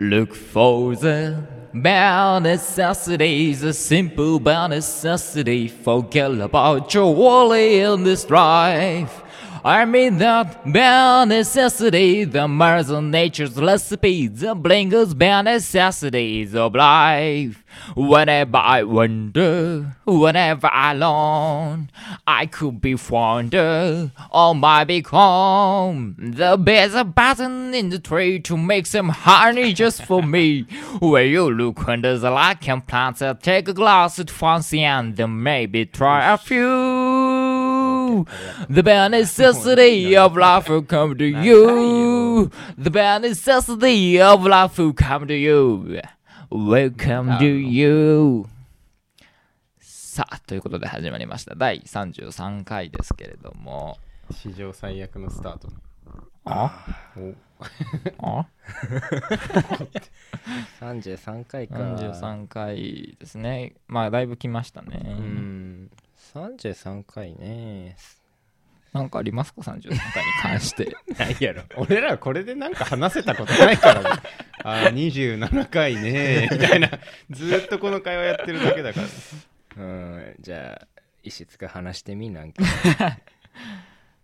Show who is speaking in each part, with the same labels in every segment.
Speaker 1: Look for the bare necessities, a simple bare necessity. Forget about your worry in this strife. I mean that bare necessity, the mother nature's recipe, the blinger's bare necessities of life. Whenever I wonder, whenever I long, I could be fonder or might become the best button in the tree to make some honey just for me. When you look under the light can plant, I'll take a glass at fancy and then maybe try a few. The bare necessity of life will come to you. The bare necessity of life will come to you. Welcome to you. さあ、ということで始まりました。第33回ですけれども。
Speaker 2: 史上最悪のスタート
Speaker 1: あ
Speaker 2: お
Speaker 1: あ
Speaker 3: 33回か
Speaker 1: ?33 回ですね。まあ、だいぶ来ましたね。
Speaker 2: うん
Speaker 3: 33回ね
Speaker 1: なんかありますか ?33 回に関して。
Speaker 2: ないやろ俺らこれでなんか話せたことないから ねあー27回ねみたいなずーっとこの会話やってるだけだから
Speaker 3: うんじゃあ石塚話してみなんか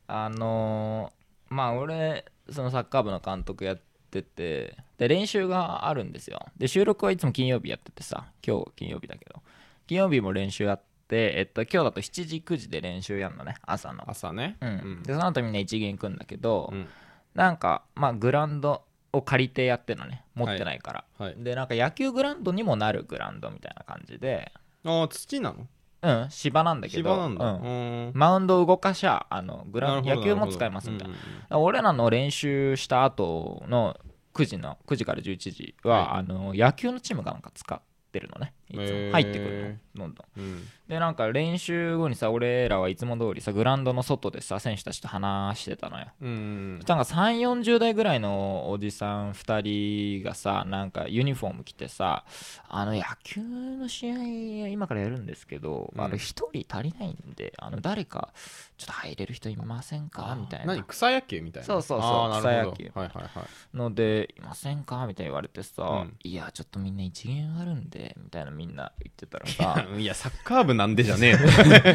Speaker 1: あのーまあ、俺、そのサッカー部の監督やってて、で、練習があるんですよ。で、収録はいつも金曜日やっててさ、今日金曜日だけど、金曜日も練習やって、えっと、今日だと7時、9時で練習やんのね、朝の。
Speaker 2: 朝ね
Speaker 1: うんでその後みんな一元行くんだけど、
Speaker 2: うん
Speaker 1: なんかまあグラウンドを借りてやってんのね持ってないから、
Speaker 2: はい
Speaker 1: でなんか野球グラウンドにもなるグラウンドみたいな感じで
Speaker 2: ああ土なの
Speaker 1: うん芝なんだけど
Speaker 2: 芝なんだ
Speaker 1: う
Speaker 2: うーん
Speaker 1: マウンドを動かしゃあのグラウン
Speaker 2: なる
Speaker 1: 野
Speaker 2: ほ
Speaker 1: 球
Speaker 2: ど
Speaker 1: も使えますみたいな、
Speaker 2: うんうんうん
Speaker 1: 俺らの練習した後の9時の9時から11時は、
Speaker 2: は
Speaker 1: あの野球のチームがなんか使ってるのねいつも
Speaker 2: へー
Speaker 1: 入ってくるのどんどん
Speaker 2: うん
Speaker 1: でなんか練習後にさ俺らはいつも通りさグラウンドの外でさ選手たちと話してたのよ
Speaker 2: うんうん
Speaker 1: なんか3 4 0代ぐらいのおじさん2人がさなんかユニフォーム着てさあの野球の試合今からやるんですけど、
Speaker 2: うん
Speaker 1: あの1人足りないんであの誰かちょっと入れる人いませんかみたいな
Speaker 2: 何草野球みたいな
Speaker 1: そうそうそう
Speaker 2: あーなるほど
Speaker 1: 草野球
Speaker 2: はいはいはい
Speaker 1: ので「いませんか?」みたいに言われてさ「
Speaker 2: うん
Speaker 1: いやちょっとみんな一元あるんで」みたいなみんな言ってたらさ
Speaker 2: いや、サッカー部なんでじゃねえ よ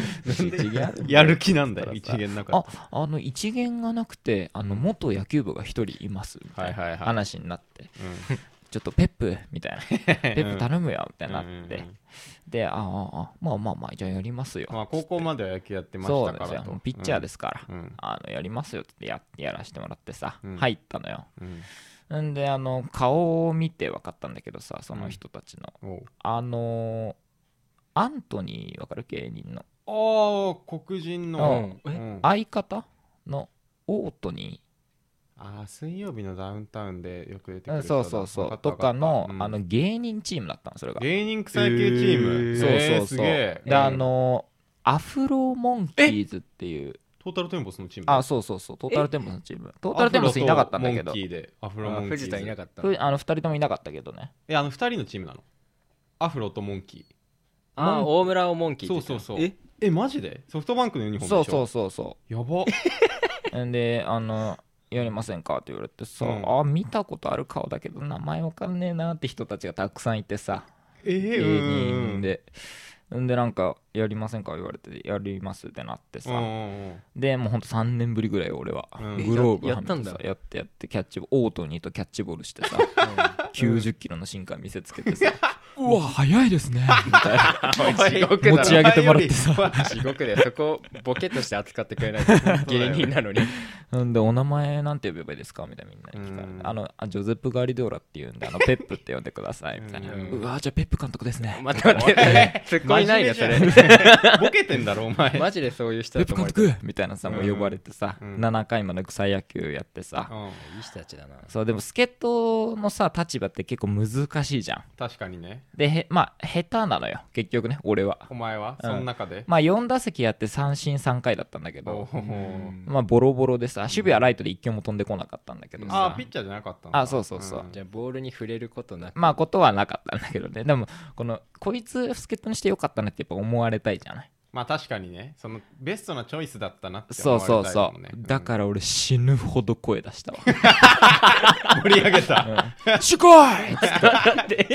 Speaker 1: 一元あるんで
Speaker 2: やる気なんだ
Speaker 1: だ
Speaker 2: よ、
Speaker 1: から
Speaker 2: 一
Speaker 1: さ
Speaker 2: 元なかっ
Speaker 1: ああの一元がなくてあの元野球部が1人いますみたい
Speaker 2: はいは
Speaker 1: な
Speaker 2: いはい
Speaker 1: 話になって、
Speaker 2: た。うん
Speaker 1: ちょっとペップみたいな ペップ頼むよみたいになって、
Speaker 2: うんうんうん
Speaker 1: でああああまあまあまあじゃあやりますよ、
Speaker 2: まあ、高校までは野球やってまし
Speaker 1: そう
Speaker 2: た
Speaker 1: で
Speaker 2: か
Speaker 1: す
Speaker 2: ら
Speaker 1: よ
Speaker 2: と。。
Speaker 1: ピッチャーですすから、
Speaker 2: うん
Speaker 1: あのやりますよってややらせてもらってさ、
Speaker 2: うん
Speaker 1: 入ったのよ
Speaker 2: うん
Speaker 1: んであの顔を見て分かったんだけどさその人たちの、
Speaker 2: おう
Speaker 1: あのアントニーわかる芸人の
Speaker 2: ああ、黒人の。
Speaker 1: うんえ
Speaker 2: うん
Speaker 1: 相方のオートニ
Speaker 2: あー水曜日のダウンタウンでよく出て
Speaker 1: ー
Speaker 2: く
Speaker 1: う
Speaker 2: る
Speaker 1: ん
Speaker 2: 人だ。
Speaker 1: そうそうそ
Speaker 2: わ
Speaker 1: う
Speaker 2: った
Speaker 1: とかの,、
Speaker 2: わった
Speaker 1: あの
Speaker 2: うん
Speaker 1: 芸人チームだったのそれが
Speaker 2: 芸人草野球チーム。
Speaker 1: そう
Speaker 2: えー
Speaker 1: そう
Speaker 2: す
Speaker 1: そう、
Speaker 2: げえ。
Speaker 1: であ
Speaker 2: うん、
Speaker 1: のアフロモンキーズっていう
Speaker 2: トータルテンボスのチーム。
Speaker 1: あ、そうそうそう、トータルテンボスのチーム。トータルテンボスいなかったんだけ
Speaker 2: ア
Speaker 1: ど、
Speaker 2: フロとモンキーで。アフロモンキーズ。
Speaker 3: 藤田いなかった
Speaker 1: ふあの2人ともいなかったけどね。
Speaker 2: え、あの、二人のチームなの。アフロとモンキ
Speaker 3: ああ大村をモンキ
Speaker 2: ー。
Speaker 3: ーって
Speaker 2: そ
Speaker 3: 言
Speaker 2: う
Speaker 3: ってた
Speaker 2: そうそう。
Speaker 3: え
Speaker 2: え、マジでソフトバンクのユニフォーム
Speaker 1: そう
Speaker 2: でし
Speaker 1: そう
Speaker 2: ょ
Speaker 1: そうそ
Speaker 2: やば。
Speaker 1: う。んで、あの、やりませんかって言われてさ、
Speaker 2: うん
Speaker 1: あ、見たことある顔だけど、名前わかんねえなって人たちがたくさんいてさ、
Speaker 2: えー
Speaker 1: 芸
Speaker 2: うん
Speaker 1: 人で。んで、なんか、やりませんか言われて、やりますってなって
Speaker 2: うんう
Speaker 1: さ、
Speaker 2: んうん
Speaker 1: で、もうほんと3年ぶりぐらい俺は、
Speaker 2: うん
Speaker 1: グローブ
Speaker 3: ややったんだ
Speaker 1: はめてさやってやって、キャッチボール、オートニーとキャッチボールしてさ、90キロの進化見せつけて さ、うわ、早いですね、みたいな。
Speaker 3: 地獄だ
Speaker 1: 持ち上げてもらってさ
Speaker 3: 地獄でそこボケとして扱ってくれない と芸人なの に
Speaker 1: なんで、お名前なんて呼べばいいですかみたいなみんなに聞かれて
Speaker 2: う、ん
Speaker 1: あの、あジョゼップ・ガリドーラっていうんで、 あの、ペップって呼んでください、みたいな。
Speaker 2: う
Speaker 1: うんわ、じゃあペップ監督ですね。
Speaker 3: 待って 待ってツッコミないねそれ
Speaker 2: 真面目じゃん ボケてんだろお前
Speaker 3: マジでそういう人
Speaker 1: ペッ
Speaker 3: だ
Speaker 1: プ
Speaker 3: と
Speaker 1: 監
Speaker 3: 思うい
Speaker 1: 督みたいなさ、もう呼ばれてさ、
Speaker 2: うん
Speaker 1: 7回まで草野球やってさ、
Speaker 2: うん
Speaker 3: い人たちだな
Speaker 1: そう、でも、助っ人のさ、立場って結構難しいじゃん。
Speaker 2: 確かにね
Speaker 1: で、へまあ、下手なのよ、結局ね、俺は。
Speaker 2: お前は
Speaker 1: う
Speaker 2: そ
Speaker 1: ん
Speaker 2: の中で
Speaker 1: まあ、4打席やって三振3回だったんだけ
Speaker 2: お
Speaker 1: ど、
Speaker 2: ー
Speaker 1: まあ、ボロボロでさ、守備はライトで1球も飛んでこなかったんだけどさ。
Speaker 2: あーピッチャーじゃなかったの
Speaker 1: あそうそうそう
Speaker 3: じゃあボールに触れることなく
Speaker 1: まあことはなかったんだけどねでもこのこいつ助っ人にしてよかったねってやっぱ思われたいじゃない
Speaker 2: まあ確かにねそのベストなチョイスだったなって思
Speaker 1: そ
Speaker 2: わ
Speaker 1: う
Speaker 2: れ
Speaker 1: そう
Speaker 2: たい
Speaker 1: そ
Speaker 2: もん
Speaker 1: う
Speaker 2: ね、
Speaker 1: だから俺死ぬほど声出したわ
Speaker 2: 盛り上げた
Speaker 1: すごい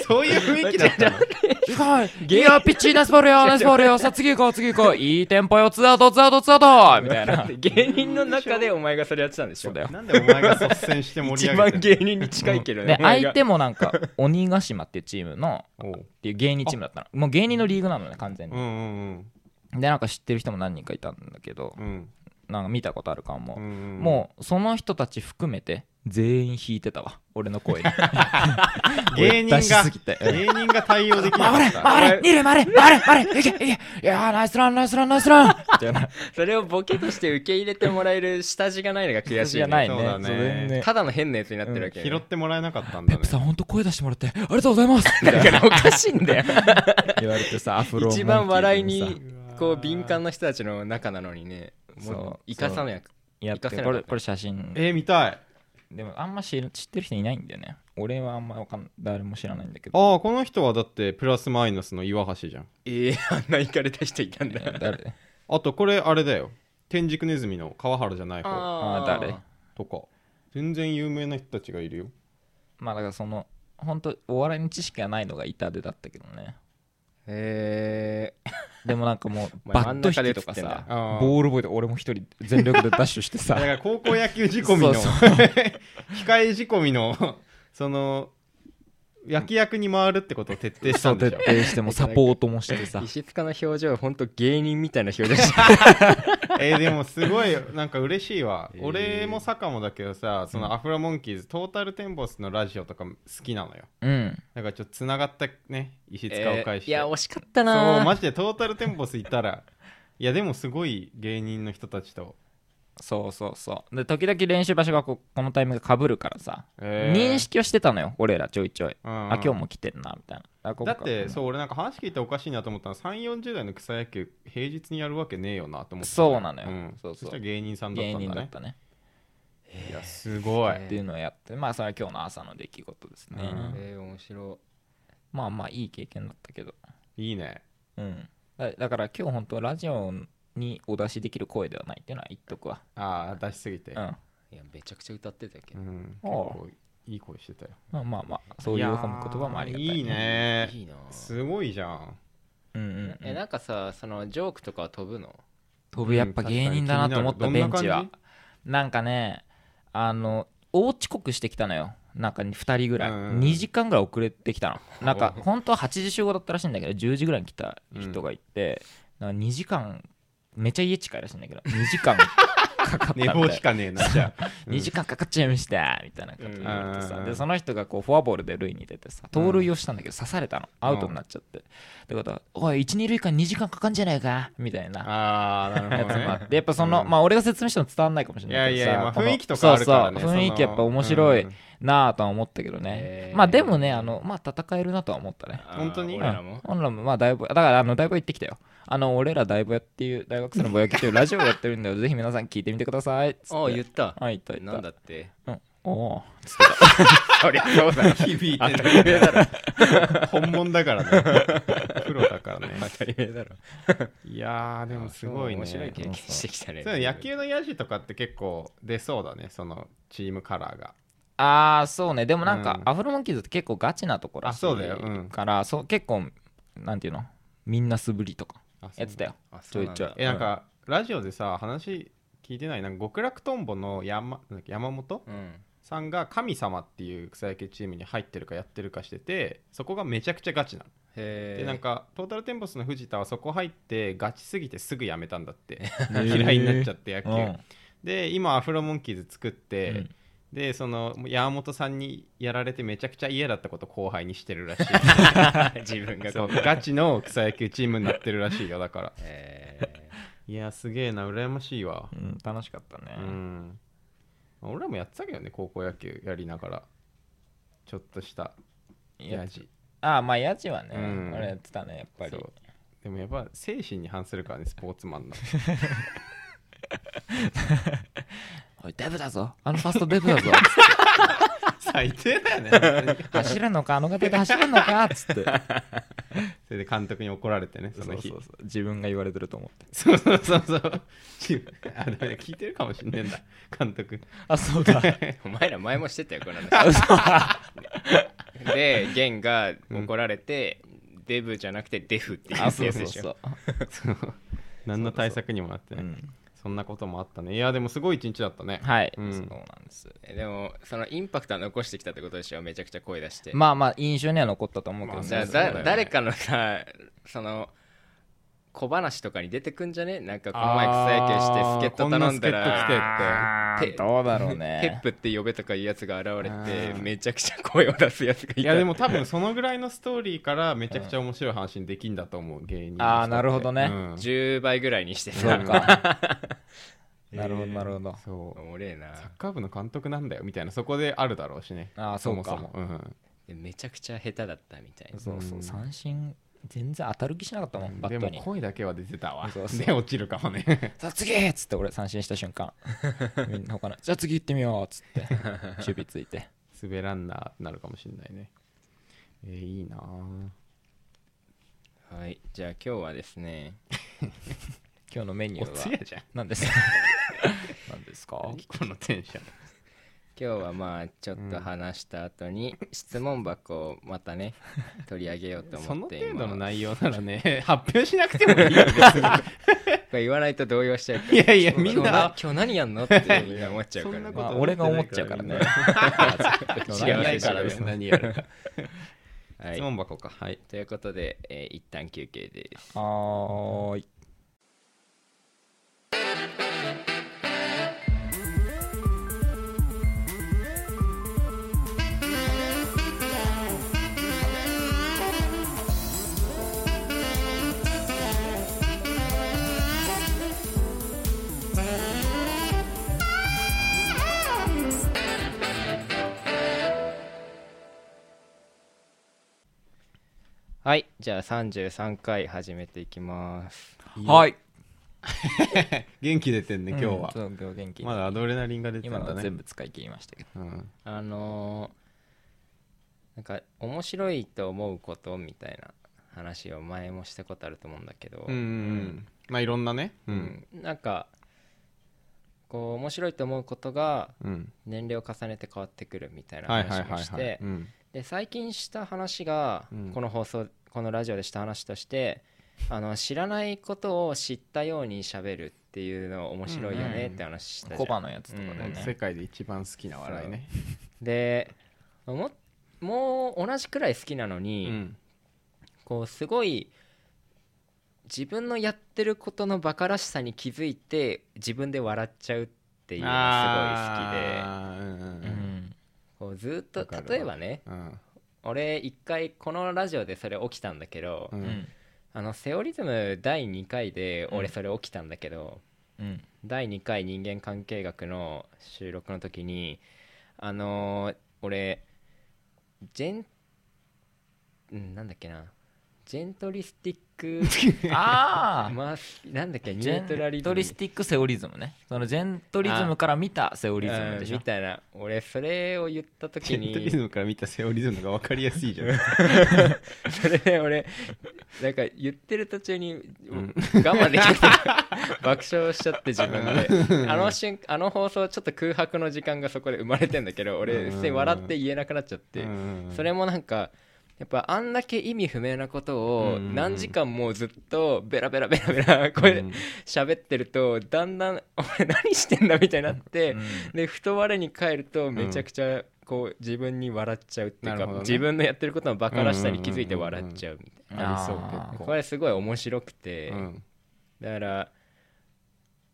Speaker 2: そういう雰囲気だっ たの
Speaker 1: いいよ、ピッチナイスボールよ、ナイスボールよ、さあ次行こう、次行こう、いいテンポよ、ツーアウト、ツーアウト、ツーアウトみたい
Speaker 3: だっ
Speaker 1: な
Speaker 3: て。芸人の中でお前がそれやってたんでしょ
Speaker 1: そうだよ。
Speaker 2: なんでお前が率先して盛り
Speaker 3: 一
Speaker 2: 上
Speaker 3: 番
Speaker 2: げて
Speaker 3: 芸人に近いけど
Speaker 1: で、
Speaker 3: ね
Speaker 1: 相手
Speaker 3: も
Speaker 1: もなんか、鬼ヶ島っていうチームの、
Speaker 2: おう
Speaker 1: っていう芸人チームだったの。もう芸人のリーグなのね、完全
Speaker 2: う
Speaker 1: に。
Speaker 2: んうん
Speaker 1: で、なんか知ってる人も何人かいたんだけど
Speaker 2: うんう、ん
Speaker 1: なんか見たことあるかも
Speaker 2: う。ん
Speaker 1: もう、その人たち含めて、全員弾いてたわ、俺の 声に。
Speaker 2: うん芸人
Speaker 1: 出し
Speaker 2: が
Speaker 1: すぎてうん
Speaker 2: 芸人が対応できなかった
Speaker 1: 回れ、二塁回れ、回れ、回れ、いけ、いけ、いやー、ナイスラン、ナイスラン、ナイスランみたいな。
Speaker 3: それをボケとして受け入れてもらえる下地がないのが悔しい、
Speaker 1: じ
Speaker 3: ね、
Speaker 1: ゃないね
Speaker 2: そうだ。ね
Speaker 1: そう全然
Speaker 3: ただの変なやつになってるわけ、ね
Speaker 2: 拾ってもらえなかったん
Speaker 1: ペ
Speaker 2: だ
Speaker 1: ップさん、
Speaker 2: ね
Speaker 1: 本当声出してもらって、ありがとうございますみたい
Speaker 3: だ
Speaker 1: な
Speaker 3: からおかしいんだよ
Speaker 1: 言われてさ、アフロ
Speaker 3: 一番笑い
Speaker 1: モンキー
Speaker 3: に
Speaker 1: で
Speaker 3: こう敏感な人たちの中なのにね
Speaker 1: そう
Speaker 3: もう生かさなく
Speaker 1: さやって
Speaker 3: 活かせな
Speaker 1: こ
Speaker 3: かった
Speaker 1: れこれ写真
Speaker 2: えー見たい
Speaker 1: でもあんま知る知ってる人いないんだよね俺はあんまわかん誰も知らないんだけど
Speaker 2: ああこの人はだってプラスマイナスの岩橋じゃん
Speaker 3: ええあんな行かれた人いたんだ
Speaker 1: 誰
Speaker 2: あとこれあれだよ天竺ネズミの川原じゃない方
Speaker 1: あー誰
Speaker 2: とか全然有名な人たちがいるよ
Speaker 1: まあだからその本当お笑いの知識がないのが痛手だったけどね
Speaker 3: えー、
Speaker 1: でもなんか もう
Speaker 3: お
Speaker 1: バ
Speaker 3: 前
Speaker 1: ット引きとか
Speaker 3: 真ん中で振ってんだ
Speaker 1: さ
Speaker 2: あー
Speaker 1: ボールボーイで俺も一人全力でダッシュして
Speaker 2: だか
Speaker 1: さ
Speaker 2: ら高校野球仕込みの
Speaker 1: そうそ
Speaker 2: 控え仕込みのその焼き役に回るってことを徹底した
Speaker 1: そ
Speaker 2: ん
Speaker 1: う
Speaker 2: で
Speaker 1: 徹
Speaker 2: しょ
Speaker 1: 底してもサポートもしてさ
Speaker 3: 石塚の表情ほんと芸人みたいな表情して
Speaker 2: えーでもすごいなんか嬉しいわ、
Speaker 3: えー
Speaker 2: 俺も坂もだけどさそのアフロモンキーズ、トータルテンボスのラジオとか好きなのよ
Speaker 1: うん
Speaker 2: だからちょっとつながったね石塚を返して、
Speaker 3: いや惜しかったな
Speaker 2: そうマジでトータルテンボスいたらいやでもすごい芸人の人たちと、
Speaker 1: そうそうそうで時々練習場所がここのタイミングかぶるからさ認識はしてたのよ俺らちょいちょい
Speaker 2: うんう
Speaker 1: あ
Speaker 2: ん
Speaker 1: 今日も来てんなみたいなあここ
Speaker 2: だ
Speaker 1: か
Speaker 2: ってそう俺なんか話聞いておかしいなと思ったの3 4 0代の草野球平日にやるわけねえよなと思って
Speaker 1: そうなのよ
Speaker 2: ん
Speaker 1: そうそう
Speaker 2: そしたら芸人さんだっ
Speaker 1: 芸
Speaker 2: たん
Speaker 1: 人
Speaker 2: だ
Speaker 1: だっ
Speaker 2: ね
Speaker 1: たね
Speaker 2: いやすごい、
Speaker 3: えー
Speaker 1: っていうのをやってまあそれは今日の朝の出来事ですね、
Speaker 2: うん
Speaker 3: えー、面白
Speaker 1: まあまあいい経験だったけど
Speaker 2: いいね
Speaker 1: うんだだから今日本当ラジオにお出しできる声ではないっていうのは言っとくわ
Speaker 2: ああ出しすぎて、
Speaker 1: うんま
Speaker 3: いいやめちゃくちゃ歌ってたけ
Speaker 2: う
Speaker 3: ど、
Speaker 2: ん結構いい声してたよ
Speaker 1: あまあまあそういう褒め言葉もありがたい
Speaker 2: いやーいいね
Speaker 3: いいな
Speaker 2: すごいじゃ ん
Speaker 1: うんうんうん
Speaker 3: えなんかさそのジョークとかは飛ぶの
Speaker 1: 飛ぶやっぱ芸人だなと思ったベンチは
Speaker 2: うん確かに気になるどんな感
Speaker 1: なんかねあの大遅刻してきたのよなんか2人ぐらい、
Speaker 2: うんうんうん
Speaker 1: 2時間ぐらい遅れてきたのなんか本当は8時集合だったらしいんだけど10時ぐらいに来た人がいて、なんか2時間めっちゃ家近いらしいんだけど2時間かかったみ
Speaker 2: 寝
Speaker 1: たい
Speaker 2: 坊しかね えなじゃあ
Speaker 1: 2時間かかっちゃいましたみたいな感じで言って
Speaker 2: うんうん
Speaker 1: さ
Speaker 2: うん
Speaker 1: でその人がこうフォアボールで塁に出てさ盗塁をしたんだけど刺されたのアウトになっちゃってってことは「おい1・2塁間2時間かかんじゃないか」みたいな
Speaker 2: ああな
Speaker 1: や
Speaker 2: る
Speaker 1: つ
Speaker 2: ほど
Speaker 1: もあ
Speaker 2: ね
Speaker 1: ってやっぱその、
Speaker 2: うん
Speaker 1: まあ俺が説明しても伝わんないかもしれないけど
Speaker 2: いや
Speaker 1: さ
Speaker 2: いやまあ
Speaker 1: この
Speaker 2: 雰囲気とかあるか
Speaker 1: そ
Speaker 2: らね
Speaker 1: うそう
Speaker 2: その
Speaker 1: 雰囲気やっぱ面白い
Speaker 2: うん
Speaker 1: なぁとは思ったけどね、
Speaker 3: へー
Speaker 1: まあでもねあのまあ戦えるなとは思ったね
Speaker 3: あー
Speaker 2: 本当に
Speaker 3: 俺らも
Speaker 1: うん俺らもまあだいぶだからあのだいぶ行ってきたよあの俺らだいぶやっていう大学生のぼやきというラジオやってるんだよぜひ皆さん聞いてみてくださいっつって
Speaker 3: ああ言った
Speaker 1: はい言った言った
Speaker 3: なんだって
Speaker 1: うん、おー
Speaker 3: そりゃそうだ響いてる当たり前だろ
Speaker 2: 本物だか らねプロだからね
Speaker 3: 当たり前だろ
Speaker 2: いやーでもすごいね
Speaker 3: 面白い経験してきたね
Speaker 2: そう野球の野手とかって結構出そうだねそのチームカラーが
Speaker 1: ああそうねでもなんか、
Speaker 2: うん
Speaker 1: アフロモンキーズって結構ガチなところらしい
Speaker 2: あそうだようん
Speaker 1: からそう結構なんていうのみんな素振りとか
Speaker 2: あそう
Speaker 1: やってたよ
Speaker 3: あ
Speaker 1: ちょいちょい
Speaker 2: えなんか、ラジオでさ話聞いてないなんか極楽とんぼの山なんだっけ山本
Speaker 3: そうなんだ
Speaker 2: さんが神様っていう草野球チームに入ってるかやってるかしててそこがめちゃくちゃガチなの、
Speaker 3: うんへえ
Speaker 2: でなん か トータルテンボスの藤田はそこ入ってガチすぎてすぐやめたんだって
Speaker 1: ー
Speaker 2: 嫌いになっちゃって野球、
Speaker 1: うん
Speaker 2: で今アフロモンキーズ作って、
Speaker 1: うん
Speaker 2: でその山本さんにやられてめちゃくちゃ嫌だったこと後輩にしてるらしい
Speaker 3: 自分が
Speaker 2: そうガチの草野球チームになってるらしいよだから
Speaker 3: え
Speaker 2: いやすげえな羨ましいわ
Speaker 1: うん、楽しかったね、
Speaker 2: うんまあ俺らもやってたけどね高校野球やりながらちょっとした
Speaker 1: いや
Speaker 2: ヤジ
Speaker 1: ああまあ家賃はね、
Speaker 2: うん
Speaker 1: 俺やってたねやっぱり
Speaker 2: そうでもやっぱ精神に反するからねスポーツマ ンの
Speaker 1: おいデブだぞあのファーストデブ だぞ
Speaker 2: 最低だよね
Speaker 1: 走るのかあの方で走るのかっつって
Speaker 2: それで監督に怒られてねそ
Speaker 1: そ
Speaker 2: の
Speaker 1: う
Speaker 2: 日
Speaker 1: そうそう自分が言われてると思って
Speaker 2: そうそうそうそう あダメだ聞いてるかもしんねえんだ監 督
Speaker 1: あ そうだ
Speaker 3: お前ら前もしてたよこの話でゲンが怒られて、デブじゃなくてデフっていうや
Speaker 1: あ
Speaker 3: つ
Speaker 1: そう
Speaker 3: で
Speaker 1: そう
Speaker 3: し
Speaker 1: そ
Speaker 3: ょ
Speaker 1: う、
Speaker 2: そう何の対策にもなって
Speaker 1: う
Speaker 2: ね
Speaker 1: ん、
Speaker 2: そんなこともあったねいやでもすごい一日だったね
Speaker 1: はい、
Speaker 2: うん
Speaker 1: そうなんです
Speaker 3: えでもそのインパクトは残してきたってことでしょめちゃくちゃ声出して、
Speaker 1: まあまあ印象には残ったと思うけど、
Speaker 3: じゃあ
Speaker 2: そうだよ
Speaker 3: だ
Speaker 2: ね
Speaker 3: 誰かのさその小話とかに出てくんじゃねなんかこの前草野球して助っ人頼んだ
Speaker 2: あーこんな助っ人来て
Speaker 3: ら
Speaker 1: あー
Speaker 3: ペ
Speaker 1: どうだろう
Speaker 3: ペッ
Speaker 1: ね
Speaker 3: プって呼べとかいうやつが現
Speaker 2: あ
Speaker 3: れて
Speaker 2: ー
Speaker 3: めちゃくちゃ声を出すやつがいた
Speaker 2: いやでも多分そのぐらいのストーリーからめちゃくちゃ面白い話にできんだと思う芸人の人って
Speaker 1: あーなるほどね
Speaker 2: うん
Speaker 3: 10倍ぐらいにして
Speaker 1: そ
Speaker 3: さ
Speaker 1: うかなるほどなるほど
Speaker 2: そう
Speaker 3: おもれえな
Speaker 2: サッカー部の監督なんだよみたいなそこであるだろうしね
Speaker 1: あーそうか
Speaker 2: そもそも、うん
Speaker 3: でめちゃくちゃ下手だったみたいな
Speaker 1: そうそううん三振全然当たる気しなかったもんバ
Speaker 2: で
Speaker 1: ット
Speaker 2: も
Speaker 1: に
Speaker 2: 声だけは出てたわ
Speaker 1: そうそう
Speaker 2: で落ちるかもね
Speaker 1: さあ次っつって俺三振した瞬 間みんな他のじゃあ次行ってみようっつって守備ついて
Speaker 2: 滑らんなーってなるかもしんないねえーいいなー
Speaker 3: はいじゃあ今日はですね
Speaker 1: 今日のメニュ
Speaker 2: お
Speaker 1: ー
Speaker 2: つ
Speaker 1: は
Speaker 2: やじゃん
Speaker 1: 何 ですか何ですか
Speaker 2: 何このテンション
Speaker 3: 今日はまあちょっと話した後に質問箱をま たね取り上げようと
Speaker 2: そ
Speaker 3: 思
Speaker 2: の
Speaker 3: って
Speaker 2: 程度の
Speaker 3: 今こ
Speaker 2: 内容ならね 発表しなくてもいいよ別に
Speaker 3: れ言わないと動揺しちゃうから
Speaker 2: いやいやみん
Speaker 3: 今日
Speaker 2: な
Speaker 3: 今日何やんのってみんな思っちゃうか
Speaker 2: そん
Speaker 3: ら
Speaker 2: な
Speaker 3: ね
Speaker 1: まあ俺が思っちゃうから ね今日何やるか
Speaker 3: 知らないからね
Speaker 2: 何やるか
Speaker 3: はい
Speaker 2: 質問箱かはい
Speaker 3: ということで、えー一旦休憩です
Speaker 1: はーい
Speaker 3: はいじゃあ33回始めていきます
Speaker 1: はいい
Speaker 2: 元気出てんね今日は、
Speaker 1: うんそう今日元気
Speaker 2: まだアドレナリンが出てん
Speaker 1: 今の
Speaker 2: だ
Speaker 1: は
Speaker 2: ね
Speaker 1: 全部使い切りましたけど
Speaker 2: うん、
Speaker 3: あのーなんか面白いと思うことみたいな話を前もしたことあると思うんだけど、
Speaker 2: うんうんうんまあいろんなねう
Speaker 3: うんんなんかこう面白いと思うことが
Speaker 2: うん
Speaker 3: 年齢を重ねて変わってくるみたいな
Speaker 2: はいはい
Speaker 3: 話を
Speaker 2: はい
Speaker 3: し
Speaker 2: はい
Speaker 3: て
Speaker 2: うん
Speaker 3: で最近した話が
Speaker 2: うん
Speaker 3: この放送このラジオでした話としてあの知らないことを知ったように喋るっていうの面白いよねって話したじ
Speaker 1: コ
Speaker 3: ゃ
Speaker 1: バ
Speaker 3: ん。
Speaker 1: のやつとかだよ
Speaker 3: うん
Speaker 2: 世
Speaker 1: ね
Speaker 2: 界で一番好きな笑いね
Speaker 3: でももう同じくらい好きなの
Speaker 2: う
Speaker 3: に、
Speaker 2: ん
Speaker 3: こうすごい自分のやってることのバカらしさに気づいて自分で笑っちゃうっていうのがすごい好きで
Speaker 2: あーうんうん
Speaker 1: う
Speaker 2: うん
Speaker 1: ん
Speaker 3: こうずっと
Speaker 2: わかるわ
Speaker 3: 例えばね
Speaker 2: うん
Speaker 3: 俺一回このラジオでそれ起きたんだけど、
Speaker 2: う
Speaker 1: うんん
Speaker 3: あのセオリズム第2回で
Speaker 1: うん
Speaker 3: 俺それ起きたんだけど、
Speaker 1: うん
Speaker 3: 第2回人間関係学の収録の時にあのー俺ジェンうんなんだっけなジェントリスティッ ク
Speaker 1: ああ
Speaker 3: まあ、なんだっけニ
Speaker 1: ジ
Speaker 3: ュートラ
Speaker 1: ェ
Speaker 3: リ
Speaker 1: ン
Speaker 3: ズ
Speaker 1: ト
Speaker 3: ム
Speaker 1: リスティックセオリズムねそのジェントリズムから見たセオリズムでし
Speaker 3: うん
Speaker 1: ょ
Speaker 3: みたいな俺それを言った
Speaker 2: ジ
Speaker 3: 時
Speaker 2: ェントリズ
Speaker 3: に
Speaker 2: ムから見たセオリズムが分かりやすいじゃん
Speaker 3: それで俺なんか言ってる途中に我
Speaker 2: ん
Speaker 3: 慢できて爆笑しちゃって自分であの瞬あの放送ちょっと空白の時間がそこで生まれてんだけど
Speaker 2: うん
Speaker 3: 俺普通に笑って言えなくなっちゃってそれもなんかやっぱあんだけ意味不明なことを
Speaker 2: うん
Speaker 3: 何時間もずっとベラベラベラベラこれ喋ってるとだんだん俺何してんだみたいになって、
Speaker 1: うん
Speaker 3: でふと我に返るとめちゃくちゃこう自分に笑っちゃうってい
Speaker 2: な
Speaker 3: う
Speaker 2: る
Speaker 3: か、
Speaker 2: ほどね
Speaker 3: 自分のやってることのバカらしさに気づいて笑っちゃうみたいな、
Speaker 2: ありそう
Speaker 1: あー
Speaker 2: 結構
Speaker 3: これすごい面白くて、
Speaker 2: うん
Speaker 3: だから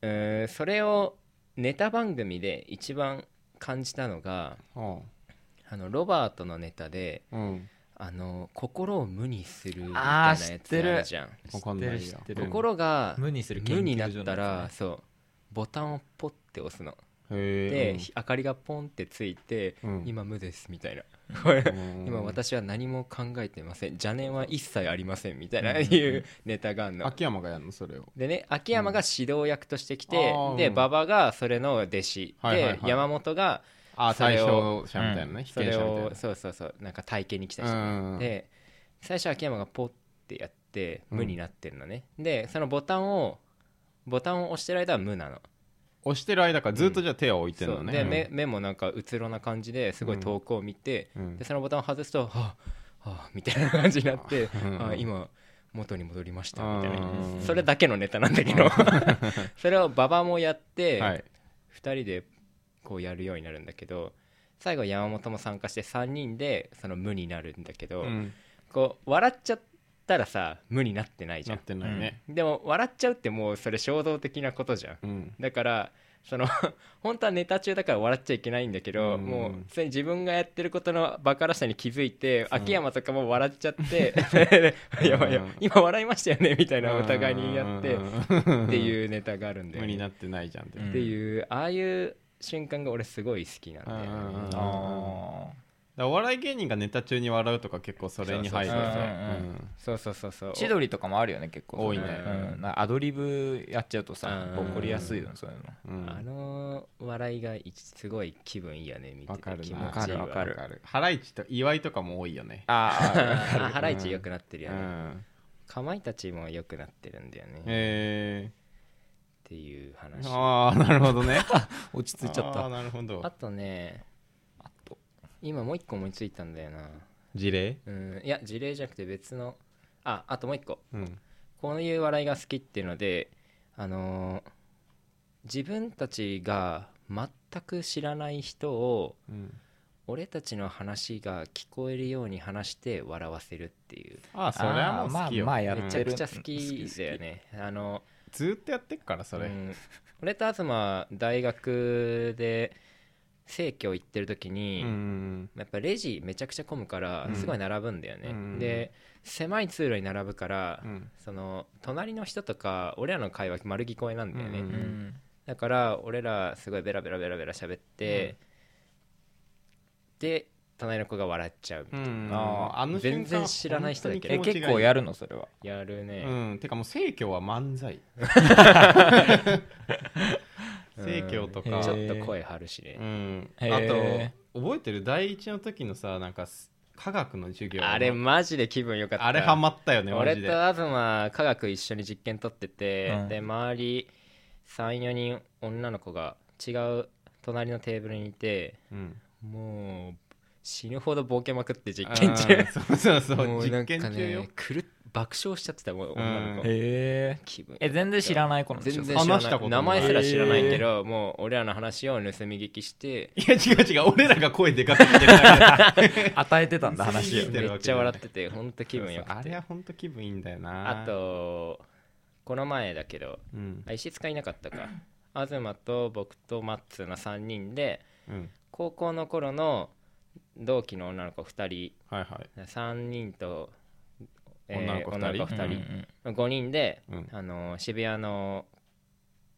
Speaker 3: うーんそれをネタ番組で一番感じたのが
Speaker 2: あ
Speaker 3: あのロバートのネタで
Speaker 2: あうん
Speaker 3: あの心を無にするみたい
Speaker 1: あ
Speaker 3: なや
Speaker 1: ー
Speaker 3: つあ
Speaker 1: 知ってる
Speaker 3: るじゃん
Speaker 2: わかんない
Speaker 1: 知
Speaker 2: や
Speaker 1: ってる知ってる
Speaker 3: 心が
Speaker 1: 無にする研究
Speaker 3: 無になっ
Speaker 1: 所のやつね
Speaker 3: たら、そうボタンをポッて押すので、
Speaker 2: へ
Speaker 3: ひ明かりがポンってついて、
Speaker 2: うん
Speaker 3: 今無ですみたいな、これ
Speaker 2: うん
Speaker 3: 今私は何も考えてません邪念は一切ありませんみたいないうネタがあるの、
Speaker 2: 秋山がやるのそれを
Speaker 3: でね秋山が指導役としてきて、
Speaker 2: うんあー
Speaker 3: で
Speaker 2: うん
Speaker 3: 馬場がそれの弟子、
Speaker 2: はいはいはい
Speaker 3: で山本が
Speaker 2: ああ
Speaker 3: それ
Speaker 2: 対
Speaker 3: を
Speaker 2: 象者みたいなね被
Speaker 3: そ
Speaker 2: 験
Speaker 3: れ
Speaker 2: 者み
Speaker 3: をそうそうそうなんか体験に来た人、
Speaker 2: たいな
Speaker 3: で最初秋山がポッってやって
Speaker 2: うん
Speaker 3: 無になってんのね、でそのボタンをボタンを押してる間は無なの
Speaker 2: 押してる間からずっとじゃあ手を置いてるの
Speaker 3: そう
Speaker 2: ね、
Speaker 3: で目目もなんかうつろな感じですごい遠くを見て、
Speaker 2: うん
Speaker 3: でそのボタンを外すと「はあはあ」みたいな感じになって「
Speaker 2: うん
Speaker 3: ああ今元に戻りました」
Speaker 2: うん
Speaker 3: みたいなそれだけのネタなんだけど それを馬場もやって、
Speaker 2: はい
Speaker 3: 2人でこうやるようになるんだけど最後山本も参加して3人でその無になるんだけど、
Speaker 2: うん
Speaker 3: こう笑っちゃったらさ無になってないじ
Speaker 2: な
Speaker 3: ゃ
Speaker 2: っ
Speaker 3: ん
Speaker 2: てないね
Speaker 3: でも笑っちゃうってもうそれ衝動的なことじゃん
Speaker 2: うん
Speaker 3: だからその 本当はネタ中だから笑っちゃいけないんだけど、
Speaker 2: うん
Speaker 3: もう普通に自分がやってることのバカらしさに気づいて、秋山とかも笑っちゃって やばいやばい今笑いましたよねみたいなお互いにやって
Speaker 2: っ
Speaker 3: って
Speaker 2: う
Speaker 3: いうネタがあるんだよ
Speaker 2: 無
Speaker 3: ね、
Speaker 2: になってないじゃんって、
Speaker 1: うん
Speaker 3: っていうああいう瞬間が俺すごい好きなんだよね
Speaker 2: うんうんうん
Speaker 1: あー
Speaker 2: だからお笑い芸人がネタ中に笑うとか結構それに入るよ
Speaker 1: そうそうそう
Speaker 2: ね
Speaker 1: うん
Speaker 3: そうそうそうそう
Speaker 1: 千鳥とかもあるよね結構
Speaker 2: 多いね
Speaker 1: うん、なんかアドリブやっちゃうとさ
Speaker 3: うん
Speaker 1: 怒りやすいよねそういうの
Speaker 2: うんうん
Speaker 3: あの笑いが一すごい気分いいよね見て
Speaker 2: わ
Speaker 3: て
Speaker 2: かる
Speaker 3: 気
Speaker 2: な
Speaker 3: 持
Speaker 1: わか
Speaker 3: ちいい
Speaker 1: るわかる
Speaker 2: わハライチと岩井とかも多いよね
Speaker 1: あ
Speaker 3: あハライチ良くなってる
Speaker 2: う
Speaker 3: よね、
Speaker 2: ん
Speaker 3: かまいたちも良くなってるんだよね、っ
Speaker 2: え
Speaker 3: ていう話
Speaker 2: ー、
Speaker 3: あ
Speaker 2: ああなるほどね
Speaker 1: あ 落ち着いちゃっ
Speaker 2: あー
Speaker 1: た
Speaker 2: なるほど
Speaker 3: とね今もう一個思いついたんだよな
Speaker 2: 事例
Speaker 3: うんいや事例じゃなくて別のああともう一個
Speaker 2: うん
Speaker 3: こういう笑いが好きっていうのであのー自分たちが全く知らない人を
Speaker 2: うん
Speaker 3: 俺たちの話が聞こえるように話して笑わせるっていう
Speaker 2: ああそれはもう好きよ
Speaker 1: あーまあまあやっ
Speaker 2: う
Speaker 1: て
Speaker 2: ん
Speaker 3: めちゃ
Speaker 1: る
Speaker 3: くちゃ好きだよねあの
Speaker 2: ずーっとやってっからそれ、
Speaker 3: うん俺と東大学で生協行ってる時に、
Speaker 2: うん
Speaker 3: やっぱレジめちゃくちゃ混むから
Speaker 2: うん
Speaker 3: すごい並ぶんだよね、
Speaker 2: うん
Speaker 3: で狭い通路に並ぶから、
Speaker 2: うん
Speaker 3: その隣の人とか俺らの会話丸聞こえなんだよね、
Speaker 2: うんうん
Speaker 3: だから俺らすごいベラベラベラベラ喋って、で隣の子が笑っちゃうみた
Speaker 2: う
Speaker 3: いな、
Speaker 2: ん、
Speaker 1: あ
Speaker 2: あの瞬間
Speaker 3: 全然知らない人だけど
Speaker 1: え
Speaker 2: 本当に
Speaker 1: 結
Speaker 2: 気持ちがいい
Speaker 1: 構やるのそれは
Speaker 3: やるね、
Speaker 2: うん、てかもう生協は漫 才生協と
Speaker 1: へ
Speaker 2: か
Speaker 3: ち
Speaker 1: ー
Speaker 3: ょっと声張るしね
Speaker 2: う、ん、あと
Speaker 1: へ
Speaker 2: 覚えてる第一の時のさなんかす科学の授業の
Speaker 3: あれマジで気分良かった
Speaker 2: あれハマったよねマ
Speaker 3: 俺
Speaker 2: ジ
Speaker 3: と
Speaker 2: で
Speaker 3: 東科学一緒に実験取ってて、
Speaker 1: うん
Speaker 3: で周り34人女の子が違う隣のテーブルにいて
Speaker 2: うん
Speaker 3: もう死ぬほどボケまくって実験中
Speaker 2: あーそうそうそう
Speaker 3: もうな
Speaker 2: 実
Speaker 3: んか
Speaker 2: 験中よ
Speaker 3: ね狂っ爆笑しちゃってたもん女の子、
Speaker 2: うん
Speaker 1: え
Speaker 3: 気分
Speaker 1: え全然知らない子なんでしょ
Speaker 3: 全然知ら
Speaker 2: 話した
Speaker 3: な
Speaker 2: こと
Speaker 3: い
Speaker 2: ない
Speaker 3: 名前すら知らないけど、もう俺らの話を盗み聞きして
Speaker 2: いや違う違う俺らが声でかくしてるだ
Speaker 1: 与えてたんだ
Speaker 2: 話
Speaker 1: 話
Speaker 2: を
Speaker 1: を
Speaker 2: て
Speaker 3: め
Speaker 2: るわ
Speaker 3: っ
Speaker 2: けじ
Speaker 3: ち
Speaker 2: ゃ
Speaker 3: ゃ
Speaker 2: ない
Speaker 3: 笑っててほん と気
Speaker 2: け
Speaker 3: 分よ
Speaker 2: あ
Speaker 3: く
Speaker 2: れ
Speaker 3: て
Speaker 2: は本当気分いいんだよな
Speaker 3: あとこの前だけど
Speaker 2: うん
Speaker 3: あ石塚いなかった か東と僕とマッツーの3人で
Speaker 2: うん
Speaker 3: 高校の頃の同期の女の子2
Speaker 2: はいはい
Speaker 3: 人3人と、
Speaker 2: 女の子二人
Speaker 3: 女の子二
Speaker 1: うんうん
Speaker 3: 5人で、
Speaker 2: うん
Speaker 3: あの渋谷の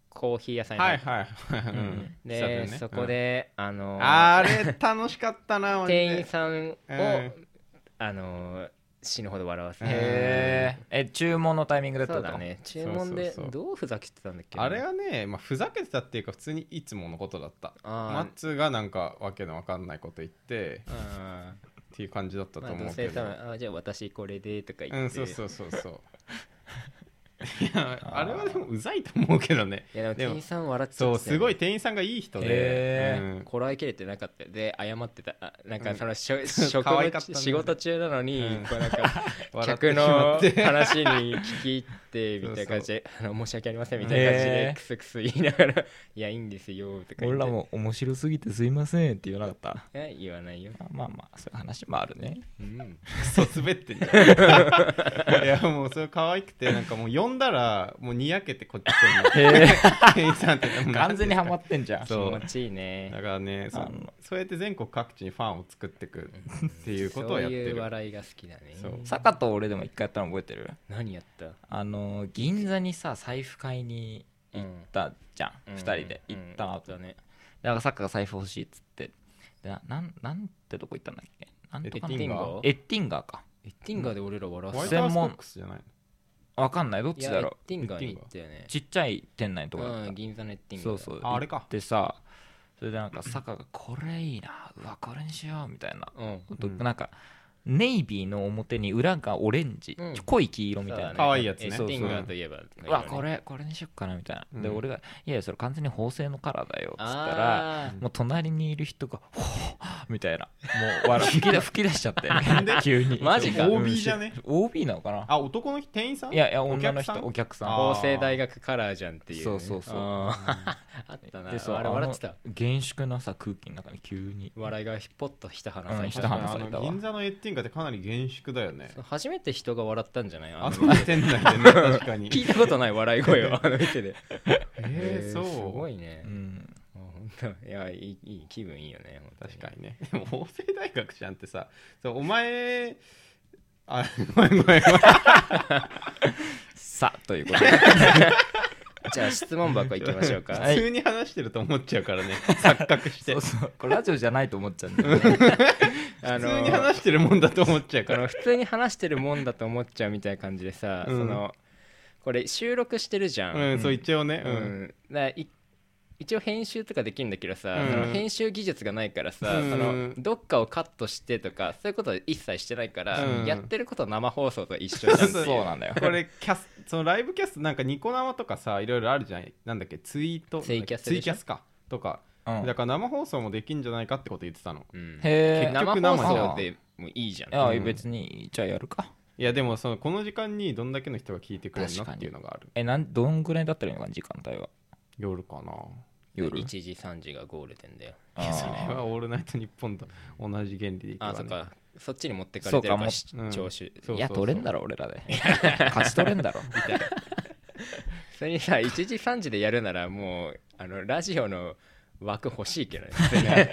Speaker 3: コーヒー屋さんに
Speaker 2: はいはい
Speaker 1: ん
Speaker 2: うん
Speaker 3: で、
Speaker 2: 喫茶店ね
Speaker 3: そこで、あ
Speaker 2: う
Speaker 3: の
Speaker 2: んあれ楽しかった なマジで
Speaker 3: 店員さんを、
Speaker 2: うん
Speaker 3: あの死ぬほど笑わせ
Speaker 1: へーえ注文のタイミングだった
Speaker 3: そ
Speaker 1: の
Speaker 3: うだね注
Speaker 2: そうそう
Speaker 3: 文で
Speaker 2: そう
Speaker 3: どうふざけてたんだっけな
Speaker 2: あれはね、まあ、ふざけてたっていうか普通にいつものことだったマ
Speaker 3: あ
Speaker 2: ッツーがなんかわけのわかんないこと言って
Speaker 3: ーあー
Speaker 2: っていう感じだった
Speaker 3: ま
Speaker 2: と
Speaker 3: あ、ど
Speaker 2: 思
Speaker 3: う
Speaker 2: うけ
Speaker 3: せ
Speaker 2: ど、
Speaker 3: 多分あじゃあ私これでとか言って、
Speaker 2: うんそうそうそうそう いやあれはでもうざいと思うけどね
Speaker 3: いやで
Speaker 2: でも
Speaker 3: も店員さん笑っちゃってたよ
Speaker 2: そ
Speaker 3: ね
Speaker 2: うすごい店員さんがいい人で、
Speaker 1: へー
Speaker 2: うん
Speaker 3: こらえきれてなかったよで謝ってたあなん
Speaker 2: う
Speaker 3: か
Speaker 2: ん
Speaker 3: そのしょ、職
Speaker 2: 可愛
Speaker 3: 務
Speaker 2: かったね
Speaker 3: 仕事中なのに、
Speaker 2: うん
Speaker 3: こうなんか
Speaker 2: 笑って
Speaker 3: 客
Speaker 2: しま
Speaker 3: の
Speaker 2: って
Speaker 3: 話に聞き入ってみたいな感じであの申し訳ありませんみたいな感じ
Speaker 1: へ
Speaker 3: で
Speaker 1: ー
Speaker 3: クスクス言いながら「いやいいんですよ」とか言って
Speaker 1: 俺らも面白すぎてすいませんって言わなかった
Speaker 3: いや言わないよ、
Speaker 1: あまあまあそういう話もあるね
Speaker 3: うん、
Speaker 2: クソ滑ってんじゃ んいやもうそれ可愛くてなんかもう呼んだらもうにやけてこっち来るの店員さんっても う
Speaker 1: 完全にハマってんじゃん
Speaker 2: そう
Speaker 3: 気持ちいいね
Speaker 2: だからねそ
Speaker 1: あの
Speaker 2: そうやって全国各地にファンを作ってくるっていうことをやって
Speaker 3: そういう
Speaker 2: る
Speaker 3: 笑いが好きだね
Speaker 2: そう
Speaker 1: 坂と俺でも一回やったの覚えてる
Speaker 3: 何やった
Speaker 1: あの銀座にさ財布買いに行ったじゃん、
Speaker 3: うん
Speaker 1: 2人で行った
Speaker 3: うん
Speaker 1: の、
Speaker 3: 行ったね
Speaker 1: だからサッカーが財布欲しいっつってでななんなんてとこ行ったんだっけなんとかの
Speaker 2: エッティンガ
Speaker 3: ー
Speaker 1: エッティンガーか
Speaker 3: エッティンガーで俺ら笑
Speaker 2: ホ
Speaker 3: わ
Speaker 2: ワイ
Speaker 3: せ
Speaker 2: ト
Speaker 3: た
Speaker 2: ハウス
Speaker 1: 専
Speaker 2: コ
Speaker 1: 門
Speaker 2: ックスじゃないの
Speaker 1: わかんないどっ
Speaker 3: い
Speaker 1: ち
Speaker 3: や
Speaker 1: だ
Speaker 3: エッ
Speaker 1: ろ
Speaker 3: ティンガーに行ったよね
Speaker 1: うちっちゃい店内のとこだった、
Speaker 3: うん銀座のエッティンガー
Speaker 1: そうそう
Speaker 2: ああれか
Speaker 1: でさそれでなんか坂がこれいいなうわこれにしようみたいな
Speaker 3: うん
Speaker 1: こと
Speaker 2: うん
Speaker 1: なんかネイビーの表に裏がオレンジ、
Speaker 3: うん
Speaker 1: 濃い黄色みたいな、
Speaker 2: ね可愛いやつね
Speaker 3: エス
Speaker 1: そうそう
Speaker 3: ティンガーといえば
Speaker 1: うわこれこれにしよっかなみたいな、で
Speaker 2: うん
Speaker 1: 俺が「いやいやそれ完全に縫製のカラーだよ」っつったら
Speaker 3: あー
Speaker 1: もう隣にいる人が「ほーみたいなもう笑い吹き出吹き出しちゃって急に
Speaker 3: マジか
Speaker 2: OB じゃね
Speaker 1: OB なのかな
Speaker 2: あ男の人店員さん
Speaker 1: いやいや女の人
Speaker 2: お客さ
Speaker 1: お客さ
Speaker 2: ん
Speaker 1: ん
Speaker 2: あー
Speaker 3: 法政大学カラーじゃんっていうね
Speaker 1: そうそうそう
Speaker 3: あー あったな
Speaker 1: でそう
Speaker 3: あれ
Speaker 1: の
Speaker 3: 笑ってた
Speaker 1: 厳粛なさ空気の中に急に
Speaker 3: 笑いがひっぽっとひたはな
Speaker 1: うん
Speaker 3: さ
Speaker 1: ひ
Speaker 2: 確
Speaker 1: た
Speaker 2: か
Speaker 1: は
Speaker 2: に
Speaker 1: な
Speaker 2: あ
Speaker 1: され
Speaker 2: の
Speaker 1: たわ
Speaker 2: 銀座のエッティンガーってかなり厳粛だよね
Speaker 3: 初めて人が笑ったんじゃ ないあ
Speaker 2: あ
Speaker 3: の
Speaker 2: の店内でね確かに
Speaker 3: 聞いたことない笑い声をあの店で
Speaker 2: えーそう
Speaker 3: すごいね
Speaker 1: うん
Speaker 3: もう本当いやいいいい気分いいよね本
Speaker 2: 確かにねでも法政大学じゃんってさそうお前あごめんごめんごめん
Speaker 1: さあということで
Speaker 3: 当に じゃあ質問箱行きましょう か
Speaker 1: はい
Speaker 2: 普通に話してると思っちゃうからね錯覚して
Speaker 1: そう
Speaker 2: 普
Speaker 1: そうこれラジオじゃないと思っちゃうんだよね
Speaker 3: あの
Speaker 2: 通に話してるもんだと思っちゃうか
Speaker 3: この
Speaker 2: ら
Speaker 3: 普通に話してるもんだと思っちゃうみたいな感じでさ、
Speaker 2: うん
Speaker 3: そのこれ収録してるじゃん、
Speaker 2: うんそう一応ねう
Speaker 3: うんんだからい一応編集とかできるんだけどさ、
Speaker 2: うん
Speaker 3: その編集技術がないからさ、
Speaker 2: うん
Speaker 3: そのどっかをカットしてとかそういうことは一切してないから、
Speaker 2: うん
Speaker 3: やってることは生放送と一緒じゃ んってい
Speaker 1: そうなんだよ
Speaker 2: これキャスそのライブキャストなんかニコ生とかさいろいろあるじゃんなんだっけツイート
Speaker 3: ツイキャスでしょ
Speaker 2: ツイキャスかとか
Speaker 1: うん
Speaker 2: だから生放送もできんじゃないかってこと言ってたの
Speaker 3: うん
Speaker 1: へー
Speaker 2: 結局
Speaker 3: 生
Speaker 2: 生
Speaker 3: 放
Speaker 2: じゃん
Speaker 3: 送でもいいじゃ
Speaker 1: いや
Speaker 3: ん、
Speaker 1: 別にじゃあやるか
Speaker 2: いやでもそのこの時間にどんだけの人が聞いてくれる
Speaker 1: 確
Speaker 2: の
Speaker 1: かに
Speaker 2: っていうのがある
Speaker 1: えなんどんぐらいだったらいいのかな時間帯は
Speaker 2: 夜かな
Speaker 1: 夜
Speaker 3: 1時3時がゴールデンだよ
Speaker 1: あ
Speaker 2: それ
Speaker 1: ー
Speaker 2: はオールナイトニッポンと同じ原理でいくわ、
Speaker 3: あ
Speaker 2: ね、
Speaker 3: そっかそっちに持ってかれてるから
Speaker 2: そうかも
Speaker 3: し聴取、
Speaker 2: そうそうそう
Speaker 1: いや取れんだろ俺らで勝ち取れんだろ
Speaker 3: それにさ1時3時でやるならもうあのラジオの枠欲しいけど ね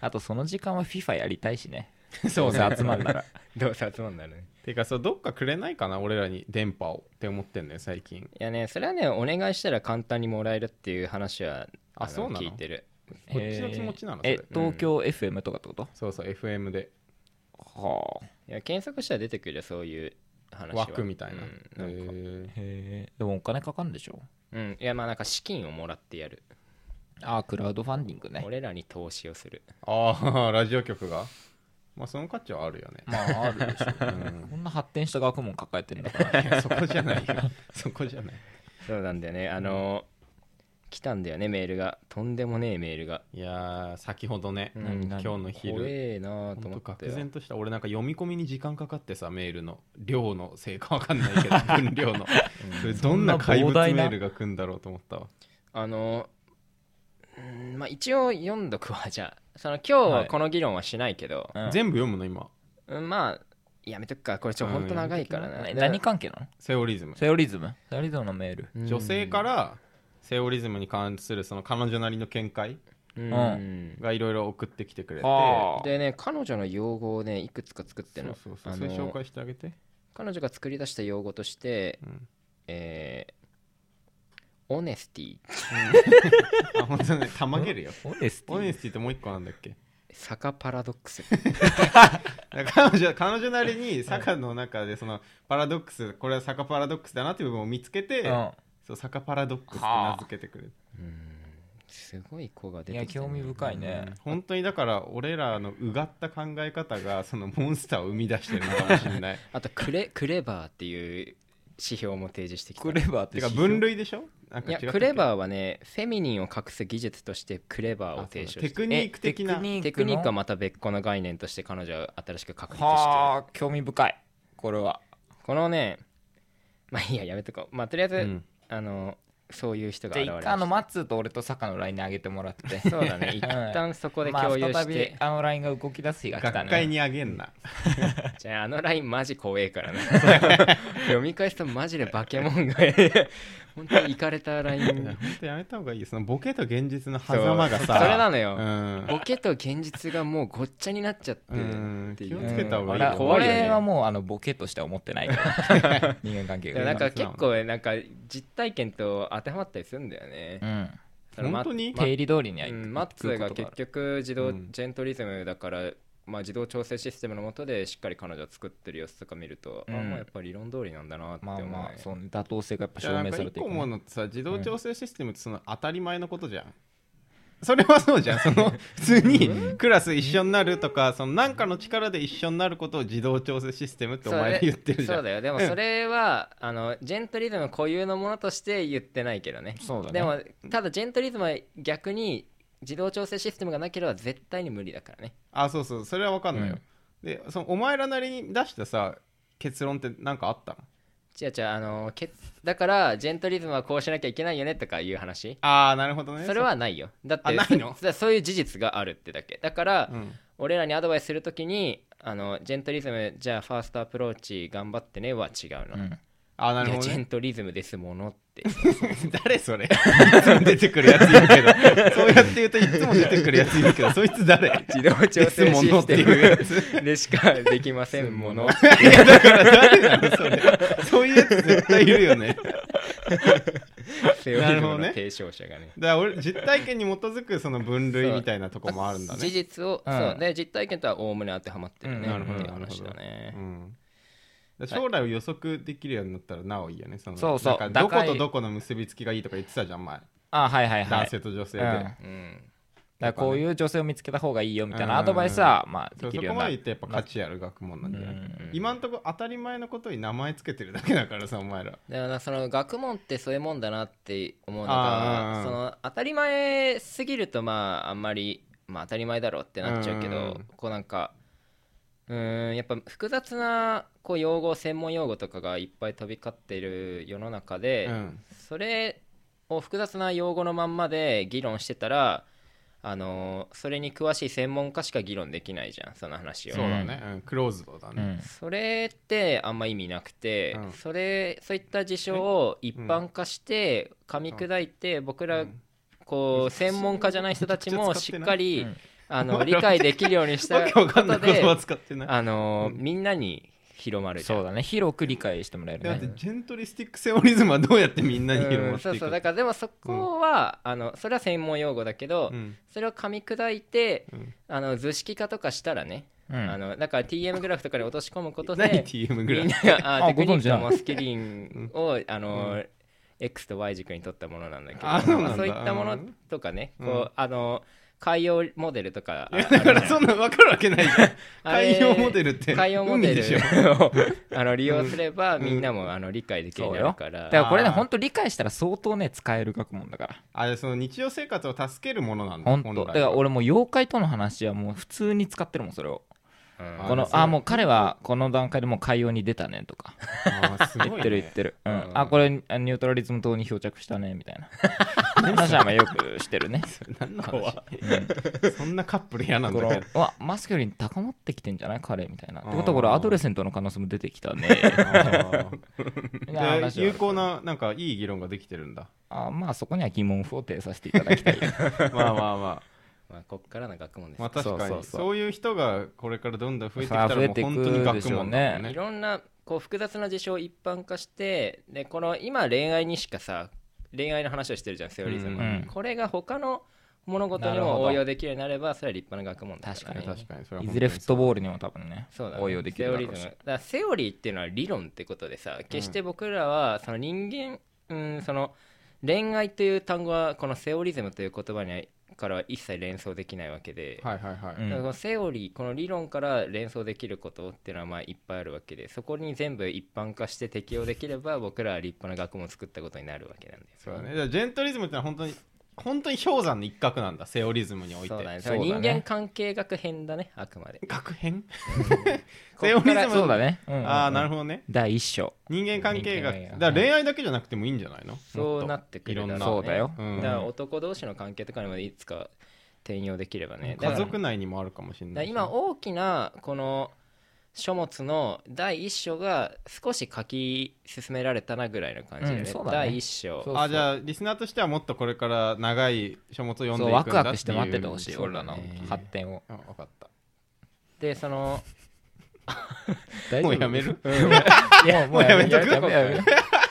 Speaker 1: あとその時間は FIFA やりたいしね
Speaker 2: そう
Speaker 1: どうせ集まるなら
Speaker 3: どうせ集まんないね
Speaker 2: てかそうどっかくれないかな俺らに電波をって思ってんのよ最近
Speaker 3: いやねそれはねお願いしたら簡単にもらえるっていう話は
Speaker 2: あ
Speaker 3: の
Speaker 2: そうなの
Speaker 3: 聞いてる
Speaker 2: こっちの気持ちなのそ
Speaker 1: え
Speaker 2: れ
Speaker 1: ーえ東京 FM とかってこと
Speaker 2: そうそう FM で
Speaker 1: はい
Speaker 3: や検索したら出てくるよそういう話は
Speaker 2: 枠みたいな,、
Speaker 3: うんなんか
Speaker 2: へー
Speaker 1: あへえでもお金かかるんでしょ
Speaker 3: うんいやまあなんか資金をもらってやる、
Speaker 1: ああクラウドファンディングね
Speaker 3: 俺らに投資をする
Speaker 2: あ あラジオ局がまあその価値はあ るよね
Speaker 1: まああるでしょ
Speaker 2: うん
Speaker 1: こんな発展した学問抱えてるんだから
Speaker 2: いやそこじゃないよ そこじゃない
Speaker 3: そうなんだよねあの来たんだよねメールがとんでもねえメールが
Speaker 2: いやー先ほどね、
Speaker 3: うん
Speaker 1: 何
Speaker 2: 今
Speaker 1: 何
Speaker 2: 日の
Speaker 3: 怖
Speaker 2: 昼
Speaker 3: えなと
Speaker 2: ほん
Speaker 3: 思
Speaker 2: と
Speaker 3: って
Speaker 2: 愕然とした俺なんか読み込みに時間かかってさメールの量のせいかわかんないけど分量のそれどんな怪物
Speaker 1: そんな膨大
Speaker 2: メ
Speaker 1: な
Speaker 2: ールが来んだろうと思ったわ
Speaker 3: あのうんまあ一応読んどくわじゃあその今日はこの議論はしないけど、
Speaker 1: うん
Speaker 2: 全部読むの今
Speaker 3: うんまあやめとくかこれちょっと
Speaker 2: うん
Speaker 3: ほんと長いからな、
Speaker 1: え何関係なの
Speaker 2: セオリズム
Speaker 1: セオリズムセオリズムのメール
Speaker 3: うん
Speaker 2: 女性からセオリズムに関するその彼女なりの見解
Speaker 3: うん、
Speaker 2: がいろいろ送ってきてくれて
Speaker 1: はあ
Speaker 3: でね彼女の用語をねいくつか作っ
Speaker 2: そ
Speaker 3: てるの
Speaker 2: うそうそう
Speaker 3: あ
Speaker 2: それ
Speaker 3: の
Speaker 2: 紹介してあげて、
Speaker 3: 彼女が作り出した用語として
Speaker 2: うん、
Speaker 3: えーオネスティ
Speaker 2: あ本当ねたまげるよ
Speaker 1: オネステ
Speaker 2: オネ
Speaker 1: ィ
Speaker 2: スティってもう一個なんだっけ
Speaker 3: 坂パラドッ クス
Speaker 2: だから 彼女彼女なりに坂の中でそのパラドックスこれは坂パラドックスだなっていう部分を見つけて、
Speaker 1: う
Speaker 2: そう坂パラドックスって名付けてくれる、
Speaker 3: すごい子が
Speaker 1: ん
Speaker 3: 出
Speaker 1: い
Speaker 3: て
Speaker 1: や
Speaker 3: きた
Speaker 1: 興
Speaker 3: ね
Speaker 1: 味深いね
Speaker 2: 本当にだから俺らのうがった考え方がそのモンスターを生み出してるのかもしれ ない
Speaker 3: あとクレクレバーっていう指標も提示してきた
Speaker 1: クレバーってて
Speaker 2: か分類でしょなんか違
Speaker 3: いや
Speaker 2: った
Speaker 3: クレ
Speaker 2: ー
Speaker 3: バーはねフェミニンを隠す技術としてクレバーを提唱
Speaker 2: テ
Speaker 3: して
Speaker 2: クニック的な
Speaker 1: え
Speaker 3: テクニックは
Speaker 1: の
Speaker 3: また別個の概念として彼女は新しく確立して
Speaker 1: はあ興味深いこれは
Speaker 3: るこのねまあいいややめとこうまあとりあえず、
Speaker 2: うん
Speaker 3: あのそういう人が
Speaker 1: じ
Speaker 3: 現
Speaker 1: ゃ
Speaker 3: れ
Speaker 1: あ一回あ
Speaker 3: まし
Speaker 1: の
Speaker 3: た
Speaker 1: マッツーと俺と坂の LINE に上げてもらって
Speaker 3: そう だね一旦そこで
Speaker 1: まあ
Speaker 3: 共有
Speaker 1: 再
Speaker 3: し
Speaker 1: び
Speaker 3: て、
Speaker 1: あの LINE が動き出す日が来た
Speaker 2: 学
Speaker 1: ね
Speaker 2: 会にあげんな
Speaker 3: じゃああのラインマジ怖え からな読み返すとマジでバケモンが本当にいかれたライ
Speaker 2: いや
Speaker 3: ン
Speaker 2: 本当やめた方がいいよそのボケと現実の狭間がさ
Speaker 3: そうそれなのよ
Speaker 2: うん
Speaker 3: ボケと現実がもうごっちゃになっちゃって
Speaker 2: うん
Speaker 3: っていう
Speaker 2: 気をつけた方がい
Speaker 1: うん
Speaker 2: いよ
Speaker 1: 俺
Speaker 3: 怖いよね
Speaker 1: 俺はもうあのボケとしては思ってないから人間関係
Speaker 3: でも
Speaker 1: が
Speaker 3: なんか
Speaker 2: 素直
Speaker 3: 結
Speaker 2: な
Speaker 3: 構なんか実体験と当てはまったりするんだよね
Speaker 1: う。ん
Speaker 3: そのま
Speaker 2: 本当に
Speaker 3: ま
Speaker 1: 定理通りにはい
Speaker 3: うんマッツー
Speaker 1: 行
Speaker 3: が
Speaker 1: くこ
Speaker 3: 結
Speaker 1: と
Speaker 3: 局自動、
Speaker 2: うん
Speaker 3: ジェントリズムだから、まあ、自動調整システムの下でしっかり彼女を作ってる様子とか見ると、
Speaker 1: うん
Speaker 3: あまあやっぱり理論通りなんだなって
Speaker 1: まあ
Speaker 3: 思う、ね
Speaker 1: まあそうね妥当性がやっぱ
Speaker 2: いやな
Speaker 1: 証
Speaker 2: ん
Speaker 1: 明
Speaker 2: か
Speaker 1: さ
Speaker 2: 一
Speaker 1: れてい
Speaker 2: 個
Speaker 1: くね
Speaker 2: 思うのってさ自動調整システムってその当たり前のことじゃん、それはそうじゃんその普通にクラス一緒になるとかその何かの力で一緒になることを自動調整システムってお前が言ってるじ
Speaker 3: そ
Speaker 2: ゃ
Speaker 3: うんだよでもそれは、あのジェントリズム固有のものとして言ってないけどね
Speaker 1: そうだね
Speaker 3: でもただジェントリズムは逆に自動調整システムがなければ絶対に無理だからね
Speaker 2: あそうそうそれは分かんないよ、でそのお前らなりに出したさ結論って何かあったの
Speaker 3: 違う違うあのけだからジェントリズムはこうしなきゃいけないよねとかいう話
Speaker 2: ああなるほどね
Speaker 3: それはないよ だって
Speaker 2: あないの
Speaker 3: そそういう事実があるってだけだから、
Speaker 2: そうん
Speaker 3: 俺らにアドバイスするときにあのジェントリズムじゃあファーストアプローチ頑張ってねは違うの、
Speaker 1: うん
Speaker 2: あーないる
Speaker 3: や
Speaker 2: ほど、
Speaker 3: ジェン
Speaker 2: ね、
Speaker 3: トリズムですものって
Speaker 2: 誰それいつも出てくるやついるけどそうやって言うといつも出てくるやついるけどそいつ誰
Speaker 3: 自動調
Speaker 2: です
Speaker 3: 整
Speaker 2: も
Speaker 3: シ
Speaker 2: のっ
Speaker 3: ス
Speaker 2: て
Speaker 3: テ
Speaker 2: いうや
Speaker 3: ム
Speaker 2: つ
Speaker 3: でしかできませんもの
Speaker 2: だから誰なのそれそういうやつ絶対いるよね
Speaker 3: セオリ
Speaker 2: なる
Speaker 3: ズ
Speaker 2: ほ
Speaker 3: ム
Speaker 2: どね
Speaker 3: の提唱者がね
Speaker 2: だから俺実体験に基づくその分類みたいなとこもあるんだね
Speaker 3: 事実を、
Speaker 1: うん
Speaker 3: そうで実体験とは概ね当てはまってるね、
Speaker 1: うん
Speaker 2: なるほど
Speaker 3: っていう話だね
Speaker 2: うんだから将来を予測できるようになったらなおいいよねその
Speaker 1: そうそう
Speaker 2: なんか
Speaker 1: だか
Speaker 2: どこ
Speaker 1: ら
Speaker 2: とどこの結びつきがいいとか言ってたじゃん前
Speaker 1: あはいはいは
Speaker 2: 男
Speaker 1: い
Speaker 2: 性と女性
Speaker 1: うん
Speaker 2: で
Speaker 1: だ
Speaker 3: うん、
Speaker 1: からこういう女性を見つけた方がいいよみたいな
Speaker 2: うん
Speaker 1: アドバイスはまあ
Speaker 2: そ
Speaker 1: で
Speaker 2: う
Speaker 1: き
Speaker 2: そ
Speaker 1: るよう
Speaker 2: こ
Speaker 1: に
Speaker 2: ま
Speaker 1: な
Speaker 2: で言ってやっぱ価値ある学問なんじゃな
Speaker 1: う
Speaker 2: い、
Speaker 1: ん
Speaker 2: 今んとこ当たり前のことに名前つけてるだけだからさお前ら
Speaker 3: だからその学問ってそういうもんだなって思うの
Speaker 2: あー
Speaker 3: がその当たり前すぎるとまああんまり、まあ、当たり前だろうってなっちゃうけど、
Speaker 2: うん
Speaker 3: こうなんかうーんやっぱ複雑なこう用語専門用語とかがいっぱい飛び交っている世の中で、
Speaker 2: うん
Speaker 3: それを複雑な用語のまんまで議論してたらあのそれに詳しい専門家しか議論できないじゃんその話を
Speaker 2: そうだね、うんクローズドだ
Speaker 1: う
Speaker 2: ね、
Speaker 1: ん
Speaker 3: それってあんま意味なくて、
Speaker 2: うん
Speaker 3: それそういった事象を一般化して噛み砕いて僕ら
Speaker 2: うん
Speaker 3: こう専門家じゃない人たちもしっかり
Speaker 1: うん
Speaker 2: わ
Speaker 3: あの
Speaker 2: かん
Speaker 3: 理
Speaker 2: ない
Speaker 3: 解できるようにした
Speaker 2: わけ
Speaker 3: こ
Speaker 2: わかんな
Speaker 3: と
Speaker 2: い言葉
Speaker 3: で
Speaker 2: 使ってない
Speaker 3: あのみんなに広まるじゃ
Speaker 1: そうんだね広く理解してもらえる
Speaker 2: だって
Speaker 1: ね
Speaker 2: ジェントリスティックセオリズムはどうやってみんなに広
Speaker 3: う
Speaker 2: まっ
Speaker 3: ん
Speaker 2: てい
Speaker 3: そう
Speaker 2: く
Speaker 3: そうだからでもそこはあのそれは専門用語だけど
Speaker 2: うん
Speaker 3: それを噛み砕いて
Speaker 2: うん
Speaker 3: あの図式化とかしたらね
Speaker 1: うん
Speaker 3: あのだから TM グラフとかに落とし込むこと
Speaker 2: 何
Speaker 3: で
Speaker 2: TM ぐ
Speaker 3: み
Speaker 2: ら
Speaker 3: ん
Speaker 2: い
Speaker 3: ながあ
Speaker 1: あ
Speaker 3: テクニ
Speaker 1: ご存知
Speaker 3: ッ
Speaker 1: な
Speaker 3: ク
Speaker 1: の
Speaker 3: もスキリンをあの、X と Y 軸に取ったものなんだけど
Speaker 2: あそうなんだ
Speaker 3: まあそういったものとかね、こうあの海洋モデルとかあ
Speaker 2: だからそんな分かるわけない じゃん
Speaker 3: あれ
Speaker 2: 海洋モデルって
Speaker 3: 海洋モデ
Speaker 2: 海でしょ
Speaker 3: ルを あの利用すれば、みんなもあの理解できるようになるか
Speaker 1: だ
Speaker 3: ら
Speaker 1: からこれね
Speaker 2: あー
Speaker 1: 本当理解したら相当ね使える学問だから
Speaker 2: あれその日常生活を助けるものなんだ
Speaker 1: 本当だから俺もう妖怪との話はもう普通に使ってるもんそれを
Speaker 3: うん
Speaker 1: この
Speaker 2: そう
Speaker 1: あもう彼はこの段階でもう海洋に出たねとか
Speaker 2: あーすごいね
Speaker 1: 言ってる言ってる、う、
Speaker 3: うんん
Speaker 1: あこれあニュートラリズム党に漂着したねみたい な話はまあよくしてるね、
Speaker 2: 何の
Speaker 3: 怖
Speaker 2: 話
Speaker 3: い
Speaker 2: そんなカップル嫌なんだ
Speaker 1: こ
Speaker 2: けど
Speaker 1: のうわマスキュリン高まってきてんじゃない彼みたいなってことはこれ
Speaker 2: あー
Speaker 1: アドレセントの可能性も出てきたね みたいな
Speaker 2: で
Speaker 1: 話はある
Speaker 2: 有効ななんかいい議論ができてるんだ
Speaker 1: あまあそこには疑問符を呈させていただきたい
Speaker 2: まあまあま
Speaker 3: まあ、こっからの学問
Speaker 2: あ
Speaker 3: です、
Speaker 2: まあ確
Speaker 1: そ
Speaker 2: か
Speaker 1: うそう
Speaker 2: に
Speaker 1: そう
Speaker 2: そういう人がこれからどんどん増えてき
Speaker 1: さ
Speaker 2: たら
Speaker 1: あ増え
Speaker 2: もう
Speaker 1: ていく
Speaker 2: 本当に
Speaker 1: で
Speaker 2: 学
Speaker 1: しょう
Speaker 2: 問
Speaker 1: ね
Speaker 2: だもん
Speaker 3: いろんなこう複雑な事象を一般化してでこの今恋愛にしかさ恋愛の話をしてるじゃんセオリーズムは、
Speaker 1: うんうん
Speaker 3: これが他の物事に
Speaker 1: なるほ
Speaker 3: も
Speaker 1: ど
Speaker 3: 応用できるようになればそれは立派な学問だ
Speaker 1: 確かに
Speaker 3: ね
Speaker 2: 確かにそれは本当に
Speaker 1: いずれフットボールにも多分ね
Speaker 3: そうだね
Speaker 1: 応用できるだろう
Speaker 3: セオリーズ
Speaker 1: し
Speaker 3: ムだからセオリーっていうのは理論ってことでさ決して僕らはその人間、うん、その恋愛という単語はこのセオリズムという言葉にからは一切連想できないわけで、
Speaker 2: はいはいは
Speaker 1: う
Speaker 2: い
Speaker 1: ん
Speaker 3: だからこのセオリーこの理論から連想できることっていうのはまあいっぱいあるわけでそこに全部一般化して適用できれば僕らは立派な学問を作ったことになるわけなんだよ
Speaker 2: そうだねだからジェントリズムってのは本当に本当に氷山の一角なんだセオリズムにおいて
Speaker 3: そうだね
Speaker 1: そうだね
Speaker 3: 人間関係学編だねあくまで
Speaker 2: 学 編
Speaker 3: こ
Speaker 2: セオ
Speaker 3: っか
Speaker 2: リ
Speaker 3: ら
Speaker 2: ズム
Speaker 1: そうだね、うんうんうん
Speaker 2: ああなるほどね
Speaker 1: 第一章
Speaker 2: 人間関係が
Speaker 1: 人間関係が
Speaker 2: だから恋愛だけじゃなくてもいいんじゃないの
Speaker 3: そうなってくる
Speaker 2: いろんな
Speaker 1: そうだよ
Speaker 2: うん
Speaker 3: だから男同士の関係とかにもいつか転用できればねだ
Speaker 2: 家
Speaker 3: から
Speaker 2: 族内にもあるかもしれ
Speaker 3: だか
Speaker 2: な
Speaker 3: ら
Speaker 2: いし
Speaker 3: 今大きなこの書物の第一章が少し書き進められたなぐらいの感じで、ね
Speaker 1: うんそうだね
Speaker 3: 第一章
Speaker 1: そう
Speaker 2: あじゃあリスナーとしてはもっとこれから長い書物を読んで
Speaker 1: そう
Speaker 2: いく
Speaker 1: ん
Speaker 2: だ
Speaker 1: ワ
Speaker 2: ってい
Speaker 1: ク
Speaker 2: う
Speaker 1: ワクして待っててほしい
Speaker 2: そう
Speaker 1: 俺らの発展を
Speaker 2: あ分かった
Speaker 3: でその
Speaker 1: 大丈
Speaker 2: も
Speaker 1: 夫
Speaker 2: うやめる
Speaker 1: いやもう
Speaker 2: やめとく
Speaker 1: やめやめやめ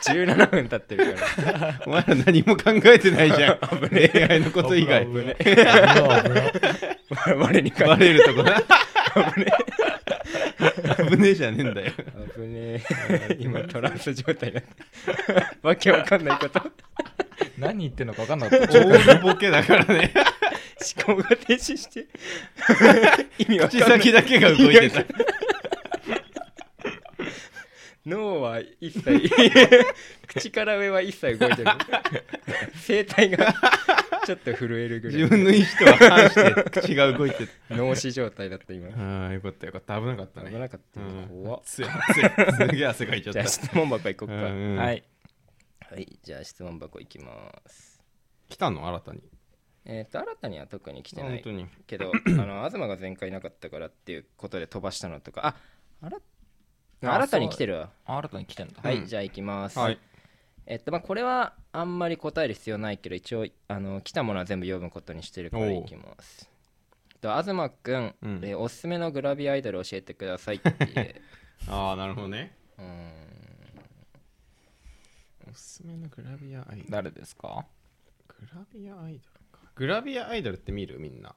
Speaker 3: 17分経ってるから
Speaker 2: お前ら何も考えてないじゃん恋愛のこと以外
Speaker 3: 我に
Speaker 2: バレるとこな危ねえ危ねえじゃねえんだよ
Speaker 3: 危ねえ今トランス状態になってわけわかんないこと
Speaker 1: 何言ってんのか分かんなかった
Speaker 2: オールボケだからね
Speaker 3: 思考が停止して意味わか
Speaker 2: 口
Speaker 3: ん ない
Speaker 2: 先だけが動いてた。
Speaker 3: 脳は一切口から上は一切動いてない声帯がちょっと震えるぐらい
Speaker 2: 自分の意思とは反して口が動いてた。
Speaker 3: 脳死状態だった今
Speaker 2: ああ、よかったよかった。危なかったね。
Speaker 3: 危なかったよ
Speaker 2: うん
Speaker 3: 怖っ
Speaker 2: 熱い熱いすげえ汗かいちゃっ
Speaker 3: じゃ
Speaker 2: た
Speaker 3: あ。質問箱いこっか、
Speaker 2: うんうん
Speaker 1: はい。
Speaker 3: はいじゃあ質問箱いきます
Speaker 2: 来たの新たに。
Speaker 3: えっ、と新たには特に来てな
Speaker 2: 本
Speaker 3: い
Speaker 2: 当に。
Speaker 3: けどあの東が前回なかったからっていうことで飛ばしたのとかああら
Speaker 1: あ
Speaker 3: 新たに来てるわ
Speaker 1: 新たに来てんだ。
Speaker 3: は
Speaker 2: うん
Speaker 3: いじゃあ行きます、
Speaker 2: はい。
Speaker 3: えっとまあこれはあんまり答える必要ないけど一応あの来たものは全部読むことにしてるから
Speaker 2: おう
Speaker 3: いきますと東くん、
Speaker 2: うん
Speaker 3: えーおすすめのグラビアアイドル教えてくださいっていう
Speaker 2: ああ、なるほどね。
Speaker 3: うーん
Speaker 2: おすすめのグラビアアイドル。
Speaker 1: 誰ですか
Speaker 2: グラビアアイドルか。グラビアアイドルって見るみんな。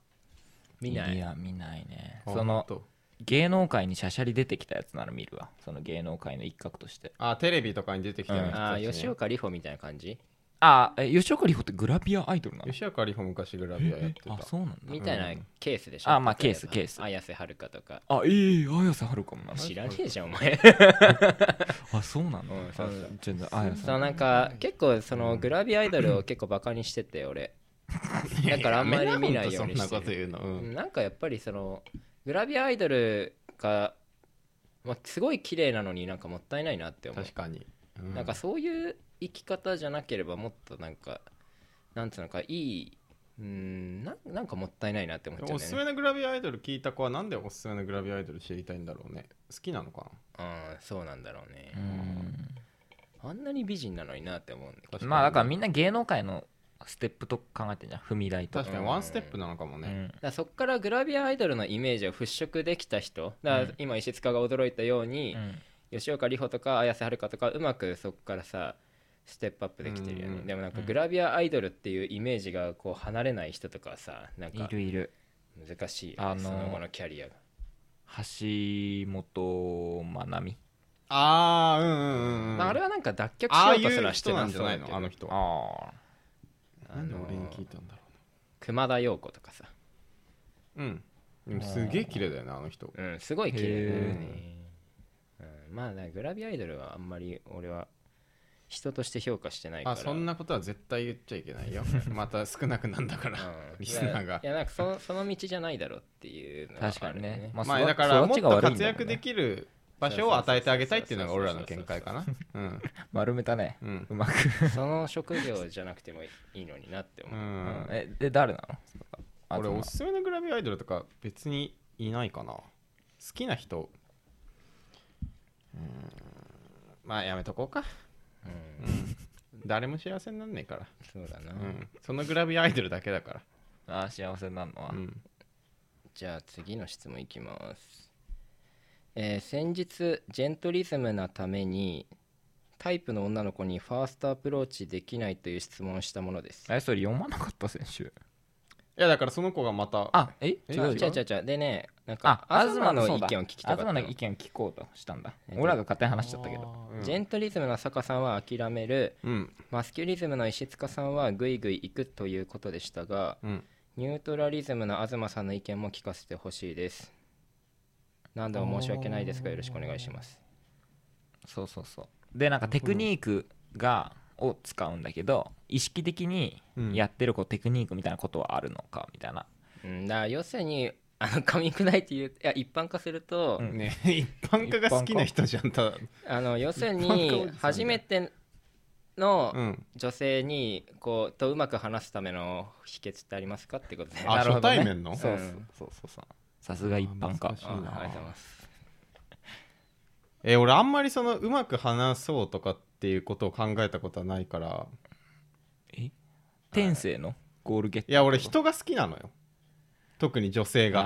Speaker 3: 見ない
Speaker 1: や、見ないね。
Speaker 2: あ
Speaker 1: その、
Speaker 2: ほんと
Speaker 1: 芸能界にシャシャリ出てきたやつなら見るわ。その芸能界の一角として。
Speaker 2: あーテレビとかに出てきたよう
Speaker 3: あ
Speaker 2: な
Speaker 3: ー
Speaker 2: 人たち
Speaker 3: 吉
Speaker 2: ね
Speaker 3: 岡里帆みたいな感じ
Speaker 1: あ、え吉岡里帆ってグラビアアイドルなの
Speaker 2: 吉岡里帆昔グラビアやってた
Speaker 1: あ、そうなんだ
Speaker 3: み。たいなケースでしょ、
Speaker 1: あまあ
Speaker 3: 例えば
Speaker 1: ケースケース
Speaker 3: 綾瀬はるかとか
Speaker 1: あ、ええ綾瀬はるかもな。
Speaker 3: 知らねえじゃんお前
Speaker 1: あ、そうなの
Speaker 3: うんそうそう
Speaker 1: 全然、綾瀬
Speaker 3: そうなんか結構そのグラビアアイドルを結構バカにしてて俺 だからあんまり見ないようにしてる
Speaker 2: やめなほんとそんなこと言うの、うん
Speaker 3: なんかやっぱりそのグラビアアイドルが、まあ、すごい綺麗なのになんかもったいないなって思う
Speaker 2: 確かに、う
Speaker 3: なんかそういう生き方じゃなければもっとなんかなんつうのかいいうーんなんなんかもったいないなって思っちゃうん
Speaker 2: お
Speaker 3: だ
Speaker 2: す
Speaker 3: よ
Speaker 2: す
Speaker 3: ね
Speaker 2: めのグラビアアイドル聞いた子はなんでおすすめのグラビアアイドル知りたいんだろうね好きなのか
Speaker 3: うんそうなんだろうね
Speaker 1: う、ん
Speaker 3: あんなに美人なのになって思うんだけど
Speaker 2: な
Speaker 1: まあだからみ
Speaker 2: な
Speaker 1: な
Speaker 2: ん
Speaker 1: 芸能界のステップと考えてんじゃん踏み台と
Speaker 2: 確かにワンステップなのかも
Speaker 1: う
Speaker 2: ね、
Speaker 1: ん
Speaker 3: だからそこからグラビアアイドルのイメージを払拭できた人だから今石塚が驚いたように、
Speaker 1: うん
Speaker 3: 吉岡里帆とか綾瀬はるかとかうまくそこからさステップアップできてるよね、
Speaker 2: うん
Speaker 3: でもなんか
Speaker 1: うん
Speaker 3: グラビアアイドルっていうイメージがこう離れない人とかさな
Speaker 1: い
Speaker 3: んか
Speaker 1: るいる
Speaker 3: 難しいよね、
Speaker 1: あのー
Speaker 3: その後のキャリアが
Speaker 1: 橋本まなみ
Speaker 2: ああうんうんうん、うん、
Speaker 3: まああれはなんか脱却し
Speaker 2: ああ
Speaker 3: よう
Speaker 2: い
Speaker 3: とす
Speaker 2: う
Speaker 3: らして
Speaker 2: 人なんじゃない
Speaker 3: そう
Speaker 2: の
Speaker 3: だけど
Speaker 2: あの人は
Speaker 1: あ
Speaker 3: あ
Speaker 2: なんで
Speaker 3: の
Speaker 2: 俺に聞い
Speaker 3: ー
Speaker 2: たんだろ
Speaker 3: 熊田曜子とかさ、
Speaker 2: ううんでもすげえ綺麗だよねあの人
Speaker 3: うん、すごい綺麗だよね、うん、まあだからグラビアアイドルはあんまり俺は人として評価してないから
Speaker 2: あそんなことは絶対言っちゃいけない よまた少なくなんだから、
Speaker 3: うん
Speaker 2: リスナーが
Speaker 3: いやいやなんかそのその道じゃないだろうっていうのはある
Speaker 1: 確かにね
Speaker 3: ま
Speaker 1: ま
Speaker 3: あ
Speaker 1: あ
Speaker 2: ま
Speaker 1: 育
Speaker 2: あだからも
Speaker 1: 育
Speaker 2: っ
Speaker 1: ちが
Speaker 2: と
Speaker 1: 悪いんだろうね
Speaker 2: 活躍できる場所を与えてあげたいっていうのが俺らの見解かな。うん。
Speaker 1: ー丸めたね
Speaker 2: うん
Speaker 1: うまく。
Speaker 3: その職業じゃなくてもいいのになって思
Speaker 2: う
Speaker 3: う、
Speaker 2: ん
Speaker 1: えで誰なの
Speaker 2: 俺お
Speaker 1: 東
Speaker 2: すすめのグラビアアイドルとか別にいないかな。好きな人。うん。まあやめとこうか。
Speaker 3: うん
Speaker 2: 誰も幸せになんねえから。
Speaker 3: そうだな、
Speaker 2: うん。そのグラビアアイドルだけだか
Speaker 1: あー幸せになるのは
Speaker 2: ら。うん。
Speaker 3: じゃあ次の質問いきます、えー先日ジェントリズムなためにタイプの女の子にファーストアプローチできないという質問をしたものです
Speaker 1: えそれ読まなかった選手
Speaker 2: いやだからその子がまた。
Speaker 1: あえ
Speaker 2: え
Speaker 1: 違
Speaker 3: 違
Speaker 1: う
Speaker 3: う
Speaker 1: 違
Speaker 3: 違
Speaker 1: う
Speaker 3: う違うでねなん
Speaker 1: あ
Speaker 3: か
Speaker 1: 東
Speaker 3: 東
Speaker 1: の
Speaker 3: の
Speaker 1: そう
Speaker 3: 意
Speaker 1: だ
Speaker 3: 見を聞きたかった
Speaker 1: 東の意見を聞こうとしたんだ俺らが勝手に話しちゃったけど
Speaker 2: うん。
Speaker 3: ジェントリズムの坂さんは諦める
Speaker 2: うん。
Speaker 3: マスキュリズムの石塚さんはグイグイ行くということでしたが
Speaker 2: うん。
Speaker 3: ニュートラリズムの東さんの意見も聞かせてほしいです。何度も申し訳ないですがよろしくお願いします。
Speaker 1: そうそうそうでなんかテクニークがを使うんだけど意識的にやってるこうテクニックみたいなことはあるのかみたいな
Speaker 3: うん、だから要するにあの噛み砕いて言ういや一般化すると、
Speaker 1: うん
Speaker 2: ね一般化が好きな人じゃんただ。
Speaker 3: あの要する
Speaker 2: 一般化おじさん
Speaker 3: に
Speaker 2: だよ
Speaker 3: 初めての
Speaker 2: うん。
Speaker 3: 女性にこうとうまく話すための秘訣ってありますかってことで、
Speaker 2: あ
Speaker 1: なるほどね
Speaker 2: 初対面の
Speaker 1: そう
Speaker 3: う
Speaker 1: そうんそうそうそうさすが一般
Speaker 2: あ
Speaker 1: 化
Speaker 2: 難しい
Speaker 3: あありが
Speaker 2: な
Speaker 3: とうございます。
Speaker 2: えー俺あんまりそのうまく話そうとかっていうことを考えたことはないから
Speaker 1: え天性のゴールゲット
Speaker 2: いや俺人が好きなのよ特に女性が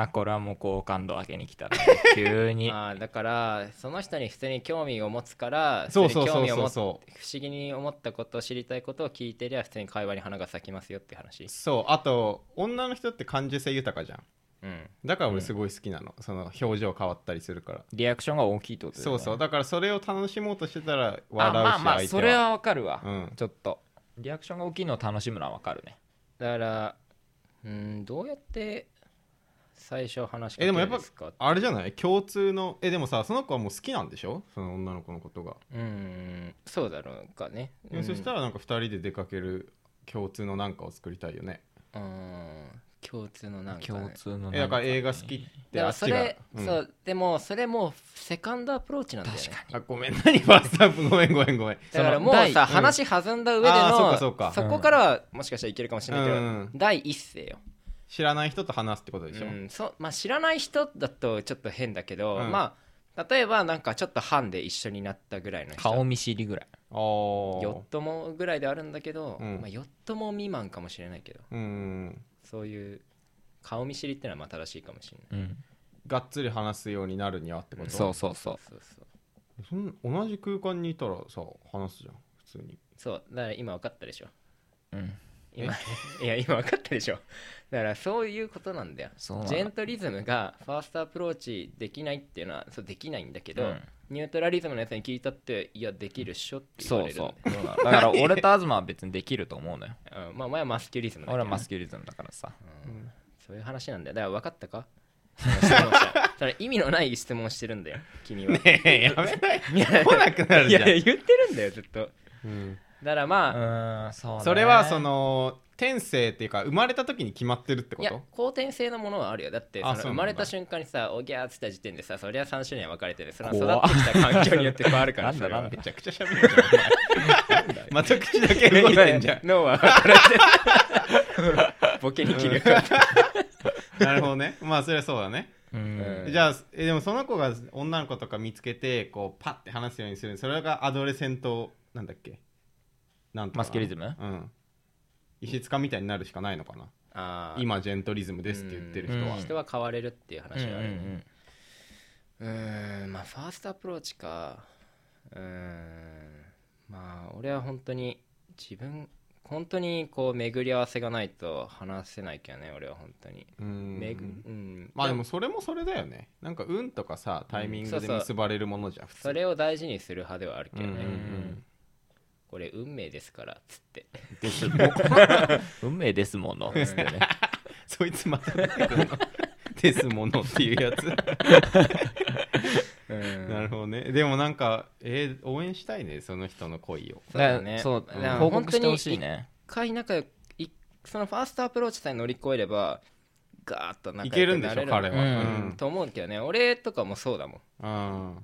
Speaker 1: ああこれはもう好感度上げに来 たね急に
Speaker 3: あーだからその人に普通に興味を持つから
Speaker 2: そうそうそ
Speaker 3: 普通
Speaker 2: う
Speaker 3: に興味を
Speaker 2: そう
Speaker 3: 持つ
Speaker 2: そ
Speaker 3: 不思議に思ったことを知りたいことを聞いてりゃ普通に会話に花が咲きますよって話
Speaker 2: うそうあと女の人って感受性豊かじゃん
Speaker 3: うん
Speaker 2: だから俺すごい好きなの、その表情変わったりするから、
Speaker 1: リアクションが大きいってことだよ
Speaker 2: そ
Speaker 1: ね
Speaker 2: うそうだからそれを楽しもうとしてたら
Speaker 1: あ
Speaker 2: 笑うし
Speaker 1: まあまあ
Speaker 2: 相手
Speaker 1: それはわかるわ、
Speaker 2: うん
Speaker 1: ちょっとリアクションが大きいのを楽しむのはわかるね
Speaker 3: だからうんどうやって最初話しか
Speaker 2: えで
Speaker 3: ける
Speaker 2: もやっ
Speaker 3: ん
Speaker 2: ぱ
Speaker 3: ですか
Speaker 2: あれじゃない共通のえでもさその子はもう好きなんでしょその女の子のことが、
Speaker 3: うんそうだろうかね、
Speaker 2: で
Speaker 3: うん、
Speaker 2: そしたらなんか2人で出かける共通のなんかを作りたいよね
Speaker 3: うん共通のなんか、ね、
Speaker 1: 共通の
Speaker 2: えだから映画好きってあ
Speaker 3: だから
Speaker 2: っ
Speaker 3: そ
Speaker 2: ちが
Speaker 3: れ、、
Speaker 2: うん
Speaker 3: そうでもそれもうセカンドアプローチなんだよね
Speaker 1: 確か
Speaker 2: あごめん何ファーストアップごめんごめんごめん
Speaker 3: だからもう
Speaker 1: その第
Speaker 3: さ、話弾んだ上で
Speaker 2: あーそう
Speaker 3: の
Speaker 2: かそうか
Speaker 3: こからはもしかしたらいけるかもしれないけど、
Speaker 2: うん
Speaker 3: 第一声よ、
Speaker 2: 知らない人と話すってことでし
Speaker 3: う
Speaker 2: ょ、
Speaker 3: んそうまあ、知らない人だとちょっと変だけど、
Speaker 2: うん
Speaker 3: まあ例えばなんかちょっと班で一緒になったぐらいの人
Speaker 1: 顔見知りぐらい
Speaker 2: ああ
Speaker 3: よっともぐらいであるんだけど、
Speaker 2: うん
Speaker 3: まあ、よっとも未満かもしれないけど
Speaker 2: うん
Speaker 3: そういう顔見知りってのはまあ正しいかもしれない
Speaker 1: うん
Speaker 2: がっつり話すようになるにはってこと
Speaker 1: そうそうそう
Speaker 3: そうそう
Speaker 2: そん同じ空間にいたらさ話すじゃん普通 に
Speaker 3: そうだから今分かったでしょ
Speaker 1: うん
Speaker 3: 今いや今分かったでしょだからそういうことなんだよ
Speaker 1: そうなの
Speaker 3: ジェントリズムがファーストアプローチできないっていうのはそうできないんだけど、
Speaker 1: うん
Speaker 3: ニュートラリズムのやつに聞いたっていやできるっしょって言
Speaker 1: そ
Speaker 3: わ
Speaker 1: う
Speaker 3: れるん
Speaker 1: そ
Speaker 3: で
Speaker 1: うだから俺と東は別にできると思うのよ
Speaker 3: うんまあ前はマスキュリズムだけ
Speaker 1: 俺は
Speaker 3: ど
Speaker 1: マスキュリズムだからさ
Speaker 3: うんそういう話なんだよだから分かったかその質問したそれ意味のない質問してる んだよ君は、
Speaker 2: ええやめない
Speaker 3: いや
Speaker 2: 来なくなる
Speaker 3: い
Speaker 2: じゃん
Speaker 3: やいや言ってるんだよずっと
Speaker 2: うん
Speaker 3: だからまあ、
Speaker 1: うんそう
Speaker 2: それはその天性っていうか生まれた時に決まってるってこ
Speaker 3: いや
Speaker 2: と
Speaker 3: 後天性のものはあるよだってそ
Speaker 2: あ
Speaker 3: の
Speaker 2: そうな
Speaker 3: 生
Speaker 2: んだ
Speaker 3: まれた瞬間にさおぎゃーっつった時点でさそりゃ3種類は分かれてるそれ
Speaker 1: 怖
Speaker 3: は育ってきた環境によって変わるか ら
Speaker 1: なんだ
Speaker 3: それは
Speaker 1: なんだ
Speaker 2: めちゃくちゃ喋るじゃんお前また口だけ動いてん じゃん
Speaker 3: 脳は分かれてるボ ケに切るから
Speaker 2: なるほどねまあそれはそうだね
Speaker 1: うん
Speaker 2: じゃあえでもその子が女の子とか見つけてこうパッて話すようにするそれがアドレセントなんだっけなんとかな
Speaker 1: マスキュリズム
Speaker 2: うん石塚みたいになるしかないのかな
Speaker 3: あー
Speaker 2: 今ジェントリズムですって言ってる人は
Speaker 1: うん
Speaker 3: 人は変われるっていう
Speaker 1: うん
Speaker 3: 話
Speaker 1: う
Speaker 3: はあるよね
Speaker 1: ん
Speaker 3: うーんまあファーストアプローチかうーんまあ俺は本当に自分本当にこう巡り合わせがないと話せないけどね俺は本当に
Speaker 2: うん
Speaker 3: 巡うん
Speaker 2: まあでもそれもそれだよねなんか運とかさタイミング
Speaker 3: そう
Speaker 2: で
Speaker 3: そう
Speaker 2: 結ばれるものじゃん普通
Speaker 3: それを大事にする派ではあるけ
Speaker 2: うん
Speaker 3: ど
Speaker 2: う
Speaker 3: ね、
Speaker 2: んうん
Speaker 3: これ運命ですからっつって
Speaker 1: ですも運命ですものつってね
Speaker 2: そいつまた出てくるのですものっていうやつなるほどねでもなんかえー応援したいねその人の恋を
Speaker 3: そうだね
Speaker 1: そう
Speaker 3: だから
Speaker 1: 報告してほしいね
Speaker 3: 一回仲良くいそのファーストアプローチさえ乗り越えればガーッと仲
Speaker 2: い
Speaker 3: 良
Speaker 2: ける
Speaker 3: く
Speaker 2: んで
Speaker 3: な
Speaker 2: しょ
Speaker 3: れ
Speaker 2: 彼は
Speaker 1: う
Speaker 3: うんと思うけどね俺とかもそうだもん
Speaker 2: うんうん
Speaker 1: うんうん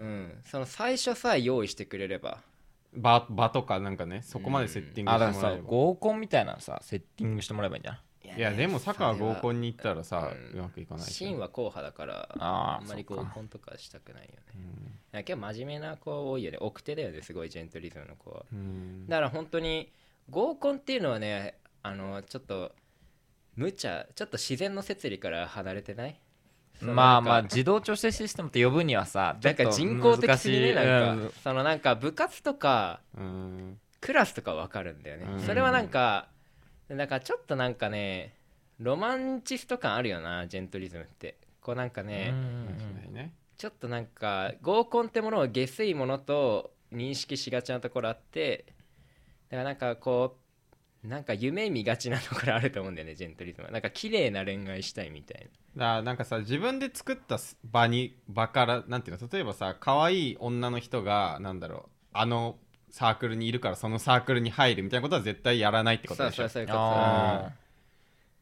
Speaker 3: うん、その最初さえ用意してくれれば
Speaker 2: 場場とかなんかねそこまでセッティング
Speaker 1: あだか
Speaker 2: して
Speaker 1: ら
Speaker 2: もら
Speaker 1: さ
Speaker 2: えれば
Speaker 1: 合コンみたいなのさセッティングしてもらえばいいんじゃん
Speaker 3: い
Speaker 2: いやでも坂は合コ
Speaker 3: ン
Speaker 2: ンに行ったらさ
Speaker 3: うん
Speaker 2: うまくいかないし
Speaker 3: 芯は硬派だから
Speaker 1: あー
Speaker 3: んまり
Speaker 1: そっ
Speaker 3: 合
Speaker 1: か
Speaker 3: コンとかしたくないよねいや結構真面目な子多いよね奥手だよねすごいジェントリズムの子は
Speaker 2: うん
Speaker 3: だから本当に合コンっていうのはねあのちょっと無茶ちょっと自然の摂理から離れてないその
Speaker 1: まあま
Speaker 3: な
Speaker 1: あ
Speaker 3: んか
Speaker 1: 自動調整システムと呼ぶにはさ
Speaker 3: なんか人工的すぎねなんかそのなんか部活とか
Speaker 2: うん
Speaker 3: クラスとかわかるんだよね、
Speaker 2: うん
Speaker 3: それはなんかなんかちょっとなんかねロマンチスト感あるよなジェントリズムってこうなんかね、
Speaker 2: 確かにね
Speaker 3: ちょっとなんか合コンってものを下水ものと認識しがちなところあってだからなんかこうなんか夢見がちなところあると思うんだよねジェントリズムはなんか綺麗な恋愛したいみたい
Speaker 2: だからなんかさ自分で作ったす場に場からなんていうの例えばさ可愛い女の人がなんだろうあのサークルにいるからそのサークルに入るみたいなことは絶対やらないってこ
Speaker 3: な
Speaker 2: と
Speaker 3: そう
Speaker 2: でし
Speaker 3: そ
Speaker 2: ょ
Speaker 3: うそういうこと
Speaker 1: あ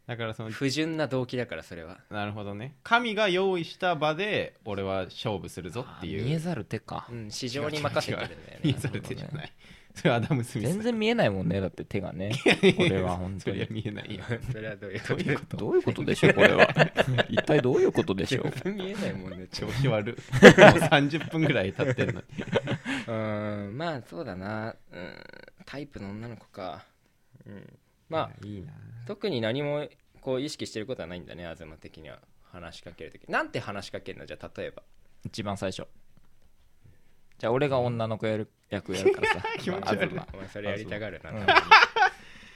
Speaker 2: だからその
Speaker 3: 不純な動機だからそれは
Speaker 2: なるほどね神が用意した場で俺は勝負するぞ
Speaker 1: あ
Speaker 2: っ
Speaker 1: ー
Speaker 2: て
Speaker 1: 見
Speaker 2: い
Speaker 1: え
Speaker 2: う
Speaker 1: ざる手か
Speaker 3: うん市場に任せてるんだよね
Speaker 2: 見えざる手じゃないそれはアダム・スミス
Speaker 1: 全然見えないもんねだって手がねこれ は本
Speaker 2: そ
Speaker 1: 当
Speaker 2: りゃ
Speaker 1: に
Speaker 2: 見えないよ
Speaker 3: それはどういうこと
Speaker 1: どういうことでしょうこれ は一体どういうことでしょう
Speaker 3: 見えないもんね
Speaker 2: 調子悪いもう30分ぐ らい経ってんのに
Speaker 3: うんまあそうだなうんタイプの女の子か、うん、ま
Speaker 2: あ
Speaker 3: あ
Speaker 2: いいな
Speaker 3: 特に何もこう意識してることはないんだね東的には話しかけるときなんて話しかけるのじゃあ例えば
Speaker 1: 一番最初じゃあ俺が女の子やる役やるからさ
Speaker 2: 気持ち悪い
Speaker 1: まあ
Speaker 3: お前それやりたがるな
Speaker 1: うん
Speaker 3: 多分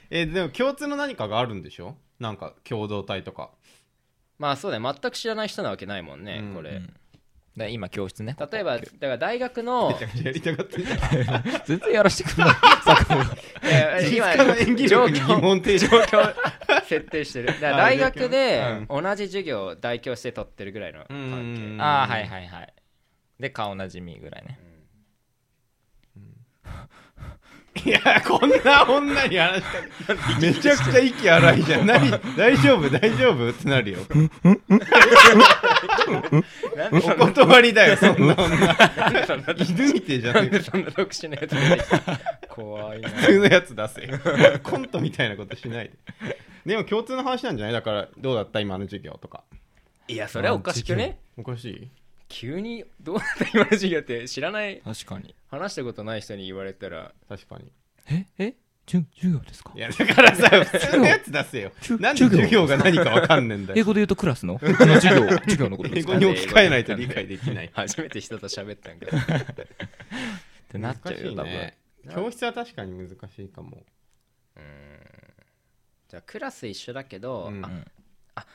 Speaker 2: えでも共通の何かがあるんでしょなんか共同体 とか
Speaker 3: まあそうだね東全く知らない人なわけないもんね、
Speaker 2: うん
Speaker 3: こ
Speaker 1: 東
Speaker 3: れ
Speaker 1: うんで今教室ね
Speaker 3: 例えばだから大学の
Speaker 2: めちゃくちゃやりたがってる
Speaker 1: 全然やらしてくれない作文
Speaker 3: えー
Speaker 2: 実家の演技力に疑問定
Speaker 3: 状況設定してるだから
Speaker 2: あ
Speaker 3: 大学
Speaker 2: う
Speaker 3: で
Speaker 2: ん
Speaker 3: 同じ授業を代表して取ってるぐらいの関
Speaker 2: うん
Speaker 1: ああはいはいはいで顔なじみぐらいね
Speaker 2: いやこんな女に話した めちゃくちゃ息荒いじゃん何大丈夫大丈夫って なるよ
Speaker 3: 係なん
Speaker 2: お
Speaker 3: でそんな
Speaker 2: 断りだよそんな 女
Speaker 3: なんでそんな
Speaker 2: 犬みてえじゃ
Speaker 3: な
Speaker 2: ね
Speaker 3: ん
Speaker 2: え
Speaker 3: でそんな特殊なやつ出てきた怖いな
Speaker 2: 普通のやつ出せコントみたいなことしないででも共通の話なんじゃないだからどうだった今の授業とか
Speaker 3: いやそれはおかしくね
Speaker 2: おかしい
Speaker 3: 急にどうなった今の授業って知らない
Speaker 1: 確かに
Speaker 3: 話したことない人に言われたら
Speaker 2: 確かに
Speaker 1: ええ授業ですか
Speaker 2: いやだからさ普通のやつ出せよ
Speaker 1: 授業
Speaker 2: なんで授業が何かわかんねえんだ
Speaker 1: 英
Speaker 2: よ
Speaker 1: 語で言うとクラ スのあの授業授業のことで
Speaker 2: 英
Speaker 1: すか
Speaker 2: 語に置き換えないと理解できない
Speaker 3: 初めて人と喋ったんかっ
Speaker 1: ってなっちゃうよ多
Speaker 2: 難
Speaker 1: 分、
Speaker 2: しいね教室は確かに難しいかも
Speaker 3: じゃあクラス一緒だけど、
Speaker 2: うん
Speaker 3: ああ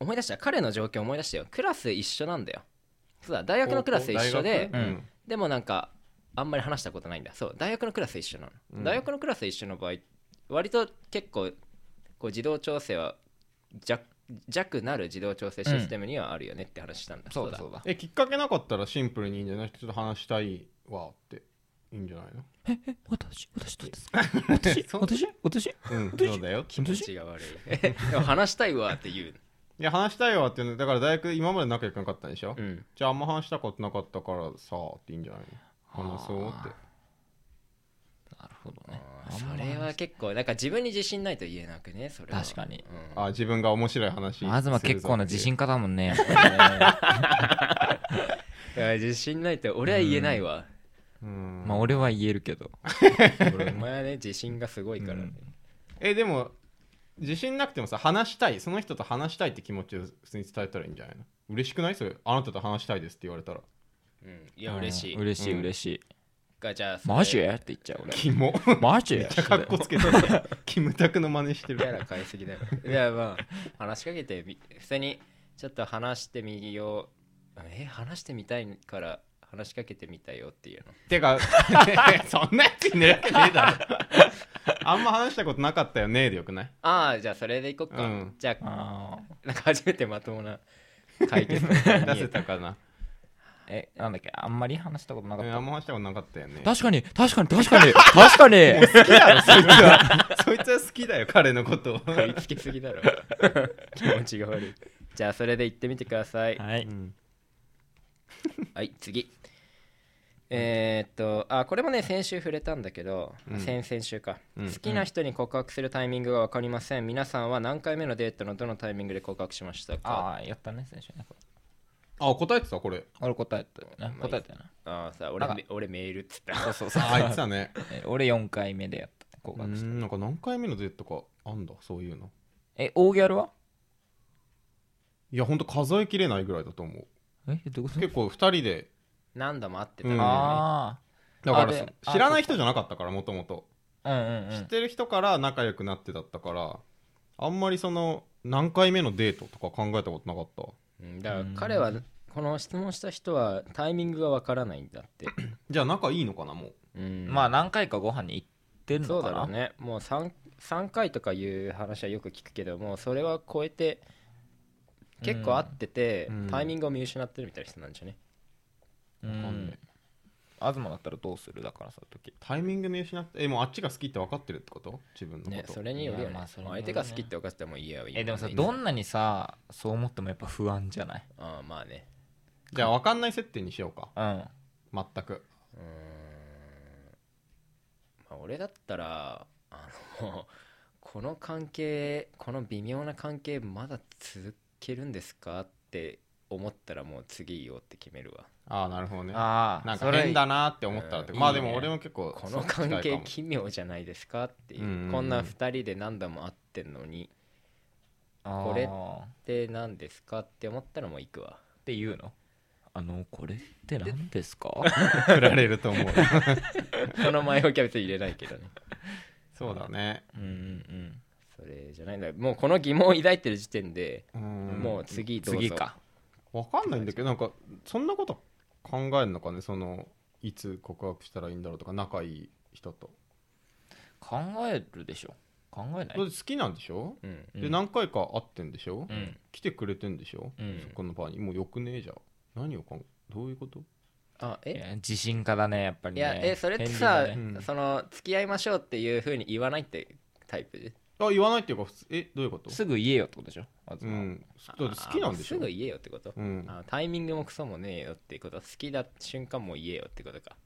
Speaker 3: 思い出した彼の状況思い出したよクラス一緒なんだよそうだ大学のクラス一緒で
Speaker 2: 高校大学うん
Speaker 3: でもなんかあんまり話したことないんだそう大学のクラス一緒なの、
Speaker 2: うん
Speaker 3: 大学のクラス一緒の場合割と結構こう自動調整は弱弱なる自動調整システムにはあるよねって話したんだ、
Speaker 1: そうだそうだ
Speaker 2: えきっかけなかったらシンプルにいいんじゃないちょっと話したいわっていいんじゃないの
Speaker 1: え私私どうですか私
Speaker 2: そんな
Speaker 1: 私 私
Speaker 2: うんそうだよ
Speaker 3: 気持ちが悪い えでも話したいわって言う、
Speaker 2: いや話したいわっていうのだから大学今まで仲良くなかったんでしょ、
Speaker 3: うん、
Speaker 2: じゃああんま話したことなかったからさっていいんじゃないの話そうって
Speaker 1: なるほどねあんま
Speaker 3: そ
Speaker 1: り
Speaker 3: れは結構なんか自分に自信ないと言えなくねそれは
Speaker 1: 確かに
Speaker 3: うん
Speaker 2: あ自分が面白い話
Speaker 1: 東結構な自信家だもんね やっぱり
Speaker 3: いや自信ないって俺は言えないわ、
Speaker 2: うん、
Speaker 1: まあ俺は言えるけど
Speaker 3: 俺お前はね自信がすごいからね、
Speaker 2: えでも自信なくてもさ話したいその人と話したいって気持ちを普通に伝えたらいいんじゃないの嬉しくないそれあなたと話したいですって言われ たら
Speaker 3: うんいや嬉しい、
Speaker 1: うん嬉しい
Speaker 2: うん
Speaker 1: 嬉しい
Speaker 3: がじゃあそれ
Speaker 1: マジって言っちゃう 俺
Speaker 2: キモ
Speaker 1: マジ
Speaker 2: かっこつ けてキムタクの真似して
Speaker 3: キャ
Speaker 2: る
Speaker 3: ラ変えすぎだよいやまあ話しかけてみ普通にちょっと話してみようえ話してみたいから話しかけてみたよっていうの
Speaker 2: てかそんなやついないわけねえだろあんま話したことなかったよねでよくない
Speaker 3: ああじゃあそれでいこっか、
Speaker 2: うん
Speaker 3: じゃあ
Speaker 1: あー
Speaker 3: なんか初めてまともな解決見
Speaker 2: 出
Speaker 3: え
Speaker 2: せたかな、
Speaker 1: えなんだっけあんまり話したことなかっ
Speaker 2: うん
Speaker 1: た
Speaker 2: あんま話したことなかったよね
Speaker 1: 確かに確かに確かに確か に
Speaker 2: 好きだろそいつは そいつは好きだよ彼のことを、
Speaker 3: 食いつきすぎだろ気持ちが悪いじゃあそれで行ってみてくださいはい、
Speaker 1: はい
Speaker 2: うん
Speaker 3: 次えーっとあこれもね先週触れたんだけど、
Speaker 2: うん
Speaker 3: 先々週か、
Speaker 2: うん
Speaker 3: 好きな人に告白するタイミングが分かりません、皆さんは何回目のデートのどのタイミングで告白しましたか
Speaker 1: ああやったね最初ね
Speaker 2: あ答えてたこれ
Speaker 1: 俺答えたよね
Speaker 3: まあ
Speaker 1: 答えたよね
Speaker 3: ああさ俺
Speaker 1: なん
Speaker 3: め俺メールっつったそう
Speaker 2: あ言ってたね
Speaker 1: え俺4回目でやった合
Speaker 2: う
Speaker 1: 格した
Speaker 2: んなんか何回目のデートかあんだそういうの
Speaker 1: え大ギャルはい
Speaker 2: やほんと数えきれないぐらいだと思う
Speaker 1: えどういうこと
Speaker 2: 結構2人で
Speaker 3: 何度も会ってた、
Speaker 2: うん
Speaker 3: あ
Speaker 1: あ
Speaker 2: だか
Speaker 1: あ
Speaker 2: ら
Speaker 1: で
Speaker 2: そ
Speaker 1: あ
Speaker 2: 知らない人じゃなかったからもともと
Speaker 1: あうんうんう
Speaker 2: 知っ
Speaker 1: ん
Speaker 2: てる人から仲良くなってだったからあんまりその何回目のデートとか考えたことなかった
Speaker 3: うんだから彼はこの質問した人はタイミングが分からないんだって、
Speaker 2: じゃあ仲いいのかなもう
Speaker 3: うん
Speaker 1: まあ何回かご飯に行ってん
Speaker 3: そ
Speaker 1: の
Speaker 3: うだ
Speaker 1: か
Speaker 3: ろ
Speaker 1: な
Speaker 3: うねもう 3, 3回とかいう話はよく聞くけどもうそれは超えて結構合ってて、
Speaker 2: うん
Speaker 3: タイミングを見失ってるみたいな人なんじゃね、
Speaker 1: う
Speaker 2: わかんない
Speaker 1: ん東だったらどうするだからその時
Speaker 2: タイミング見失ってえもうあっちが好きって分かってるってこと自分のこと、
Speaker 3: ねそれによるよね
Speaker 1: いやまあそれによるね
Speaker 3: 相手が好きって分かっててもいいや
Speaker 1: えでもさどん
Speaker 3: な
Speaker 1: なにさそう思ってもやっぱ不安じゃない
Speaker 3: ああまあね
Speaker 2: じゃあ分かんない設定にしようか
Speaker 1: うん
Speaker 2: 全く
Speaker 3: うーん、まあ、俺だったらあのこの関係この微妙な関係まだ続けるんですかって思ったらもう次よって決めるわ
Speaker 2: ああなるほどね
Speaker 1: ああ
Speaker 2: なんか変だなって思ったらって
Speaker 3: うん
Speaker 2: まあ
Speaker 3: いい
Speaker 2: で
Speaker 3: ね
Speaker 2: も俺も結構
Speaker 3: こ
Speaker 2: そ
Speaker 3: の
Speaker 2: う近
Speaker 3: 関
Speaker 2: いか
Speaker 3: 係
Speaker 2: も
Speaker 3: 奇妙じゃないですかっていう,、
Speaker 2: うんうんうん
Speaker 3: こんな2人で何度も会ってんのにこれ
Speaker 1: っ
Speaker 3: で何ですかって思ったらもう行く わ
Speaker 1: て言うのあのこれって何ですか
Speaker 2: 振られると思う
Speaker 3: その前置きは別に入れないけどね
Speaker 2: そうだね
Speaker 1: うんうん
Speaker 3: それじゃないんだもうこの疑問を抱いてる時点で、
Speaker 2: うん
Speaker 3: もう次どうぞ
Speaker 1: 次か
Speaker 2: わかんないんだけどなんかそんなこと考えるのかねそのいつ告白したらいいんだろうとか仲いい人と
Speaker 1: 考えるでしょ考えない
Speaker 2: だって好きなんでしょ、
Speaker 3: うん
Speaker 1: うん
Speaker 2: で何回か会ってんでしょ、
Speaker 1: うん
Speaker 2: 来てくれてんでしょ、
Speaker 1: うん
Speaker 2: そこのバーにもうよくねえじゃん何を考えどういうこと
Speaker 3: あ
Speaker 1: い
Speaker 3: え
Speaker 1: や自信家だねやっぱり
Speaker 3: い
Speaker 1: ね
Speaker 3: やえそれって
Speaker 1: 片
Speaker 3: さ、
Speaker 1: 鱗だね
Speaker 2: ねうん
Speaker 3: その付き合いましょうっていうふうに言わないってタイプ
Speaker 2: あ言わないっていうか普通えどういうこと
Speaker 1: すぐ言えよってことでしょ
Speaker 2: う
Speaker 1: 東
Speaker 2: んだって好きなんでしょ
Speaker 3: あすぐ言えよってこと、
Speaker 2: うん、
Speaker 3: あタイミングもクソもねえよってこと好きだ瞬間も言えよってことか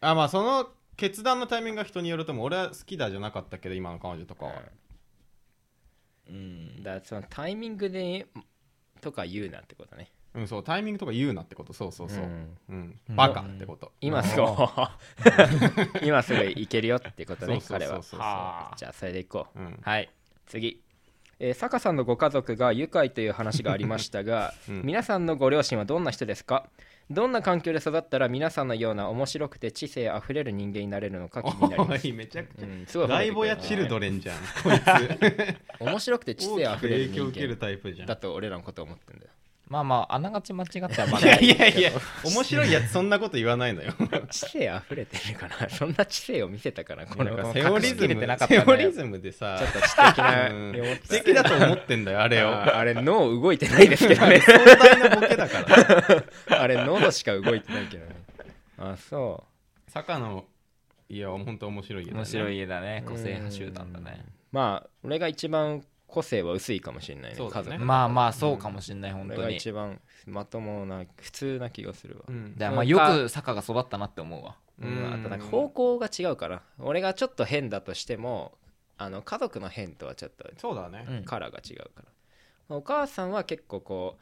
Speaker 2: あまあその決断のタイミングが人によるとも俺は好きだじゃなかったけど今の彼女とかは、
Speaker 1: うん
Speaker 3: だからそのタイミングでとか言うなってことね
Speaker 2: うんそうタイミングとか言うなってことそうそうそう、うん
Speaker 3: ん
Speaker 2: バカってこと、
Speaker 3: 今すぐ 今すぐいけるよってことね
Speaker 2: そうそう
Speaker 3: 彼
Speaker 2: そ
Speaker 3: は
Speaker 2: うそう
Speaker 1: はあ
Speaker 3: じゃあそれでいこう、
Speaker 2: うん
Speaker 3: はい次えー、坂さんのご家族が愉快という話がありましたが、
Speaker 2: うん
Speaker 3: 皆さんのご両親はどんな人ですかどんな環境で育ったら皆さんのような面白くて知性あふれる人間になれるのか気になり
Speaker 2: お
Speaker 3: ます
Speaker 2: いめちゃくちゃ、
Speaker 3: うんすごい褒め
Speaker 2: ラ
Speaker 3: て
Speaker 2: イ
Speaker 3: く
Speaker 2: ボ
Speaker 3: れ
Speaker 2: や
Speaker 3: る
Speaker 2: チルドレンじゃんこいつ
Speaker 3: 面白くて知
Speaker 2: 大
Speaker 3: 性あ
Speaker 2: き
Speaker 3: ふ
Speaker 2: く
Speaker 3: れる
Speaker 2: 影
Speaker 3: 人
Speaker 2: 響
Speaker 3: 間
Speaker 2: 受けるタイプじゃん
Speaker 3: だと俺らのこと思ってんだよ
Speaker 1: まあまああながち間違ってはバ
Speaker 2: い
Speaker 1: カ
Speaker 2: やいやいや面白いやつそんなこと言わないのよ
Speaker 3: 知性あふれてるかなそんな知性を見せたかなこ
Speaker 1: なん
Speaker 3: の子
Speaker 1: か
Speaker 3: ちょ
Speaker 2: セオ
Speaker 3: っ
Speaker 2: リ
Speaker 1: 隠しきれ
Speaker 2: ズ
Speaker 1: て
Speaker 2: ム、
Speaker 1: なかったね
Speaker 2: セオリズムでさ
Speaker 3: と知的な
Speaker 2: うん
Speaker 3: 思っ
Speaker 2: 素
Speaker 3: て
Speaker 2: 敵だと思ってんだよあれを
Speaker 3: あーあれ脳動いてないですけどね
Speaker 2: 壮大なボケだから
Speaker 3: あれ喉しか動いてないけどねあそ
Speaker 2: 坂野いや本当面白いよね
Speaker 1: 面白い家だね
Speaker 3: う
Speaker 1: 個性派集団だね
Speaker 3: うんまあ俺が一番個性は薄いかもしれないね
Speaker 2: そうだね
Speaker 3: 家族
Speaker 1: まあまあそうかもしんない本
Speaker 3: 俺
Speaker 1: 当
Speaker 3: が
Speaker 1: に
Speaker 3: 一番まともな普通な気がするわ、
Speaker 2: うん
Speaker 1: だからまあよく坂が育ったなって思うわ
Speaker 2: う
Speaker 3: うんん、あとなんか方向が違うから俺がちょっと変だとしてもあの家族の変とはちょっと
Speaker 2: そうだね
Speaker 1: うん
Speaker 3: カラーが違うから、まあお母さんは結構こ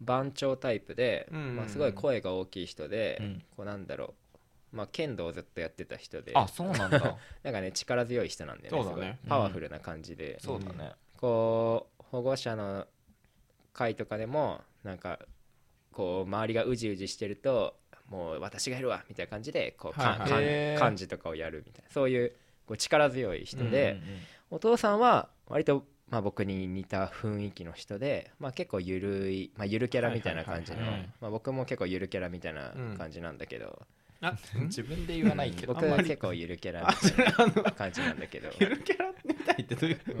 Speaker 3: う番長タイプで、
Speaker 2: うんうんうん
Speaker 3: まあ、すごい声が大きい人で、
Speaker 1: うん
Speaker 3: こうなんだろう、まあ、剣道をずっとやってた人で
Speaker 1: あそうなん だ
Speaker 3: なんかね力強い人なんだよね
Speaker 2: そうだね
Speaker 3: すごいパワフルな感じで、
Speaker 1: そうだね
Speaker 3: こう保護者の会とかでもなんかこう周りがうじうじしてるともう私がやるわみたいな感じでこう、
Speaker 2: はいはい
Speaker 3: かん
Speaker 1: へー
Speaker 3: 漢字とかをやるみたいなそういうこう力強い
Speaker 1: うん
Speaker 3: 人で、
Speaker 1: うんうん
Speaker 3: お父さんは割と、まあ、僕に似た雰囲気の人で、まあ、結構ゆるい、まあ、ゆるキャラみたいな感じの
Speaker 1: はいはいはいはい
Speaker 3: まあ僕も結構ゆるキャラみたいな
Speaker 2: うん
Speaker 3: 感じなんだけど、
Speaker 2: あ
Speaker 1: 自分で言わないけど
Speaker 3: 僕
Speaker 2: あんまり
Speaker 3: 結構ゆるキャラみたいな感じなんだ けど
Speaker 2: ゆるキャラみたいってどういうど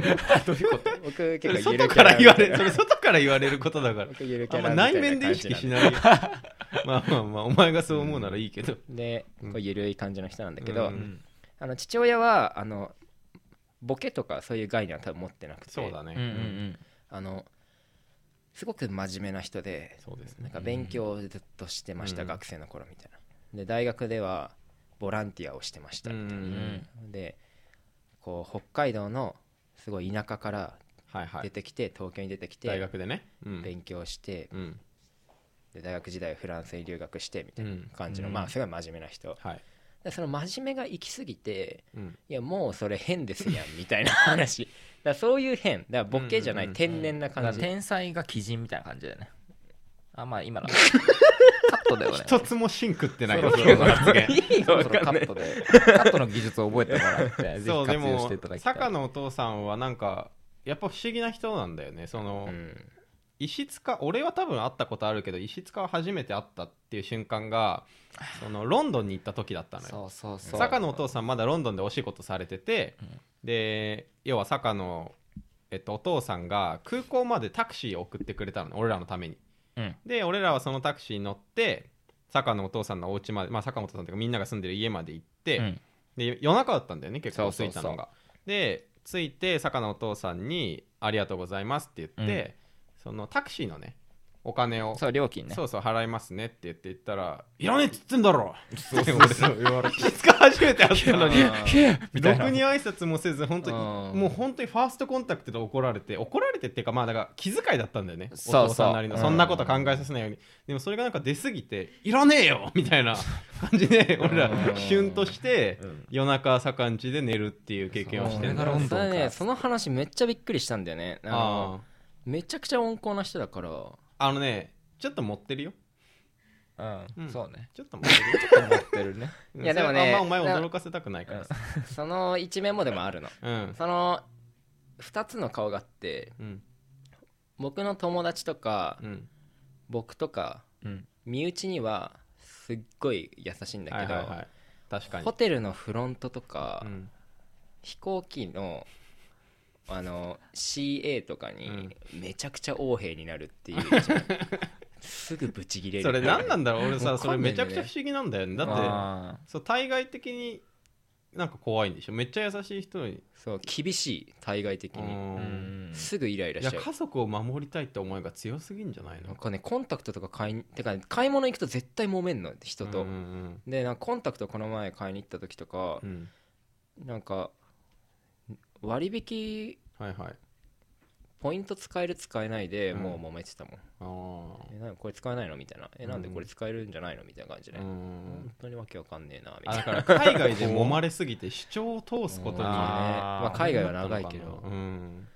Speaker 2: ういうこと
Speaker 3: 僕
Speaker 2: そ
Speaker 3: 結
Speaker 2: れ
Speaker 3: 構ゆ る
Speaker 2: 外
Speaker 3: キ
Speaker 2: か
Speaker 3: ャ
Speaker 2: ら
Speaker 3: ラみ
Speaker 2: 言わ
Speaker 3: た
Speaker 2: れ
Speaker 3: い
Speaker 2: る
Speaker 3: な
Speaker 2: それ外から言われること だから
Speaker 3: 僕ゆるキ
Speaker 2: あ
Speaker 3: ャ
Speaker 2: んま
Speaker 3: ラみたい
Speaker 2: 内
Speaker 3: な
Speaker 2: 面で
Speaker 3: 感
Speaker 2: 意
Speaker 3: じ
Speaker 2: 識
Speaker 3: なん
Speaker 2: し
Speaker 3: だ
Speaker 2: ないよまあまあまあお前がそう思うならいいけど
Speaker 3: で
Speaker 2: うん
Speaker 3: こうゆるい感じの人なんだけ
Speaker 2: う
Speaker 3: ど、
Speaker 1: うんん
Speaker 3: あの父親はあのボケとかそういう概念は多分持ってなくて
Speaker 2: そうだ
Speaker 1: うんうんう
Speaker 2: ね
Speaker 1: ん
Speaker 3: あのすごく真面目な人で
Speaker 2: そうです
Speaker 3: なん
Speaker 2: ね
Speaker 3: か勉強をずっとしてました、
Speaker 2: うん
Speaker 3: 学生の頃みたいなで大学ではボランティアをしてましたみたいな、
Speaker 1: うん
Speaker 3: でこう北海道のすごい田舎から
Speaker 2: はいは
Speaker 3: 出
Speaker 2: い
Speaker 3: てきて、東京に出てき
Speaker 2: 大
Speaker 3: て
Speaker 2: 学でねうん
Speaker 3: 勉強して
Speaker 2: うん
Speaker 3: で大学時代フランスに留学してみたいな感じの、
Speaker 1: うん
Speaker 3: まあすごい真面目な人
Speaker 2: はい
Speaker 3: でその真面目が行き過ぎて
Speaker 2: うん
Speaker 3: いやもうそれ変ですやん みたいな話だからそういう変だからボケじゃな
Speaker 2: うん
Speaker 3: い
Speaker 2: うん
Speaker 3: 天然な
Speaker 1: だから
Speaker 3: 感じ、
Speaker 1: 天才が鬼人みたいな感じだよねあまあ今のカットだよね
Speaker 2: 一つもシンクってない
Speaker 1: そうそう
Speaker 2: 今日の発 言
Speaker 3: いいよ
Speaker 1: そろ
Speaker 3: わ
Speaker 1: そろカ
Speaker 3: かんな
Speaker 1: ッ
Speaker 3: い
Speaker 1: トでカットの技術を覚えてもらってぜひ
Speaker 2: そうで
Speaker 1: 活用し
Speaker 2: も
Speaker 1: ていただきたい
Speaker 2: 坂のお父さんはなんかやっぱ不思議な人なんだよねその、
Speaker 3: うん
Speaker 2: 異質化俺は多分会ったことあるけど異質化は初めて会ったっていう瞬間がそのロンドンに行った時だったのよ
Speaker 1: そうそうそう
Speaker 2: 坂のお父さんまだロンドンでお仕事されてて、で要は坂の、えっと、お父さんが空港までタクシーを送ってくれたの俺らのために
Speaker 1: うん
Speaker 2: で俺らはそのタクシーに乗って坂のお父さんのお家まで、まあ、坂本さんというかみんなが住んでる家まで行って、
Speaker 1: うん
Speaker 2: で夜中だったんだよね結構
Speaker 1: そ
Speaker 2: 着
Speaker 1: う
Speaker 2: い
Speaker 1: そうそ
Speaker 2: た
Speaker 1: う
Speaker 2: のがで着いて坂のお父さんに「ありがとうございます」って言って、そのタクシーのねお金を
Speaker 1: そう料金ね
Speaker 2: そうそう払いますねって言って言ったら「いらねえっつってんだろ!」って俺ら言われてつか 初めて会ったのに
Speaker 3: あー
Speaker 1: みた
Speaker 2: ろ
Speaker 1: いな
Speaker 2: くに挨拶もせず本当に
Speaker 3: うん
Speaker 2: もう本当にファーストコンタクトで怒られて怒られてっていうかまあだから気遣いだったんだよね
Speaker 1: そうそう
Speaker 2: お父さんなりの
Speaker 1: うん
Speaker 2: そんなこと考えさせないようにでもそれがなんか出過ぎて「いらねえよ!」みたいな感じで俺ら
Speaker 3: うん
Speaker 2: シュンとして夜中坂んちで寝るっていう経験をして
Speaker 1: そ
Speaker 2: る
Speaker 1: れがロンドンか
Speaker 3: それねその話めっちゃびっくりしたんだよねあ
Speaker 2: あ
Speaker 3: のめちゃくちゃ温厚な人だ から
Speaker 2: ああのねちょっと持ってるよ
Speaker 1: う
Speaker 2: うん
Speaker 1: んそうね
Speaker 2: ちょっと持ってるよ
Speaker 1: 思ってるね
Speaker 2: うん
Speaker 3: いやでもね
Speaker 2: それはあんまお前驚かせたくないからさ
Speaker 3: その一面もでもあるの
Speaker 2: うん
Speaker 3: その2つの顔があって
Speaker 2: うん
Speaker 3: 僕の友達とか
Speaker 2: うん
Speaker 3: 僕とか
Speaker 1: うん
Speaker 3: 身内にはすっごい優しいんだ
Speaker 2: はい
Speaker 3: けど、
Speaker 2: はいはい確かに
Speaker 3: ホテルのフロントとか、
Speaker 2: うん
Speaker 3: 飛行機のあの CA とか
Speaker 2: う
Speaker 3: に
Speaker 2: ん
Speaker 3: めちゃくちゃ横兵になるっていうじ ゃんすぐブチギレる
Speaker 2: それ何なんだろう俺
Speaker 3: わ
Speaker 2: さ
Speaker 3: かん
Speaker 2: それ
Speaker 3: ない
Speaker 2: め
Speaker 3: ん
Speaker 2: ち
Speaker 3: だよ
Speaker 2: ゃ
Speaker 3: ね
Speaker 2: くちゃ不思議なんだよねだって
Speaker 3: あー
Speaker 2: そう対外的になんか怖いんでしょめっちゃ優しい人に
Speaker 3: そう厳しい対外的
Speaker 2: う
Speaker 3: に
Speaker 1: うん
Speaker 3: すぐイライラ
Speaker 2: い
Speaker 3: し
Speaker 2: や
Speaker 3: ちゃう
Speaker 2: 家族を守りたいって思いが強すぎんじゃない
Speaker 3: なん
Speaker 2: の
Speaker 3: かねコンタクトとか買いにてか、ね、買い物行くと絶対揉めんの人と、
Speaker 2: うんうん
Speaker 3: でなんかコンタクトこの前買いに行った時とか
Speaker 2: う、ん
Speaker 3: なんか割引
Speaker 2: はいはい
Speaker 3: ポイント使える使えないで
Speaker 2: うん
Speaker 3: もう揉めてたもん、
Speaker 2: あー
Speaker 3: えなんかこれ使えないのみたいなえなんでこれ使えるんじゃないのみたいな感じで、
Speaker 2: うん
Speaker 3: 本当にわけわかんねえなみた
Speaker 2: あ
Speaker 3: い
Speaker 2: だ
Speaker 3: な
Speaker 2: から海外で揉まれすぎて主張を通すことに
Speaker 3: うんまあ海外は長いけど
Speaker 2: なったのかなうん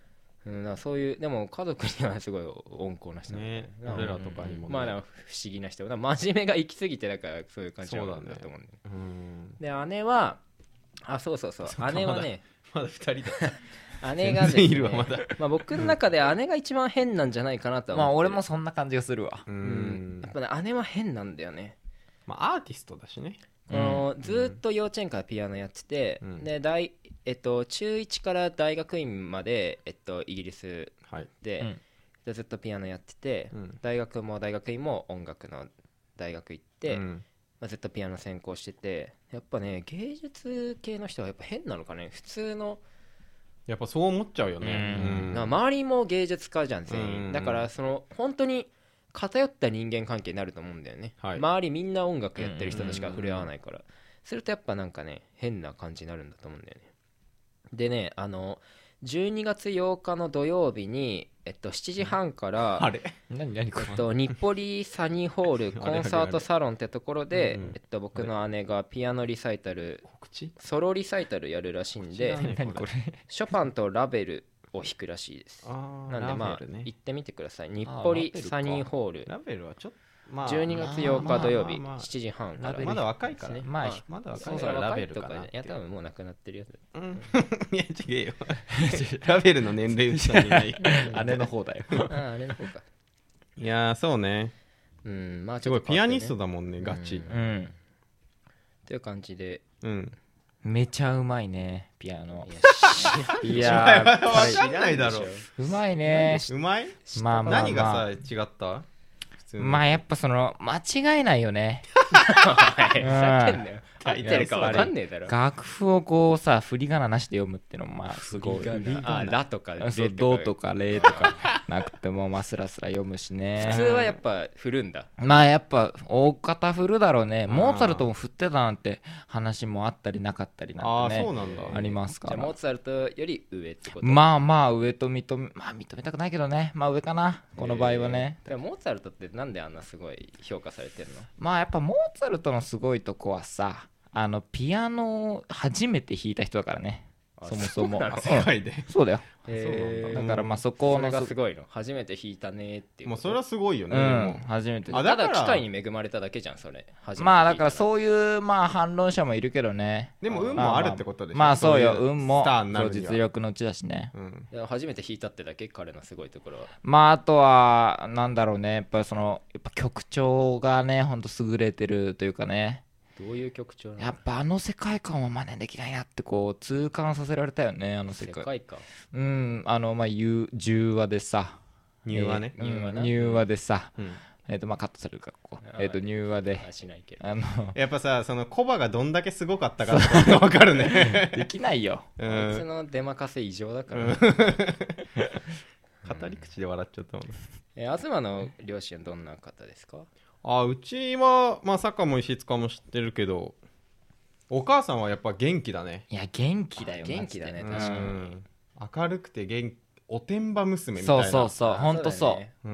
Speaker 3: うん、だからそういうでも家族にはすごい温厚な人なんだよ
Speaker 2: ね
Speaker 3: ね
Speaker 2: 俺らとかにもね
Speaker 3: まあなんか不思議な人だから真面目が行き過ぎてだからそういう感じなん
Speaker 2: そう
Speaker 3: だ
Speaker 2: だ
Speaker 3: と思う
Speaker 2: ね
Speaker 3: んだよね
Speaker 2: うん
Speaker 3: で姉はあそうそうそう
Speaker 2: そっか
Speaker 3: 姉は
Speaker 2: まだ
Speaker 3: ね
Speaker 2: まだ2人だ
Speaker 3: 姉がですね
Speaker 2: 全然いるわまだ
Speaker 3: あ、僕の中で姉が一番変なんじゃないかなとは
Speaker 1: まあ
Speaker 3: 思っ
Speaker 1: 俺
Speaker 3: てる
Speaker 1: もそんな感じがするわ
Speaker 2: う
Speaker 3: う
Speaker 2: ん
Speaker 3: んやっぱね姉は変なんだよね
Speaker 2: まあアーティストだしね
Speaker 3: このずーっと幼稚園からピアノやってて、
Speaker 2: うん
Speaker 3: で大、えっと、中1から大学院まで、えっと、イギリス
Speaker 2: はい
Speaker 3: で,、
Speaker 1: うん
Speaker 3: でずっとピアノやってて、
Speaker 2: うん
Speaker 3: 大学も大学院も音楽の大学行って、
Speaker 2: うん
Speaker 3: まあ、ずっとピアノ専攻しててやっぱね芸術系の人はやっぱ変なのかね普通の、
Speaker 2: やっぱそう思っちゃうよね
Speaker 1: うん
Speaker 2: うん
Speaker 3: な周りも芸術家じゃん全員、
Speaker 2: うん
Speaker 3: だからその本当に偏った人間関係になると思うんだよね、
Speaker 2: はい
Speaker 3: 周りみんな音楽やってる人としか触れ合わないから、するとやっぱなんかね変な感じになるんだと思うんだよねでねあの12月8日の土曜日に、えっと、7時半から、
Speaker 2: あれ
Speaker 1: 何何こ
Speaker 3: えっと、日暮里サニーホ ールコンサートサロンってところで、
Speaker 2: うんうん
Speaker 3: えっと、僕の姉がピアノリサイタル
Speaker 2: 告知
Speaker 3: ソロリサイタルやるらしいん
Speaker 2: 知
Speaker 3: で
Speaker 2: らない
Speaker 1: 何これ
Speaker 3: ショパンとラベルを弾くらしいです
Speaker 2: あー
Speaker 3: なんでま
Speaker 2: ラ
Speaker 3: あ
Speaker 2: ベルね
Speaker 3: 行ってみてください日暮里サニーホール
Speaker 2: ラベルはちょっとまあ
Speaker 3: 12月8日土曜日
Speaker 2: まあまあまあ
Speaker 3: 7時半か
Speaker 2: ラ
Speaker 3: ら
Speaker 2: ベルまだ若いから
Speaker 1: ねまあ
Speaker 3: まあ
Speaker 2: まだ
Speaker 3: そ
Speaker 2: 若
Speaker 3: う
Speaker 2: い
Speaker 3: そ
Speaker 2: か
Speaker 3: う
Speaker 2: らラ
Speaker 3: 若
Speaker 2: ベ
Speaker 3: い
Speaker 2: ル
Speaker 3: と
Speaker 2: か
Speaker 3: か
Speaker 2: な
Speaker 3: ねいや多分もうなくなってるよ
Speaker 2: うんいや違えよラベルの年齢下にいない
Speaker 1: 姉の方だよ
Speaker 3: あああれの方か
Speaker 2: いやーそうね
Speaker 3: うんまあち
Speaker 2: す
Speaker 3: ょ
Speaker 2: ご
Speaker 3: っ
Speaker 2: い
Speaker 3: と
Speaker 2: ピ
Speaker 3: 変わ
Speaker 2: ア
Speaker 3: ってね
Speaker 2: ニストだもんねガチ
Speaker 1: うん
Speaker 3: という感じで
Speaker 2: うん
Speaker 1: めちゃうまいねピアノ
Speaker 3: い
Speaker 2: や
Speaker 3: や
Speaker 2: わかんないだろ
Speaker 1: うまいね
Speaker 2: うまい
Speaker 1: まあまあ
Speaker 2: 何
Speaker 1: ま
Speaker 2: が
Speaker 1: あ
Speaker 2: さ違った普通の
Speaker 1: まあやっぱその間違えないよね
Speaker 3: はい叫んだよ合ってるかわかんねえだろ
Speaker 1: 楽譜をこうさ振り仮名なしで読むってのもまあすごい
Speaker 3: あラとか
Speaker 1: そう
Speaker 3: レ
Speaker 1: どうとかれとか なくてもまあスラスラ読むしね
Speaker 3: 普通はやっぱ振るんだ
Speaker 1: まあやっぱ大方振るだろうね
Speaker 2: うん
Speaker 1: モーツァルトも振ってたなんて話もあったりなかったりな
Speaker 2: あ
Speaker 1: ん
Speaker 2: あ
Speaker 1: て
Speaker 2: そう
Speaker 1: ね
Speaker 2: なんだ
Speaker 1: あります
Speaker 3: じ
Speaker 1: か
Speaker 3: ゃあモ
Speaker 1: ら
Speaker 3: ーツァルトより上ってこと
Speaker 1: まあまあ上と認めまあ認めたくないけどねまあ上かなこの場合はね
Speaker 3: えーでもモーツァルトってなんであんなすごい評価されてるの
Speaker 1: まあやっぱモーツァルトのすごいとこはさあのピアノを初めて弾いた人だからね
Speaker 3: あ
Speaker 1: そもそも
Speaker 3: そうなの
Speaker 2: 世界で
Speaker 1: そうだよ
Speaker 2: へー
Speaker 1: だからまあそこ
Speaker 3: そ
Speaker 1: の
Speaker 3: れがすごいの初めて弾いたねーっていう
Speaker 2: も
Speaker 3: こ
Speaker 2: うそ
Speaker 3: と
Speaker 2: れはすごいよ
Speaker 1: う
Speaker 2: ねで
Speaker 1: ん
Speaker 2: も
Speaker 1: 初めて
Speaker 2: あ
Speaker 3: た
Speaker 2: だ
Speaker 3: だ
Speaker 2: から
Speaker 3: 機会に恵まれただけじゃんそれ
Speaker 1: まあだから
Speaker 3: う
Speaker 1: そういうまあ反論者もいるけどね
Speaker 2: でも運もあるってことでしょ
Speaker 1: まあそうよ
Speaker 2: い
Speaker 1: 運も
Speaker 2: スターにな
Speaker 1: そう
Speaker 2: るには
Speaker 1: 実力のうちだしね
Speaker 2: うん
Speaker 3: 初めて弾いたってだけ彼のすごいところは
Speaker 1: まああとはなんだろうねやっぱりそのやっぱ曲調がねほんと優れてるというかね
Speaker 3: どういう曲調な
Speaker 1: や
Speaker 3: の
Speaker 1: っぱあの世界観は真似できないなってこう痛感させられたよねあの世
Speaker 3: 世
Speaker 1: 界
Speaker 3: 界観
Speaker 1: うんあのまあゆ10話でさ
Speaker 2: 入話ね
Speaker 1: えー
Speaker 3: 入話な
Speaker 1: うん入話でさ
Speaker 2: うん
Speaker 1: えっとまあカットされるからここ
Speaker 3: はい
Speaker 1: えっと入話で
Speaker 3: はしないけど
Speaker 1: あの
Speaker 2: やっぱさそのコバがどんだけすごかったかって分か るね
Speaker 1: できないよ
Speaker 2: う
Speaker 3: あいつ
Speaker 2: ん
Speaker 3: の出まかせ異常だか
Speaker 2: う
Speaker 3: ら
Speaker 2: ん語り口で笑っちゃったもん
Speaker 3: えー東の両親はどんな方ですか
Speaker 2: あうちは、まあ、サッカーも石塚も知ってるけどお母さんはやっぱ元気だね
Speaker 1: いや元気だよ
Speaker 3: あ元気だね
Speaker 1: マ
Speaker 3: 確
Speaker 1: ジ
Speaker 3: か
Speaker 1: で
Speaker 3: に
Speaker 2: うん明るくて元気おてんば娘みたい
Speaker 1: そ
Speaker 2: な
Speaker 1: うそうそう
Speaker 3: あ
Speaker 1: ほんと
Speaker 3: だよ
Speaker 1: そう
Speaker 3: ね
Speaker 2: うん、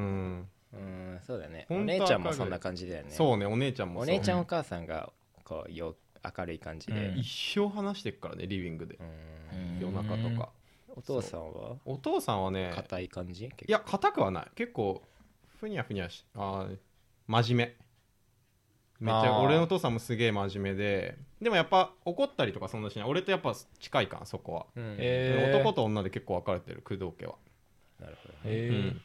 Speaker 3: うんそうだよねお
Speaker 2: ほんと
Speaker 3: 姉ちゃんもそんな感じだよね
Speaker 2: そうねお姉ちゃんも
Speaker 3: お
Speaker 2: そう
Speaker 3: 姉ちゃんお母さんがこうよ明るい感じで、
Speaker 1: うん
Speaker 2: 一生話してっからねリビングで
Speaker 3: うん
Speaker 2: 夜中とか
Speaker 3: お父さんは
Speaker 2: お父さんはね
Speaker 3: 硬い感じ
Speaker 2: いや硬くはない結構ふにゃふにゃしあー真面目めっちゃ
Speaker 1: あー
Speaker 2: 俺のお父さんもすげえ真面目ででもやっぱ怒ったりとかそんなしない俺とやっぱ近いからそこは、
Speaker 3: うん
Speaker 1: えー
Speaker 2: 男と女で結構分かれてる工藤家は、
Speaker 3: なるほど
Speaker 1: へ
Speaker 2: う
Speaker 1: ー
Speaker 2: ん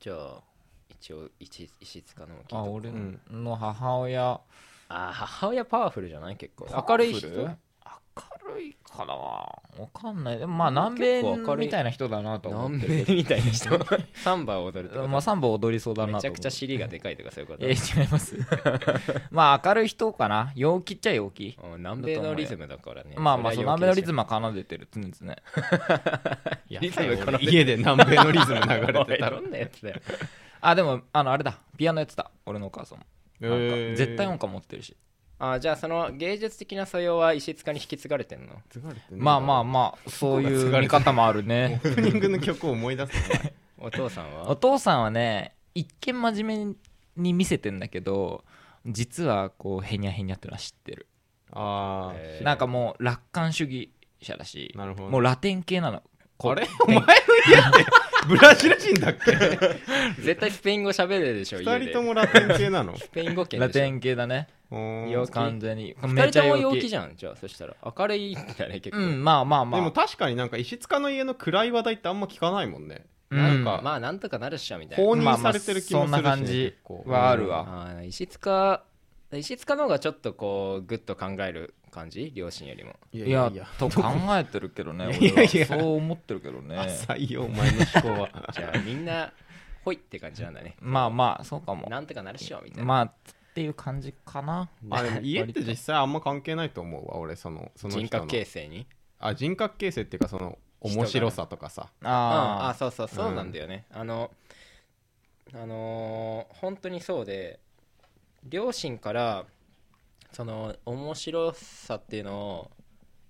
Speaker 3: じゃあ一応石石塚のも聞いと
Speaker 1: あ
Speaker 3: こう
Speaker 1: 俺
Speaker 2: うん
Speaker 1: の母親
Speaker 3: あー母親パワフルじゃない結構
Speaker 1: 明
Speaker 3: 明
Speaker 1: る
Speaker 3: る
Speaker 1: い
Speaker 3: い
Speaker 1: 人
Speaker 3: 人
Speaker 1: 明明るいかなわかんないでもまあ南米
Speaker 3: 結構明るい
Speaker 1: みたいな人だなとは思ってる
Speaker 3: 南米みたいな人サンバを踊るってこ と
Speaker 1: まあサンバ踊りそうだなと思
Speaker 3: め
Speaker 1: っ
Speaker 3: ち
Speaker 1: て
Speaker 3: ゃくちゃ尻がでかいとかそういうこと
Speaker 1: え違いますまあ明るい人かな陽気っちゃ陽気
Speaker 3: うん南米のリズムだからね
Speaker 1: まあまあそ
Speaker 3: れ
Speaker 1: う
Speaker 3: は
Speaker 1: 南米の
Speaker 3: 陽気
Speaker 1: リ
Speaker 3: でし
Speaker 1: ズムは奏でてる常々
Speaker 2: いや
Speaker 3: リズム
Speaker 2: 俺
Speaker 3: 奏でて
Speaker 2: 家で南米のリズム流れ
Speaker 3: ょ
Speaker 2: てた ろ
Speaker 3: おいどんなやつだよ
Speaker 1: あでもあのあれだピアノやってた俺のお母さんもなんか絶対音感持ってるし
Speaker 3: あじゃあその芸術的な素養は石塚に引き継がれてんの
Speaker 1: まあまあ
Speaker 2: あ
Speaker 1: まあそういう見方もあるね
Speaker 2: オープニングの曲を思い出す のね
Speaker 3: お父さん
Speaker 1: お
Speaker 3: は
Speaker 1: 父さんはね一見真面目に見せてんだけど実はこうへにゃへにゃってのは知ってる
Speaker 2: あ
Speaker 3: えー
Speaker 1: なんかもう楽観主義者だし
Speaker 2: あなるほど
Speaker 1: もうラテン系なのこう
Speaker 2: あれお前の家ってブラジル人だっけ
Speaker 3: 絶対スペイン語喋るでしょ家
Speaker 2: 二
Speaker 3: で
Speaker 2: 人ともラテン系なの
Speaker 3: スペイン語圏
Speaker 1: ラ
Speaker 3: でし
Speaker 1: テ
Speaker 3: ょ
Speaker 1: ン系だね
Speaker 2: うーん
Speaker 3: よ
Speaker 1: 完全に
Speaker 3: 二人とも陽気じゃんじゃあそしたら明るいんだね結構、
Speaker 1: うんまあまあまあ
Speaker 2: でも確かになんか石塚の家の暗い話題ってあんま聞かないもんね、
Speaker 1: うん
Speaker 2: なんか、
Speaker 3: まあなんとかなるっしょみたいな
Speaker 2: 放任されてる気
Speaker 1: ま
Speaker 2: もするし、
Speaker 1: あまあそんな感じはあるわ
Speaker 3: あー石塚石塚の方がちょっとこうグッと考える感じ両親よりも
Speaker 2: い
Speaker 1: いやと考えてるけどね
Speaker 2: いやいやい
Speaker 1: 俺
Speaker 2: や
Speaker 1: はそう思ってるけどね
Speaker 2: 浅いよお前の思考は
Speaker 3: じゃあみんなほいって感じなんだね
Speaker 1: まあまあそうかも
Speaker 3: なんとかなるっしょみたいな、
Speaker 1: まあっていう感じかな
Speaker 2: あ でも家って実際あんま関係ないと思うわ俺そのその人の
Speaker 3: 人格形成に
Speaker 2: あ人格形成っていうかその面白さとかさ
Speaker 3: ああ
Speaker 1: あ
Speaker 3: そうそうそう
Speaker 2: うん
Speaker 3: なんだよね、あのあのー本当にそうで両親からその面白さっていうのを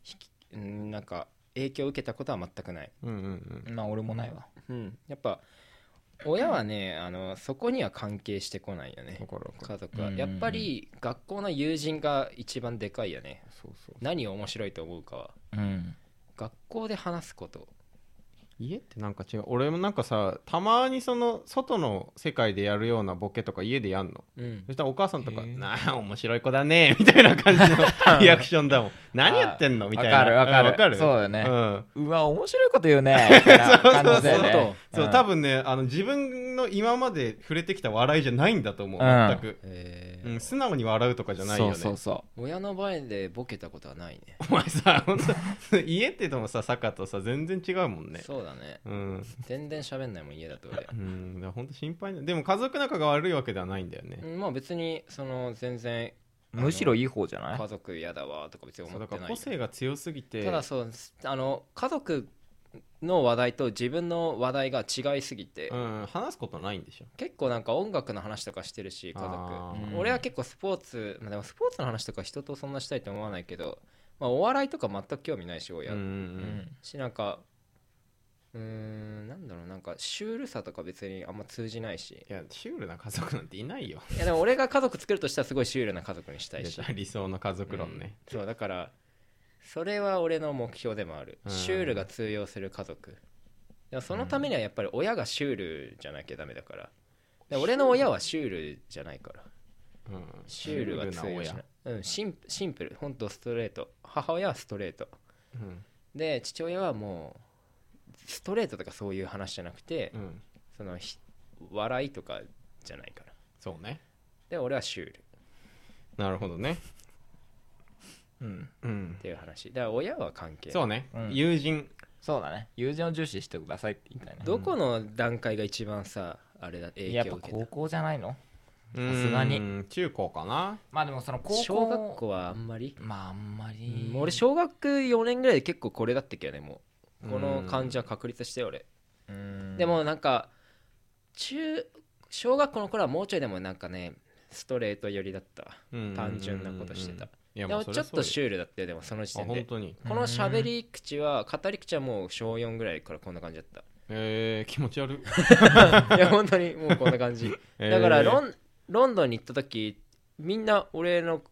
Speaker 3: 引きうんなんか影響を受けたことは全くない、
Speaker 2: うんうんうん
Speaker 1: あまあ俺もないわ
Speaker 3: うん、やっぱ親はねあのそこには関係してこないよね
Speaker 2: だから
Speaker 3: 家族は
Speaker 1: うん
Speaker 3: やっぱり学校の友人が一番でかいよね
Speaker 2: そうそう
Speaker 3: 何を面白いと思うかは
Speaker 1: うん
Speaker 3: 学校で話すこと
Speaker 2: 家ってなんか違う俺もなんかさたまにその外の世界でやるようなボケとか家でやんの
Speaker 3: うん
Speaker 2: そしたらお母さんとか
Speaker 1: へ
Speaker 2: 「
Speaker 1: ー
Speaker 2: なあ面白い子だね」みたいな感 じのリアクションだもん何やってんのみたいな
Speaker 1: わかるわかる
Speaker 2: うんわかる
Speaker 1: そうだよね
Speaker 2: ん
Speaker 1: うわ面白いこと言うねみたいな感じだよね
Speaker 2: そう多分ねあの自分の今まで触れてきた笑いじゃないんだと思う
Speaker 1: うん
Speaker 2: 全く
Speaker 3: えー
Speaker 2: うん素直に笑うとかじゃないよね
Speaker 1: そうそうそ
Speaker 3: 親の前でボケたことはないね
Speaker 2: お前さ 本当家ってのもさ坂とさ全然違うもんね
Speaker 3: そうだね
Speaker 2: うん
Speaker 3: 全然喋んないもん家だと 俺
Speaker 2: うんだからほんと心配なでも家族仲が悪いわけではないんだよ
Speaker 3: う
Speaker 2: ね
Speaker 3: んまあ別にその全然
Speaker 1: うむしろいい方じゃない
Speaker 3: 家族嫌だわとか別に
Speaker 2: そう
Speaker 3: 思
Speaker 2: だ
Speaker 3: って
Speaker 2: から
Speaker 3: ない
Speaker 2: 個性が強すぎて
Speaker 3: ただそうあの家族の話題と自分の話題が違いすぎて、
Speaker 2: うん話すことないんでしょ
Speaker 3: 結構なんか音楽の話とかしてるし家
Speaker 2: あ
Speaker 3: 族
Speaker 1: ー
Speaker 3: うん俺は結構スポーツ、まあ、でもスポーツの話とか人とそんなしたいと思わないけど、まあ、お笑いとか全く興味ないし
Speaker 2: う
Speaker 3: 親、
Speaker 2: んうん
Speaker 1: う
Speaker 2: うん
Speaker 1: ん
Speaker 3: しなんかうーんなんだろうなんかシュールさとか別にあんま通じないし
Speaker 2: いやシュールな家族なんていないよ
Speaker 3: いやでも俺が家族作るとしたらすごいシュールな家族にしたいし
Speaker 2: 理想の家族論ね
Speaker 3: そうだからそれは俺の目標でもある、
Speaker 2: うん
Speaker 3: シュールが通用する家族でもそのためにはやっぱり親がシュールじゃなきゃダメだからで俺の親はシュールじゃないから
Speaker 2: うん
Speaker 3: シュールは通用
Speaker 2: シュー
Speaker 3: しない
Speaker 2: ルな
Speaker 3: うん、シンシンプル本当ストレート母親はストレート
Speaker 2: 親うん
Speaker 3: で父親はもうストレートとかそういう話じゃなくて、
Speaker 2: うん
Speaker 3: そのひ笑いとかじゃないから
Speaker 2: そうね
Speaker 3: で俺はシュールっ
Speaker 2: なるほどね
Speaker 1: うん
Speaker 2: うん
Speaker 3: ていう話だから親は関係ない
Speaker 2: そうね
Speaker 1: うん
Speaker 2: 友人
Speaker 1: そうだね友情を重視してくださいって言いたいね
Speaker 3: どこの段階が一番さあれだ影
Speaker 1: やっ
Speaker 3: 響
Speaker 1: ぱ
Speaker 3: を受けた
Speaker 1: 高校じゃないの
Speaker 2: さ
Speaker 1: すがに
Speaker 2: 中高かな
Speaker 1: まあでもその高校
Speaker 3: 小学校はあんまり、
Speaker 1: まああんま
Speaker 3: う
Speaker 1: り
Speaker 3: ん俺小学4年ぐらいで結構これだったけどねもうこの感じ
Speaker 2: は
Speaker 3: は確立して俺、
Speaker 1: うん
Speaker 3: でもなんか中小学校の頃はもうちょいでもなんかねストレート寄りだったわ単純なことしてた
Speaker 2: いや
Speaker 3: で
Speaker 2: ま
Speaker 3: も
Speaker 2: あ
Speaker 3: ちょっとシ
Speaker 2: ュ
Speaker 3: ュールだったよでもその時点
Speaker 2: 本
Speaker 3: で
Speaker 2: 当に
Speaker 3: この喋り口は語り口はもう小4ぐらいからこんな感じだっ
Speaker 2: えー気持ち悪い
Speaker 3: たいや本当にもうこんな感じ だからロ
Speaker 2: ン
Speaker 3: ンロンドンに行った時みんな俺の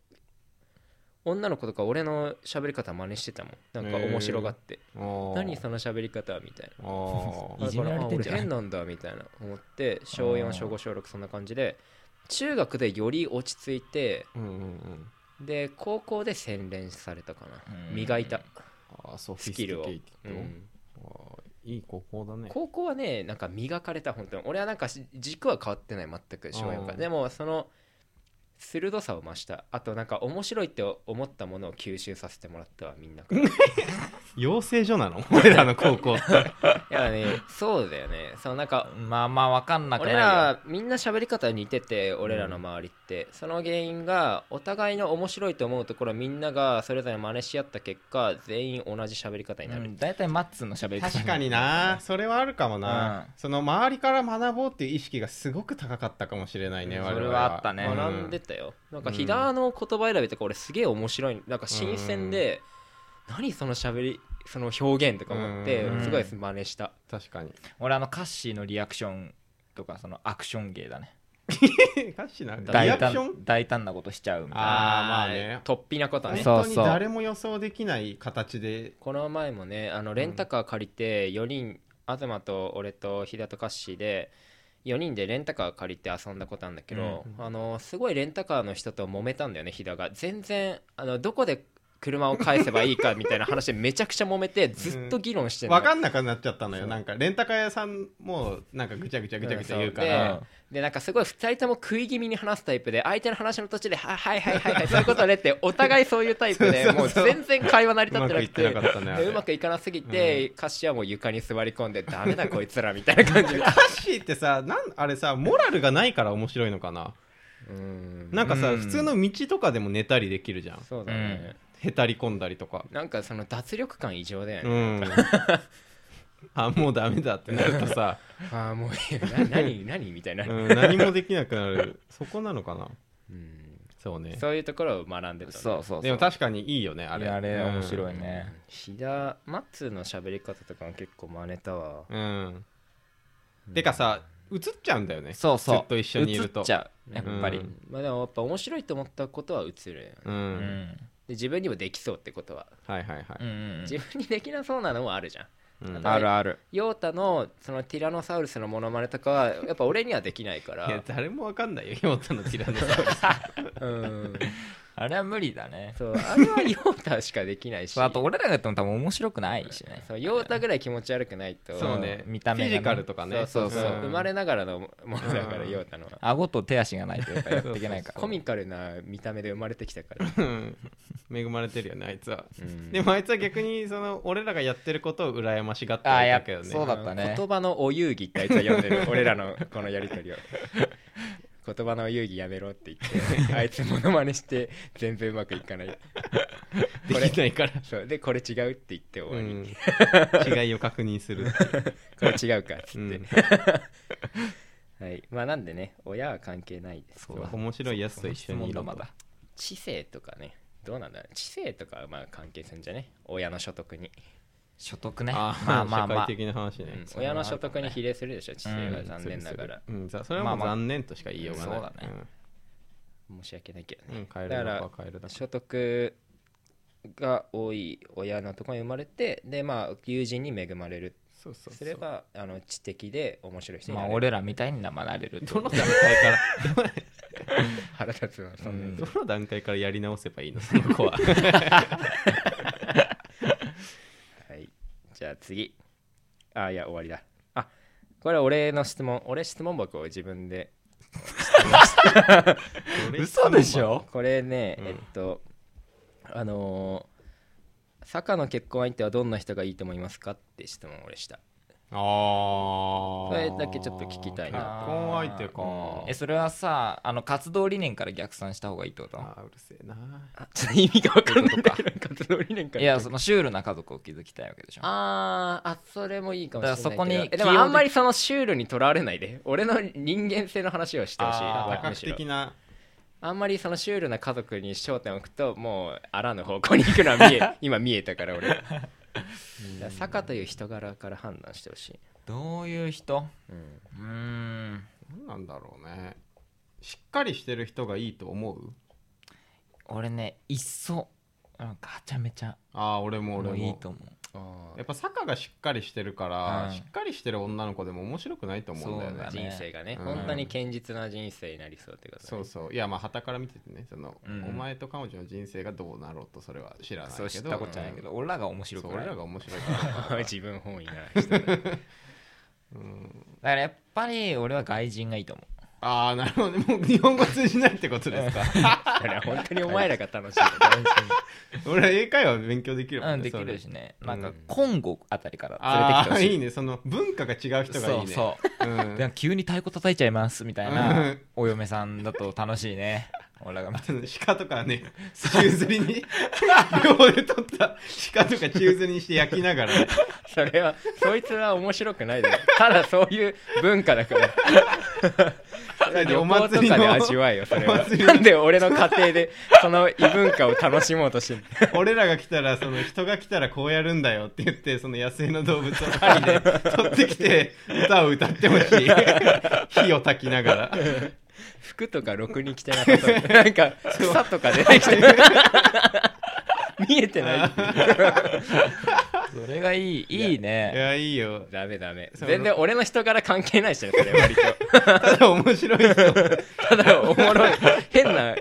Speaker 3: 女の子とか俺の喋り方真似してたもんなんか
Speaker 2: へー
Speaker 3: 面白がって、何
Speaker 2: 何
Speaker 3: その喋り方みたい
Speaker 2: あー
Speaker 3: ない
Speaker 1: じめられてんじゃん
Speaker 3: あ俺変なんだみたいな思って小
Speaker 1: あ
Speaker 3: 4
Speaker 1: ー
Speaker 3: 小5小6そんな感じで中学でより落ち着いて
Speaker 2: うんうんうん
Speaker 3: で高校で洗練されたかな
Speaker 1: うん
Speaker 3: 磨いた、
Speaker 2: あーソフィ
Speaker 3: ス
Speaker 2: ス
Speaker 3: キ
Speaker 2: ティ
Speaker 3: ルを
Speaker 2: ケイティッド
Speaker 3: うん
Speaker 2: あーいい高校だね
Speaker 3: 高校はねなんか磨かれた本当に俺はなんかし軸は変わってない全く小4から
Speaker 2: うん
Speaker 3: でもその鋭さを増したあとなんか面白いって思ったものを吸収させてもらったわみんな から
Speaker 2: 養成所なの 俺らの高校 って
Speaker 3: いやねそうだよねそのなんか
Speaker 1: まあまあわかんなくない
Speaker 3: 俺
Speaker 1: よ
Speaker 3: らみんな喋り方似てて俺らの周りって、その原因がお互いの面白いと思うところみんながそれぞれ真似し合った結果全員同じ喋り方になる、
Speaker 1: うん大体マッツンの喋り方
Speaker 2: 確かになそれはあるかもな、
Speaker 1: うん
Speaker 2: その周りから学ぼうっていう意識がすごく高かったかもしれないね、
Speaker 1: うん
Speaker 2: 我々
Speaker 1: それはあったね
Speaker 3: 学んでたよ、なんか飛騨の言葉選びとか俺すげえ面白いなんか新鮮で、何その喋りその表現とか思って、
Speaker 2: うん
Speaker 3: すごい真似した
Speaker 2: 確か に
Speaker 1: 俺あのカッシーのリアクションとかそのアクション芸だね
Speaker 2: 歌詞なんかリア
Speaker 1: 大
Speaker 2: クション
Speaker 1: 胆大胆なことしちゃうみたいな
Speaker 2: あーまあ
Speaker 3: あ
Speaker 2: ね
Speaker 3: 突飛なことはね
Speaker 1: そう
Speaker 2: 本当に誰も予想できない形で
Speaker 3: この前もねあのレンタカー借りて4人、東と俺と飛騨とカッシーで4人でレンタカー借りて遊んだことあるんだけど、
Speaker 2: うん
Speaker 3: あのすごいレンタカーの人と揉めたんだよね飛騨が全然あのどこで車を返せばいいかみたいな話でめちゃくちゃ揉めてずっと議論してんの
Speaker 2: 分かんなくなっちゃったのよ
Speaker 3: そう
Speaker 2: なんかレンタカー屋さんもなんかぐちゃぐちゃぐちゃぐちゃ言うか
Speaker 3: ん
Speaker 2: ら
Speaker 3: そうででなんかすごい2人とも食い気味に話すタイプで相手の話の途中で「ははいはいはいはいそういうことね」ってお互いそういうタイプで
Speaker 2: そう
Speaker 3: も
Speaker 2: そう
Speaker 3: う
Speaker 2: そう
Speaker 3: 全然会話成り
Speaker 2: う
Speaker 3: 立っ
Speaker 2: ま
Speaker 3: て
Speaker 2: くい
Speaker 3: な
Speaker 2: ってな
Speaker 3: く
Speaker 2: か
Speaker 3: て
Speaker 2: ったねあ
Speaker 3: で
Speaker 2: れ
Speaker 3: うまくいかなすぎて、カッシーはもう床に座り込んで「ダメだこいつら」みたいな感じで
Speaker 2: 歌詞ってさなんあれさモラルがないから面白いのかな
Speaker 3: うん
Speaker 2: なんかさ、
Speaker 1: うん
Speaker 2: 普通の道とかでも寝たりできるじゃん
Speaker 3: そうだね、
Speaker 2: へたり込んだりとか
Speaker 3: なんかその脱力感異常だよ
Speaker 2: う
Speaker 3: ね、
Speaker 2: んあもうダメだってなるとさ、
Speaker 3: ああもう いいな何何みたいな、
Speaker 2: うん、何もできなくなるそこなのかな
Speaker 3: うん
Speaker 2: そうね
Speaker 3: そういうところを学んでた、ね、
Speaker 1: そうそうそう
Speaker 2: でも確かにいいよねあ
Speaker 1: あ
Speaker 2: れ
Speaker 1: れあれ面
Speaker 2: い、
Speaker 1: 白いね、
Speaker 3: 飛騨マッツーの喋り方とかも結構真似たわ
Speaker 2: うんてかさ映っちゃうんだよね
Speaker 1: そうそう
Speaker 2: ずっと一緒にいると
Speaker 1: 映っちゃうやっぱり、
Speaker 2: う
Speaker 1: うんん
Speaker 3: まあでもやっぱ面白いと思ったことは映るよね
Speaker 2: うん、
Speaker 3: で自分にもできそうってことは、
Speaker 2: はいはいはい、
Speaker 1: うんうん
Speaker 3: 自分にできなそうなのもあるじゃん
Speaker 2: うん
Speaker 3: あの
Speaker 1: あるある
Speaker 3: ヨータのそのティラノサウルスのモノマネとかはやっぱ俺にはできない か
Speaker 2: いや
Speaker 3: ら
Speaker 2: 誰もわかんないよヨータのティラ ノサウルス
Speaker 3: うん
Speaker 1: あれは無理だね
Speaker 3: そうあれはヨータしかできないし
Speaker 1: そうあと俺らがやっても多分面白くないしね
Speaker 3: そうヨータぐらい気持ち悪くないと
Speaker 2: そうね
Speaker 1: 見た目がね
Speaker 2: フィジカルとかね
Speaker 3: そうそうそう
Speaker 2: うん
Speaker 3: 生まれながらのものだから、
Speaker 2: うん
Speaker 3: ヨータのは
Speaker 1: 顎と手足がないとやっぱやっていけないから
Speaker 3: コミカルな見た目で生まれてきたから、
Speaker 2: うん 恵まれてるよねあいつは
Speaker 3: うん
Speaker 2: でもあいつは逆にその俺らがやってることを羨ましがって
Speaker 1: あー
Speaker 2: はい
Speaker 1: や
Speaker 2: たけどね
Speaker 1: そうだったね
Speaker 3: 言葉のお遊戯ってあいつは読んでる俺らのこのやり取りを言葉のお遊戯やめろって言ってあいつモノマネして全然うまくいかないこれ
Speaker 2: できないから、
Speaker 3: そうでこれ違うって言って終 わり、
Speaker 2: うん違いを確認するっていう
Speaker 3: これ違うかっつって、
Speaker 2: うん
Speaker 3: はいまあなんでね親は関係ないです
Speaker 2: そう面白いやつと一緒にいろ
Speaker 1: まだ
Speaker 3: 知性とかねどうなんだろう知性とかはまあ関係するんじゃね親の所得に、
Speaker 1: 所得ね
Speaker 2: あー
Speaker 1: まあまあま
Speaker 2: 社
Speaker 1: あ
Speaker 2: 会的な話ね、
Speaker 3: うん
Speaker 1: それは
Speaker 3: 親
Speaker 1: あるかもね
Speaker 3: の所得に比例するでしょ知性
Speaker 1: う
Speaker 3: は
Speaker 1: ん
Speaker 3: 残念ながら、
Speaker 2: うん、ざそれはもう
Speaker 1: まあまあ
Speaker 2: 残念としか言いようがない、
Speaker 1: そうだね
Speaker 3: 申し訳ないけどね、
Speaker 2: うん、うん、変え
Speaker 3: だか
Speaker 2: る
Speaker 3: ら
Speaker 2: のか変えるだけ
Speaker 3: 所得が多い親のところに生まれてでまあ友人に恵まれる
Speaker 2: そうそうそう
Speaker 3: すればあの知的で面白い人に
Speaker 1: ま
Speaker 3: な
Speaker 1: あ
Speaker 3: れる、
Speaker 1: 俺らみたいに生なれる
Speaker 2: ど
Speaker 1: と
Speaker 2: の段階から
Speaker 3: 腹立つわそんなやつ
Speaker 2: どの段階からやり直せばいいのそ の子は
Speaker 3: はいじゃあ次あいや終わりだあこれは俺の質問俺質問箱を自分で
Speaker 1: 嘘でしょ
Speaker 3: これね、
Speaker 2: うん
Speaker 3: えっとあのー、坂の結婚相手はどんな人がいいと思いますかって質問を俺した
Speaker 2: ああ
Speaker 3: それだけちょっと聞きたい
Speaker 2: 結
Speaker 3: な
Speaker 2: 婚相手か
Speaker 1: うんえそれはさあの活動理念から逆算した方がいいってこと
Speaker 2: あーうるせえな
Speaker 3: あちょっと意味が分かんないんだけど活動理念から
Speaker 1: いやそのシュールな家族を築きたいわけでしょ
Speaker 3: あーあそれもいいかもしれないけど
Speaker 1: だからそこに
Speaker 3: えで
Speaker 1: 起用
Speaker 3: も
Speaker 1: で
Speaker 3: あんまりそのシュールにとらわれないで俺の人間性の話をしてほしい
Speaker 1: あー
Speaker 2: 多
Speaker 3: わ
Speaker 2: 角
Speaker 3: むしろ
Speaker 2: 的な
Speaker 3: あんまりそのシュールな家族に焦点を置くともうあらぬ方向に行くのは 見え今見えたから俺だから坂という人柄から判断してほしい、
Speaker 1: どういう人
Speaker 3: う
Speaker 1: う
Speaker 3: ん
Speaker 1: ーん
Speaker 2: 何なんだろうねしっかりしてる人がいいと思う
Speaker 1: 俺ねいっそガチャめちゃ
Speaker 2: ああ俺も俺
Speaker 1: も
Speaker 2: も
Speaker 1: ういいと思う
Speaker 2: やっぱ坂がしっかりしてるか
Speaker 1: う
Speaker 2: ら、
Speaker 1: ん
Speaker 2: しっかりしてる女の子でも面白くないと思うんだよ
Speaker 1: そう
Speaker 2: ね
Speaker 1: だね
Speaker 3: 人生がね、
Speaker 2: うん
Speaker 3: 本当に堅実な人生になりそうってこと、ね、
Speaker 2: そうそういやまあ旗から見ててねその、
Speaker 1: うん
Speaker 2: お前と彼女の人生がどうなろうとそれは知らないけ
Speaker 1: そう
Speaker 2: ど
Speaker 1: 知ったことないけ
Speaker 2: ど、
Speaker 1: ど俺らが面白
Speaker 2: そ
Speaker 1: く
Speaker 2: う
Speaker 1: ない
Speaker 2: 俺らが面白いから
Speaker 3: 自分本位な人だね
Speaker 1: だからやっぱり俺は外人がいいと思う
Speaker 2: ああなるほどねもう日本語通じないってことで すか
Speaker 3: それは本当にお前らが楽しい楽し
Speaker 2: 俺は英会話勉強できるもんね
Speaker 1: うん、でき
Speaker 2: それ
Speaker 1: るしねなん
Speaker 2: う
Speaker 1: か
Speaker 2: ん
Speaker 1: コンゴあたりから
Speaker 2: あ
Speaker 1: 連れてき
Speaker 2: あ
Speaker 1: て
Speaker 2: い
Speaker 1: ほし
Speaker 2: い
Speaker 1: い
Speaker 2: ねその文化が違う人がいいね
Speaker 1: そうそう
Speaker 2: う、ん、
Speaker 1: で急に太鼓叩いちゃいますみたいうなんお嫁さんだと楽しいね俺 が見て
Speaker 2: あの鹿とかね宙吊 りに秒で取った鹿とか宙吊りにして焼きながらね
Speaker 3: それはそいつは面白くないだろただそういう文化だから旅
Speaker 2: お
Speaker 3: 行と
Speaker 2: 祭り
Speaker 3: かで
Speaker 2: の
Speaker 3: 味わえよそれ
Speaker 2: お
Speaker 3: は
Speaker 2: 祭り
Speaker 3: なんで俺の家庭でその異文化を楽しもう としてる
Speaker 2: 俺らが来たらその人が来たらこうやるんだよって言ってその野生の動物を針で取ってきて歌を歌っ てほしい火を焚きながら
Speaker 3: 服とかろくに着て なかったなんか草とか出てきて見えてない
Speaker 1: それがいいいい
Speaker 2: い
Speaker 1: ね
Speaker 2: やいいよ
Speaker 3: ダメダメ
Speaker 2: その
Speaker 3: 全然俺の人柄関係ないしねそれ割と
Speaker 2: ただ面白い人
Speaker 3: ただおもろい変な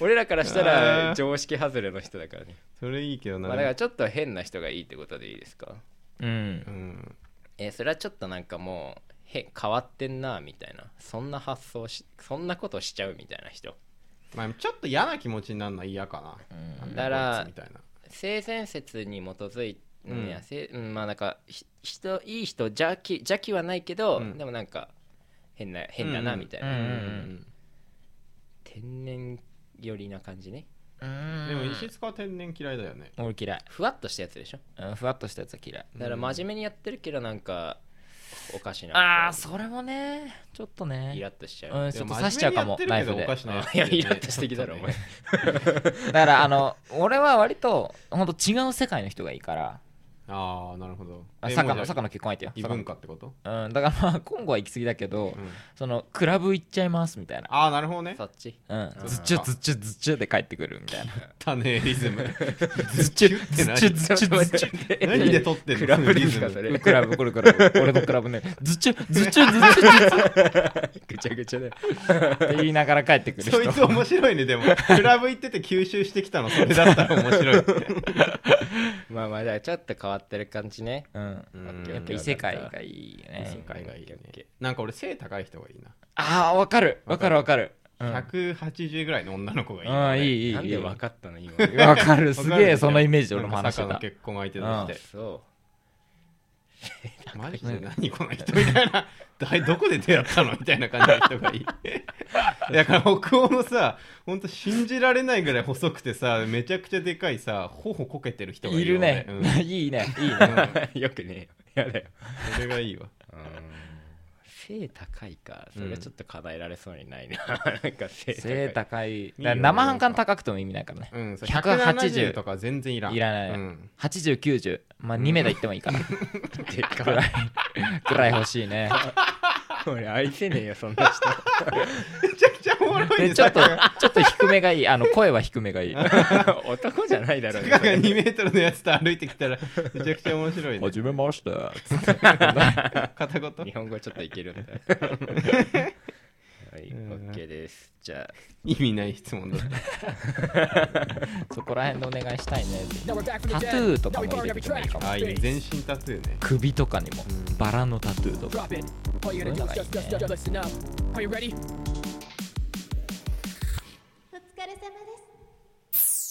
Speaker 3: 俺らからした
Speaker 2: あ
Speaker 3: ら
Speaker 2: ー
Speaker 3: 常識外れの人だからね、
Speaker 2: それいいけどな、
Speaker 3: まあ、だからちょっと変な人がいいってことでいいですか
Speaker 1: うん
Speaker 2: うん、
Speaker 3: えーそれはちょっとなんかもうへ変わってんなみたいなそんな発想しそんなことしちゃうみたいな人
Speaker 2: まあちょっと嫌な気持ちになるのは嫌かな、
Speaker 3: だから
Speaker 2: みたいな
Speaker 3: 性善説に基づいて、
Speaker 2: うん
Speaker 3: いやせうんまあなんかひ人いい人邪気邪気はないけど、
Speaker 2: うん
Speaker 3: でもなんか変な変だなみたいな、
Speaker 1: うん
Speaker 3: 天然寄りな感じね
Speaker 2: うんでも石塚は天然嫌いだよね
Speaker 1: 俺嫌い
Speaker 3: ふわっとしたやつでしょ
Speaker 1: うんふわっとしたやつは嫌い
Speaker 3: だから真面目にやってるけどなんかおかしな
Speaker 1: ああそれもねちょっとね
Speaker 3: イラッとしちゃう、
Speaker 1: うん、ちょっと刺しちゃうかも、
Speaker 2: で
Speaker 1: ナイ
Speaker 2: 真
Speaker 1: フ
Speaker 2: 面目に
Speaker 1: で
Speaker 2: や。ってるけどおかし
Speaker 3: い
Speaker 2: なや
Speaker 3: や
Speaker 2: つ
Speaker 3: イラッとしてきたろお前
Speaker 1: だから、あの、 俺は割と、本当違う世界の人がいいから、あ
Speaker 2: ああなるほど
Speaker 1: あ
Speaker 2: え
Speaker 1: サッカー
Speaker 2: も
Speaker 1: の
Speaker 2: うじ
Speaker 1: サ
Speaker 2: ゃ
Speaker 1: ッカーの結婚相手よ。
Speaker 2: 異
Speaker 1: サッカー
Speaker 2: 文化ってこと、
Speaker 1: のうん、だからまあ、今後は行き過ぎだけど、
Speaker 2: うん
Speaker 1: その、クラブ行っちゃいますみたいな。
Speaker 2: ああなるほどね
Speaker 3: そっち
Speaker 1: うん、ずっちゅずっちゅずっちゅで帰ってくるみたいな。
Speaker 2: 種リ ズム
Speaker 1: ずっちゅ
Speaker 2: ずっち
Speaker 1: ずってちゅ
Speaker 2: ゅっ
Speaker 1: ずっちゅずっちゅ。
Speaker 2: 何で取 ってんの
Speaker 3: クラブ
Speaker 2: リ
Speaker 3: で
Speaker 2: ズ
Speaker 3: すかそ
Speaker 2: ム
Speaker 3: れ
Speaker 1: クラブ、これクラブ。俺のクラブね。ずっちゅずっちゅずっちゅずっちゅ
Speaker 3: ぐちゃぐちゃだよ
Speaker 1: って言いながら帰ってくる人。
Speaker 2: そいつ面白いね でもクラブ行ってて吸収してきたのそれだったら面白い
Speaker 3: まあまあだからちょっと変わってる感じね
Speaker 1: うん。
Speaker 2: うん
Speaker 1: やっぱ異世界がいいよね。
Speaker 2: 海外いいね
Speaker 3: オッケーオッケ
Speaker 2: なんか俺背高い人がいいな、
Speaker 1: ああ、わかる。わかるわかる。うん
Speaker 2: 180ぐらいの女の子がいいな
Speaker 1: うん、いいいいいい。
Speaker 3: なんで分かったの今
Speaker 1: わかる
Speaker 2: わか
Speaker 1: す
Speaker 2: る
Speaker 1: げえそのイメージで俺も
Speaker 2: なんか
Speaker 1: 話し
Speaker 2: サ
Speaker 1: て
Speaker 2: ッカーの
Speaker 1: た
Speaker 2: 結婚相手として、
Speaker 3: そ
Speaker 2: マジで何この人みたい なだいどこで出会ったのみたいな感じの人がいいだから北欧のさほんと信じられないぐらい細くてさめちゃくちゃでかいさ頬こけてる人がい
Speaker 1: い
Speaker 2: る
Speaker 1: る
Speaker 2: よ
Speaker 1: ね
Speaker 2: 俺うん
Speaker 1: いいねいいね
Speaker 3: うよくねえよやだよ
Speaker 2: それがいいわ
Speaker 3: 背高いか
Speaker 2: う
Speaker 3: そ
Speaker 2: ん
Speaker 3: れはちょっと課題られそうにない ななんか背高い
Speaker 1: 背高いだ
Speaker 2: ね
Speaker 1: から生半可高くても意味ないからね
Speaker 2: うん、そう
Speaker 1: 180
Speaker 2: 170とか全然いらん
Speaker 1: いらない
Speaker 2: うん、
Speaker 1: 8090まあ2メーターいってもいいから
Speaker 3: で
Speaker 1: ぐ
Speaker 3: からい
Speaker 1: いぐらい欲しいね
Speaker 3: 俺愛せねえよそん な人
Speaker 2: めちゃくちゃおもろいね
Speaker 1: でちょっと
Speaker 2: サッカー
Speaker 1: ちょっと低めがいいあの声は低めがいい
Speaker 3: 男じゃないだろうね
Speaker 2: が2メートルのやつと歩いてきたらめちゃくちゃ面白いね
Speaker 1: 始めました
Speaker 2: 片言
Speaker 3: 日本語ちょっといけるんだはい
Speaker 2: うん
Speaker 3: OK ですじゃあ
Speaker 2: 意味ない質問だった
Speaker 1: そこら辺でお願いしたいねタトゥーとかも入れててもいいかも
Speaker 2: ああいいね全身タトゥーね
Speaker 1: 首とかにもバラのタトゥーとか
Speaker 4: Drop it. All you gotta do is just, just, just listen up. Are you ready?
Speaker 5: お疲れ様です。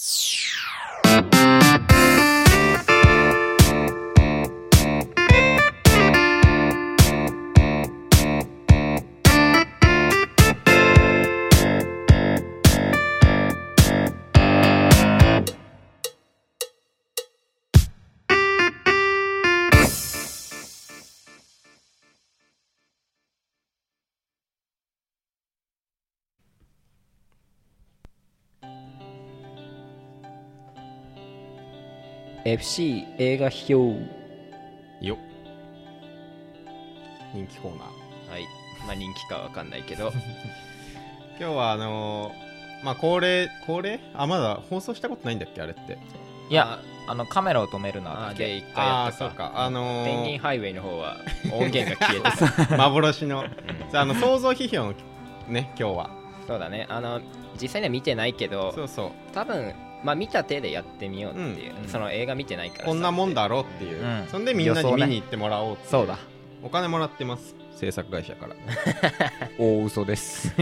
Speaker 3: FC 映画表
Speaker 2: よっ人気コーナー
Speaker 3: はいまあ人気かわかんないけど
Speaker 2: 今日はあのーまあ恒例恒例あまだ放送したことないんだっけあれって
Speaker 1: いやあのカメラを止めるのは
Speaker 3: あ
Speaker 1: だけ
Speaker 3: で一回や
Speaker 2: あー
Speaker 3: っ
Speaker 2: そ
Speaker 3: た
Speaker 2: う
Speaker 3: か
Speaker 2: かあのー
Speaker 3: ペンギンハイウェイの方は音源が消えてた
Speaker 2: 幻のさああの想像批評のね今日は
Speaker 3: そうだねあの実際には見てないけど
Speaker 2: そうそう
Speaker 3: 多分まあ見た手でやってみようっていう、
Speaker 1: うん
Speaker 3: その映画見てないからさ
Speaker 2: こんなもんだろうっていう、
Speaker 1: うん
Speaker 2: そんでみんなに
Speaker 1: 予想
Speaker 2: 見
Speaker 1: ね
Speaker 2: に行ってもらおうっていう
Speaker 1: そうだ
Speaker 2: お金もらってます制作会社から
Speaker 1: 大嘘です。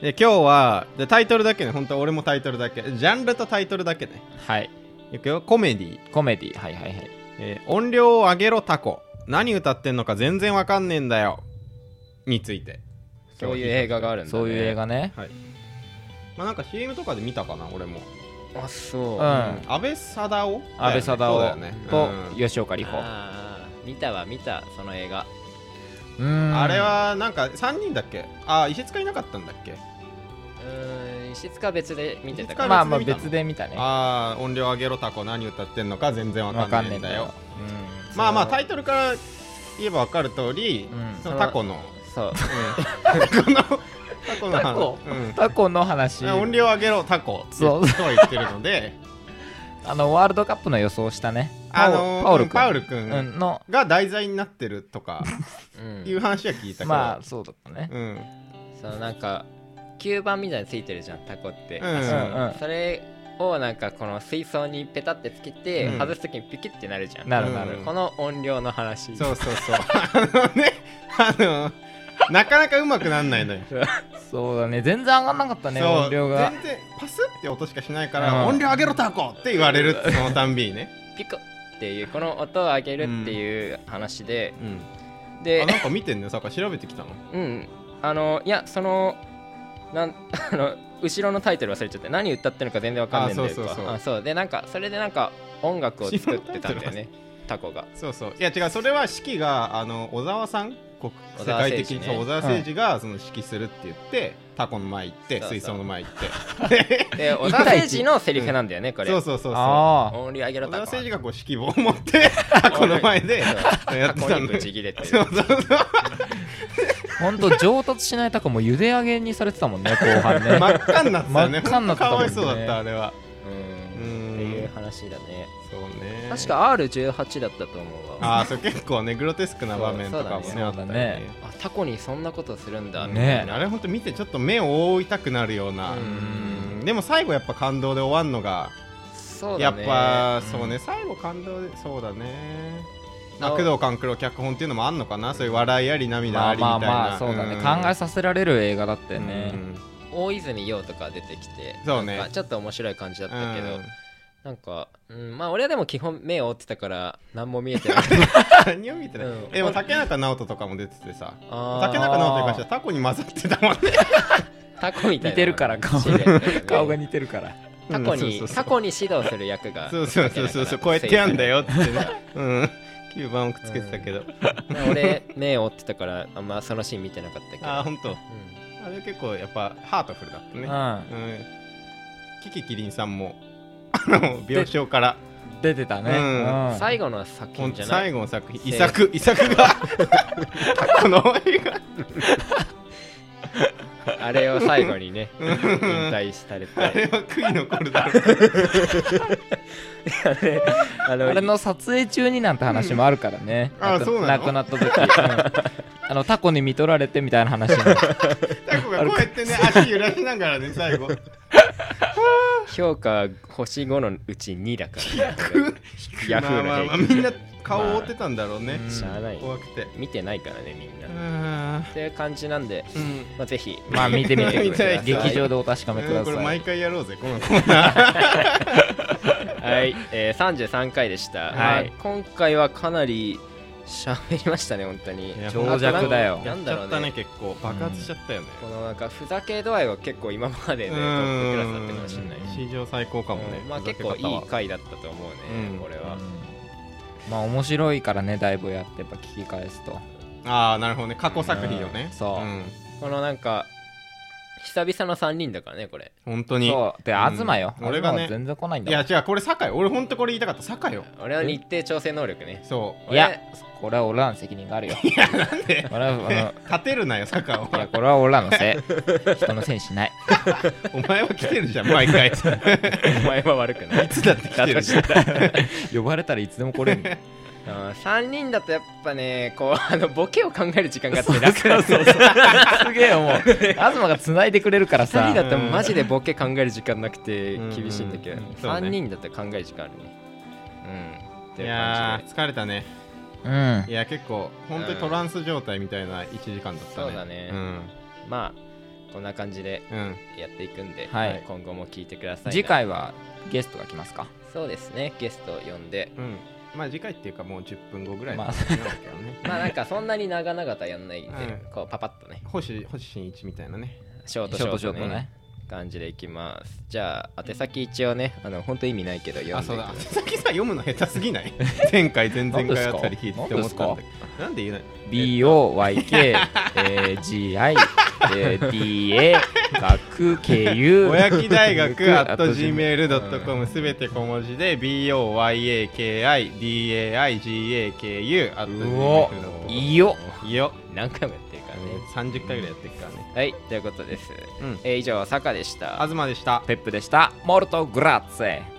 Speaker 2: で今日はでタイトルだけね本当は俺もタイトルだけジャンルとタイトルだけね
Speaker 1: はい。
Speaker 2: いくよコメディ、
Speaker 1: コメディはいはいはい。
Speaker 2: えー音量を上げろタコ何歌ってんのか全然わかんねえんだよについて
Speaker 3: そういう映画があるんだ、ね、
Speaker 1: そういう映画ね。
Speaker 2: はいまあなんか CM とかで見たかな俺も、
Speaker 3: あそう、
Speaker 1: うん。
Speaker 3: あ
Speaker 2: 安倍貞夫
Speaker 1: 安倍貞
Speaker 2: そうだ
Speaker 1: 夫
Speaker 2: よね
Speaker 1: と
Speaker 2: うん
Speaker 1: 吉岡里帆。
Speaker 3: あ見たわ見たその映画
Speaker 1: うん
Speaker 2: あれはなんか3人だっけあ石塚いなかったんだっけ
Speaker 3: うーん石塚は別で見てた
Speaker 2: 石
Speaker 3: から
Speaker 2: 塚
Speaker 1: まあまあ別
Speaker 2: 別
Speaker 1: で見たね。
Speaker 2: ああ音量上げろタコ何歌ってんのか全然わ
Speaker 1: わ
Speaker 2: か
Speaker 1: か
Speaker 2: ん
Speaker 1: んねえ
Speaker 2: ねえん
Speaker 1: ん
Speaker 2: だ
Speaker 1: だ
Speaker 2: よ
Speaker 1: よ。
Speaker 2: まあまあタイトルから言えばわかる通り、
Speaker 1: うん
Speaker 2: そのタコの
Speaker 3: そう
Speaker 2: タコのタコの
Speaker 1: タコ
Speaker 2: うん
Speaker 1: タコの話、
Speaker 2: 音量上げろタコって
Speaker 1: そう
Speaker 2: 人は言ってるので
Speaker 1: あのワールドカップの予想したね。
Speaker 2: あのー
Speaker 1: パオ
Speaker 2: う
Speaker 1: ル
Speaker 2: んパ
Speaker 1: パ
Speaker 2: ウ
Speaker 1: オ
Speaker 2: ル
Speaker 1: ル
Speaker 2: 君
Speaker 1: 君うんの、
Speaker 2: が題材になってるとか
Speaker 3: うん
Speaker 2: いう話は聞いたけど、
Speaker 1: まあそうだったね。
Speaker 2: うん、
Speaker 3: そのなんか吸盤みたいについてるじゃんタコって、
Speaker 2: うん
Speaker 3: 足に
Speaker 1: うんうん
Speaker 3: それをなんかこの水槽にペタってつけて、
Speaker 2: うん
Speaker 3: 外す時にピキってなるじゃん
Speaker 1: なるなる
Speaker 2: うん
Speaker 3: この音量の話
Speaker 2: そうそうそうあのねあのなかなかうまくなんないのよ
Speaker 1: そうだね。全然上がんなかったね、
Speaker 2: そう
Speaker 1: 音量が。
Speaker 2: 全然パスって音しかしないから、
Speaker 1: うん
Speaker 2: 音量上げろタコって言われるそのたんびにね、
Speaker 3: ピコっていうこの音を上げるっていう話で、
Speaker 2: うん、
Speaker 3: で
Speaker 2: あなんか見てんねさか調べてきたの
Speaker 3: うんあのいやそのなん あの後ろのタイトル忘れちゃって何歌ってるのか全然わかんないんだよ
Speaker 2: あそうそうそう
Speaker 3: とかあそうでなんかそれでなんか音楽を作ってたんだよねタコが
Speaker 2: そうそういや違うそれは指揮があの小沢さん国世
Speaker 3: 小沢
Speaker 2: 界
Speaker 3: 誠
Speaker 2: 的に
Speaker 3: 二ね
Speaker 2: そう小沢誠二がその指揮するって言って、タコの前行って
Speaker 3: そうそう
Speaker 2: 水槽の前行って
Speaker 3: で小田誠二のセリフなんだよねこれ
Speaker 2: そうそうそうそう小
Speaker 1: ああ。
Speaker 3: 音量上げろ
Speaker 2: 沢
Speaker 3: タコ
Speaker 2: 誠二がこう指揮棒を持って タコの前でや
Speaker 3: タ
Speaker 2: って
Speaker 3: コ
Speaker 2: た
Speaker 3: に
Speaker 2: ん
Speaker 3: ぶ
Speaker 2: で
Speaker 3: ち切れて
Speaker 2: そう
Speaker 3: る
Speaker 2: そうそう
Speaker 1: ほんと上達しないタコも茹で上げにされてたもん ね、後半ね。
Speaker 2: 真っ赤になってたよ
Speaker 1: 真
Speaker 2: ね
Speaker 1: っ赤になってた
Speaker 2: ほ
Speaker 1: もんね
Speaker 2: んとかわいそうだったあれは
Speaker 3: う
Speaker 2: うん
Speaker 3: って
Speaker 2: ー
Speaker 3: いうん話だね
Speaker 2: そうね
Speaker 3: 確か R18 だったと思うわ
Speaker 2: ああそう結構ねグロテスクな場面とかもね
Speaker 3: そう
Speaker 1: そう
Speaker 2: あ
Speaker 1: だね
Speaker 2: ったよ
Speaker 3: あタコにそんなことするんだ
Speaker 1: ね
Speaker 3: みたい
Speaker 2: ね
Speaker 3: な
Speaker 2: あれほんと見てちょっと目を覆いたくなるような
Speaker 3: う
Speaker 2: うんでも最後やっぱ感動で終わるのが
Speaker 3: そう
Speaker 2: や
Speaker 3: だ
Speaker 2: っ
Speaker 3: ね
Speaker 2: ぱ
Speaker 1: うん
Speaker 2: そうね、最後感動でそうだねまあ
Speaker 3: あ
Speaker 2: 工藤官九郎脚本っていうのもあんのかなそういう笑いあり涙
Speaker 1: ま
Speaker 2: あ
Speaker 1: あ
Speaker 2: りみた
Speaker 1: ま
Speaker 2: い
Speaker 1: あ
Speaker 2: な、
Speaker 1: まあ、そうだね。
Speaker 2: ん
Speaker 1: 考えさせられる映画だったよね。
Speaker 2: うん
Speaker 3: 大泉洋とか出てきて
Speaker 2: そうね
Speaker 3: なんかちょっと面白い感じだったけど、
Speaker 2: うん
Speaker 3: なんか、うん、まあ俺はでも基本目を覆ってたから何も見えて ない
Speaker 2: 何を見てない、
Speaker 3: うん
Speaker 2: でも竹中直人とかも出ててさ
Speaker 3: あ
Speaker 2: 竹
Speaker 3: ー
Speaker 2: 中直人に関してはタコに混ざってたもんね
Speaker 3: タコみたいな
Speaker 1: 似てるから顔
Speaker 3: シルエッ ト
Speaker 1: 顔が似てるから。
Speaker 3: タコ
Speaker 2: うん
Speaker 3: に
Speaker 2: そうそうそう
Speaker 3: タコに指導する役が
Speaker 2: そうそうそうそうそうこうやってやんだよって ねうん吸盤をくっつけてたけど、
Speaker 3: 俺目を覆ってたからあんまそのシーン見てなかったけど
Speaker 2: ああほんと
Speaker 3: う
Speaker 2: あれ結構やっぱハートフルだったね
Speaker 1: う
Speaker 2: うんキキキリンさんも あの病床から
Speaker 1: ん。出てたね。
Speaker 2: うん
Speaker 1: うん
Speaker 3: ん最後の作
Speaker 2: ほん
Speaker 3: 品じ
Speaker 2: と
Speaker 3: ゃな
Speaker 2: 最
Speaker 3: い
Speaker 2: 後の作品
Speaker 3: せ
Speaker 2: 遺
Speaker 3: ー
Speaker 2: 作遺作がこの映画
Speaker 3: あれを最後 にね引退され
Speaker 2: あれ
Speaker 3: て
Speaker 2: は悔い残るだろう
Speaker 3: あの
Speaker 1: あれの撮影中になんて話もあるからね。
Speaker 2: うんあそうなの
Speaker 1: 亡くなった時、うんあのタコに見取られてみたいな話も。
Speaker 2: タコがこうやってね足揺らしながらね最後
Speaker 3: 評価星5のうち2だからね ヤフ
Speaker 2: まあ
Speaker 3: ー
Speaker 2: まあまあ
Speaker 3: の
Speaker 2: みん
Speaker 3: 平
Speaker 2: な顔を覆ってたんだろうね
Speaker 3: 均しゃあない
Speaker 2: 怖くて
Speaker 3: 見てないからねみんな
Speaker 2: う
Speaker 3: っ
Speaker 2: ん
Speaker 3: ていう感じなんで
Speaker 2: うん
Speaker 3: まあぜひ
Speaker 1: まあ見てみて
Speaker 2: 見
Speaker 1: く
Speaker 2: たい
Speaker 1: ださい。
Speaker 2: 人は
Speaker 1: 劇場でお確かめく
Speaker 2: う
Speaker 1: だ
Speaker 2: んこ
Speaker 1: さ
Speaker 2: れ毎
Speaker 1: い。
Speaker 2: 回やろうぜこのコ ーナー
Speaker 3: はい、えー、33回でした、
Speaker 1: はい
Speaker 3: まあ今回はかなり喋りましたね本当に
Speaker 2: いや
Speaker 1: 長尺だよ
Speaker 3: な
Speaker 2: や
Speaker 3: ん
Speaker 2: っち
Speaker 3: だ
Speaker 2: ゃ
Speaker 3: ろ
Speaker 2: った
Speaker 3: う
Speaker 2: ね
Speaker 3: ね
Speaker 2: 結構爆発しちゃったよね
Speaker 3: このなんかふざけ度合いは結構今まででトップクラスだったかもしれないし、
Speaker 2: 史上最高かもね
Speaker 3: うんまあ結構いい回だったと思うね、
Speaker 2: うん
Speaker 3: これ
Speaker 1: う
Speaker 3: は、
Speaker 1: んまあ面白いからね、だいぶやってやっぱ聞き返すと。
Speaker 2: ああなるほどね過去作品よね
Speaker 1: うんそうん
Speaker 3: このなんか久々の3人だからねこれ
Speaker 2: 本当に
Speaker 1: そう。で、
Speaker 2: うん
Speaker 1: 東よ。
Speaker 2: 俺がね
Speaker 1: 東は全然来ないん
Speaker 2: い
Speaker 1: だも
Speaker 2: や
Speaker 1: ん。
Speaker 2: 違うこれ酒井俺本当これ言いたかった酒井よ
Speaker 3: 俺は日程調整能力ね
Speaker 2: そう
Speaker 1: いや、これは俺らの責任があるよ。いや、なんでこれはあの、い
Speaker 2: 立てるなよ酒井を
Speaker 1: や、これは俺らのせい。人のせいにしない。
Speaker 2: お前は来てるじゃん 毎回い
Speaker 3: お前は悪くない
Speaker 2: つだって来てるじゃん
Speaker 1: 呼ばれたらいつでも来れる。
Speaker 3: 3人だとやっぱねこうあのボケを考える時間があって楽なんですよ
Speaker 1: すげえ思う。東が繋いでくれるから
Speaker 3: 2
Speaker 1: さ。
Speaker 3: 人だとマジでボケ考える時間なくて
Speaker 2: うん
Speaker 3: 厳しいんだけど、
Speaker 2: うんうんそうね
Speaker 3: 3人だと考える時間あるねうんって
Speaker 2: い
Speaker 3: いう
Speaker 2: や
Speaker 3: 感
Speaker 2: ー疲れたね
Speaker 3: じで
Speaker 1: うん
Speaker 2: いや結構本当にトランス状態みたいな1時間だったね、
Speaker 3: そうだねまあこんな感じで
Speaker 2: うん、うん、
Speaker 3: やっていくんで、
Speaker 1: はい
Speaker 3: はい今後も聞いてくださいな
Speaker 1: 次回はゲストが来ますか
Speaker 3: そうですねゲストを呼んで
Speaker 2: うん、まあ次回っていうかもう10分後ぐらい
Speaker 1: まあ
Speaker 2: なんだけどね、
Speaker 3: まあなんかそんなに長々とやんないんで、
Speaker 2: うん
Speaker 3: こうパパッとね
Speaker 2: 星星新一みたいなね
Speaker 3: ショートシ
Speaker 1: ショ
Speaker 3: ョ
Speaker 1: ート
Speaker 3: ート
Speaker 1: ショート
Speaker 3: ね
Speaker 1: ね
Speaker 3: 感じでいきますじゃあ宛先一応ねあの本当意味ないけど読んで
Speaker 2: あそうだ
Speaker 3: くださ
Speaker 2: さ
Speaker 3: い
Speaker 2: っきさ読むの下手すぎない 前回前々回あたり聞いてて思ったんだけどなんで言えない
Speaker 1: BOYKGIDA 学 KU
Speaker 2: おやき大学 at gmail.com すべて小文字で boyakidaigagaku at
Speaker 1: うお
Speaker 2: gmail.com
Speaker 1: いいよ
Speaker 2: いいよ
Speaker 3: 何回もやってるか
Speaker 2: あ
Speaker 3: らね
Speaker 2: の、30回ぐらいやってるからね
Speaker 3: はいということです、
Speaker 2: うん
Speaker 3: えー以上さかでした
Speaker 2: 東でした
Speaker 1: ペップでしたモルトグラッツェ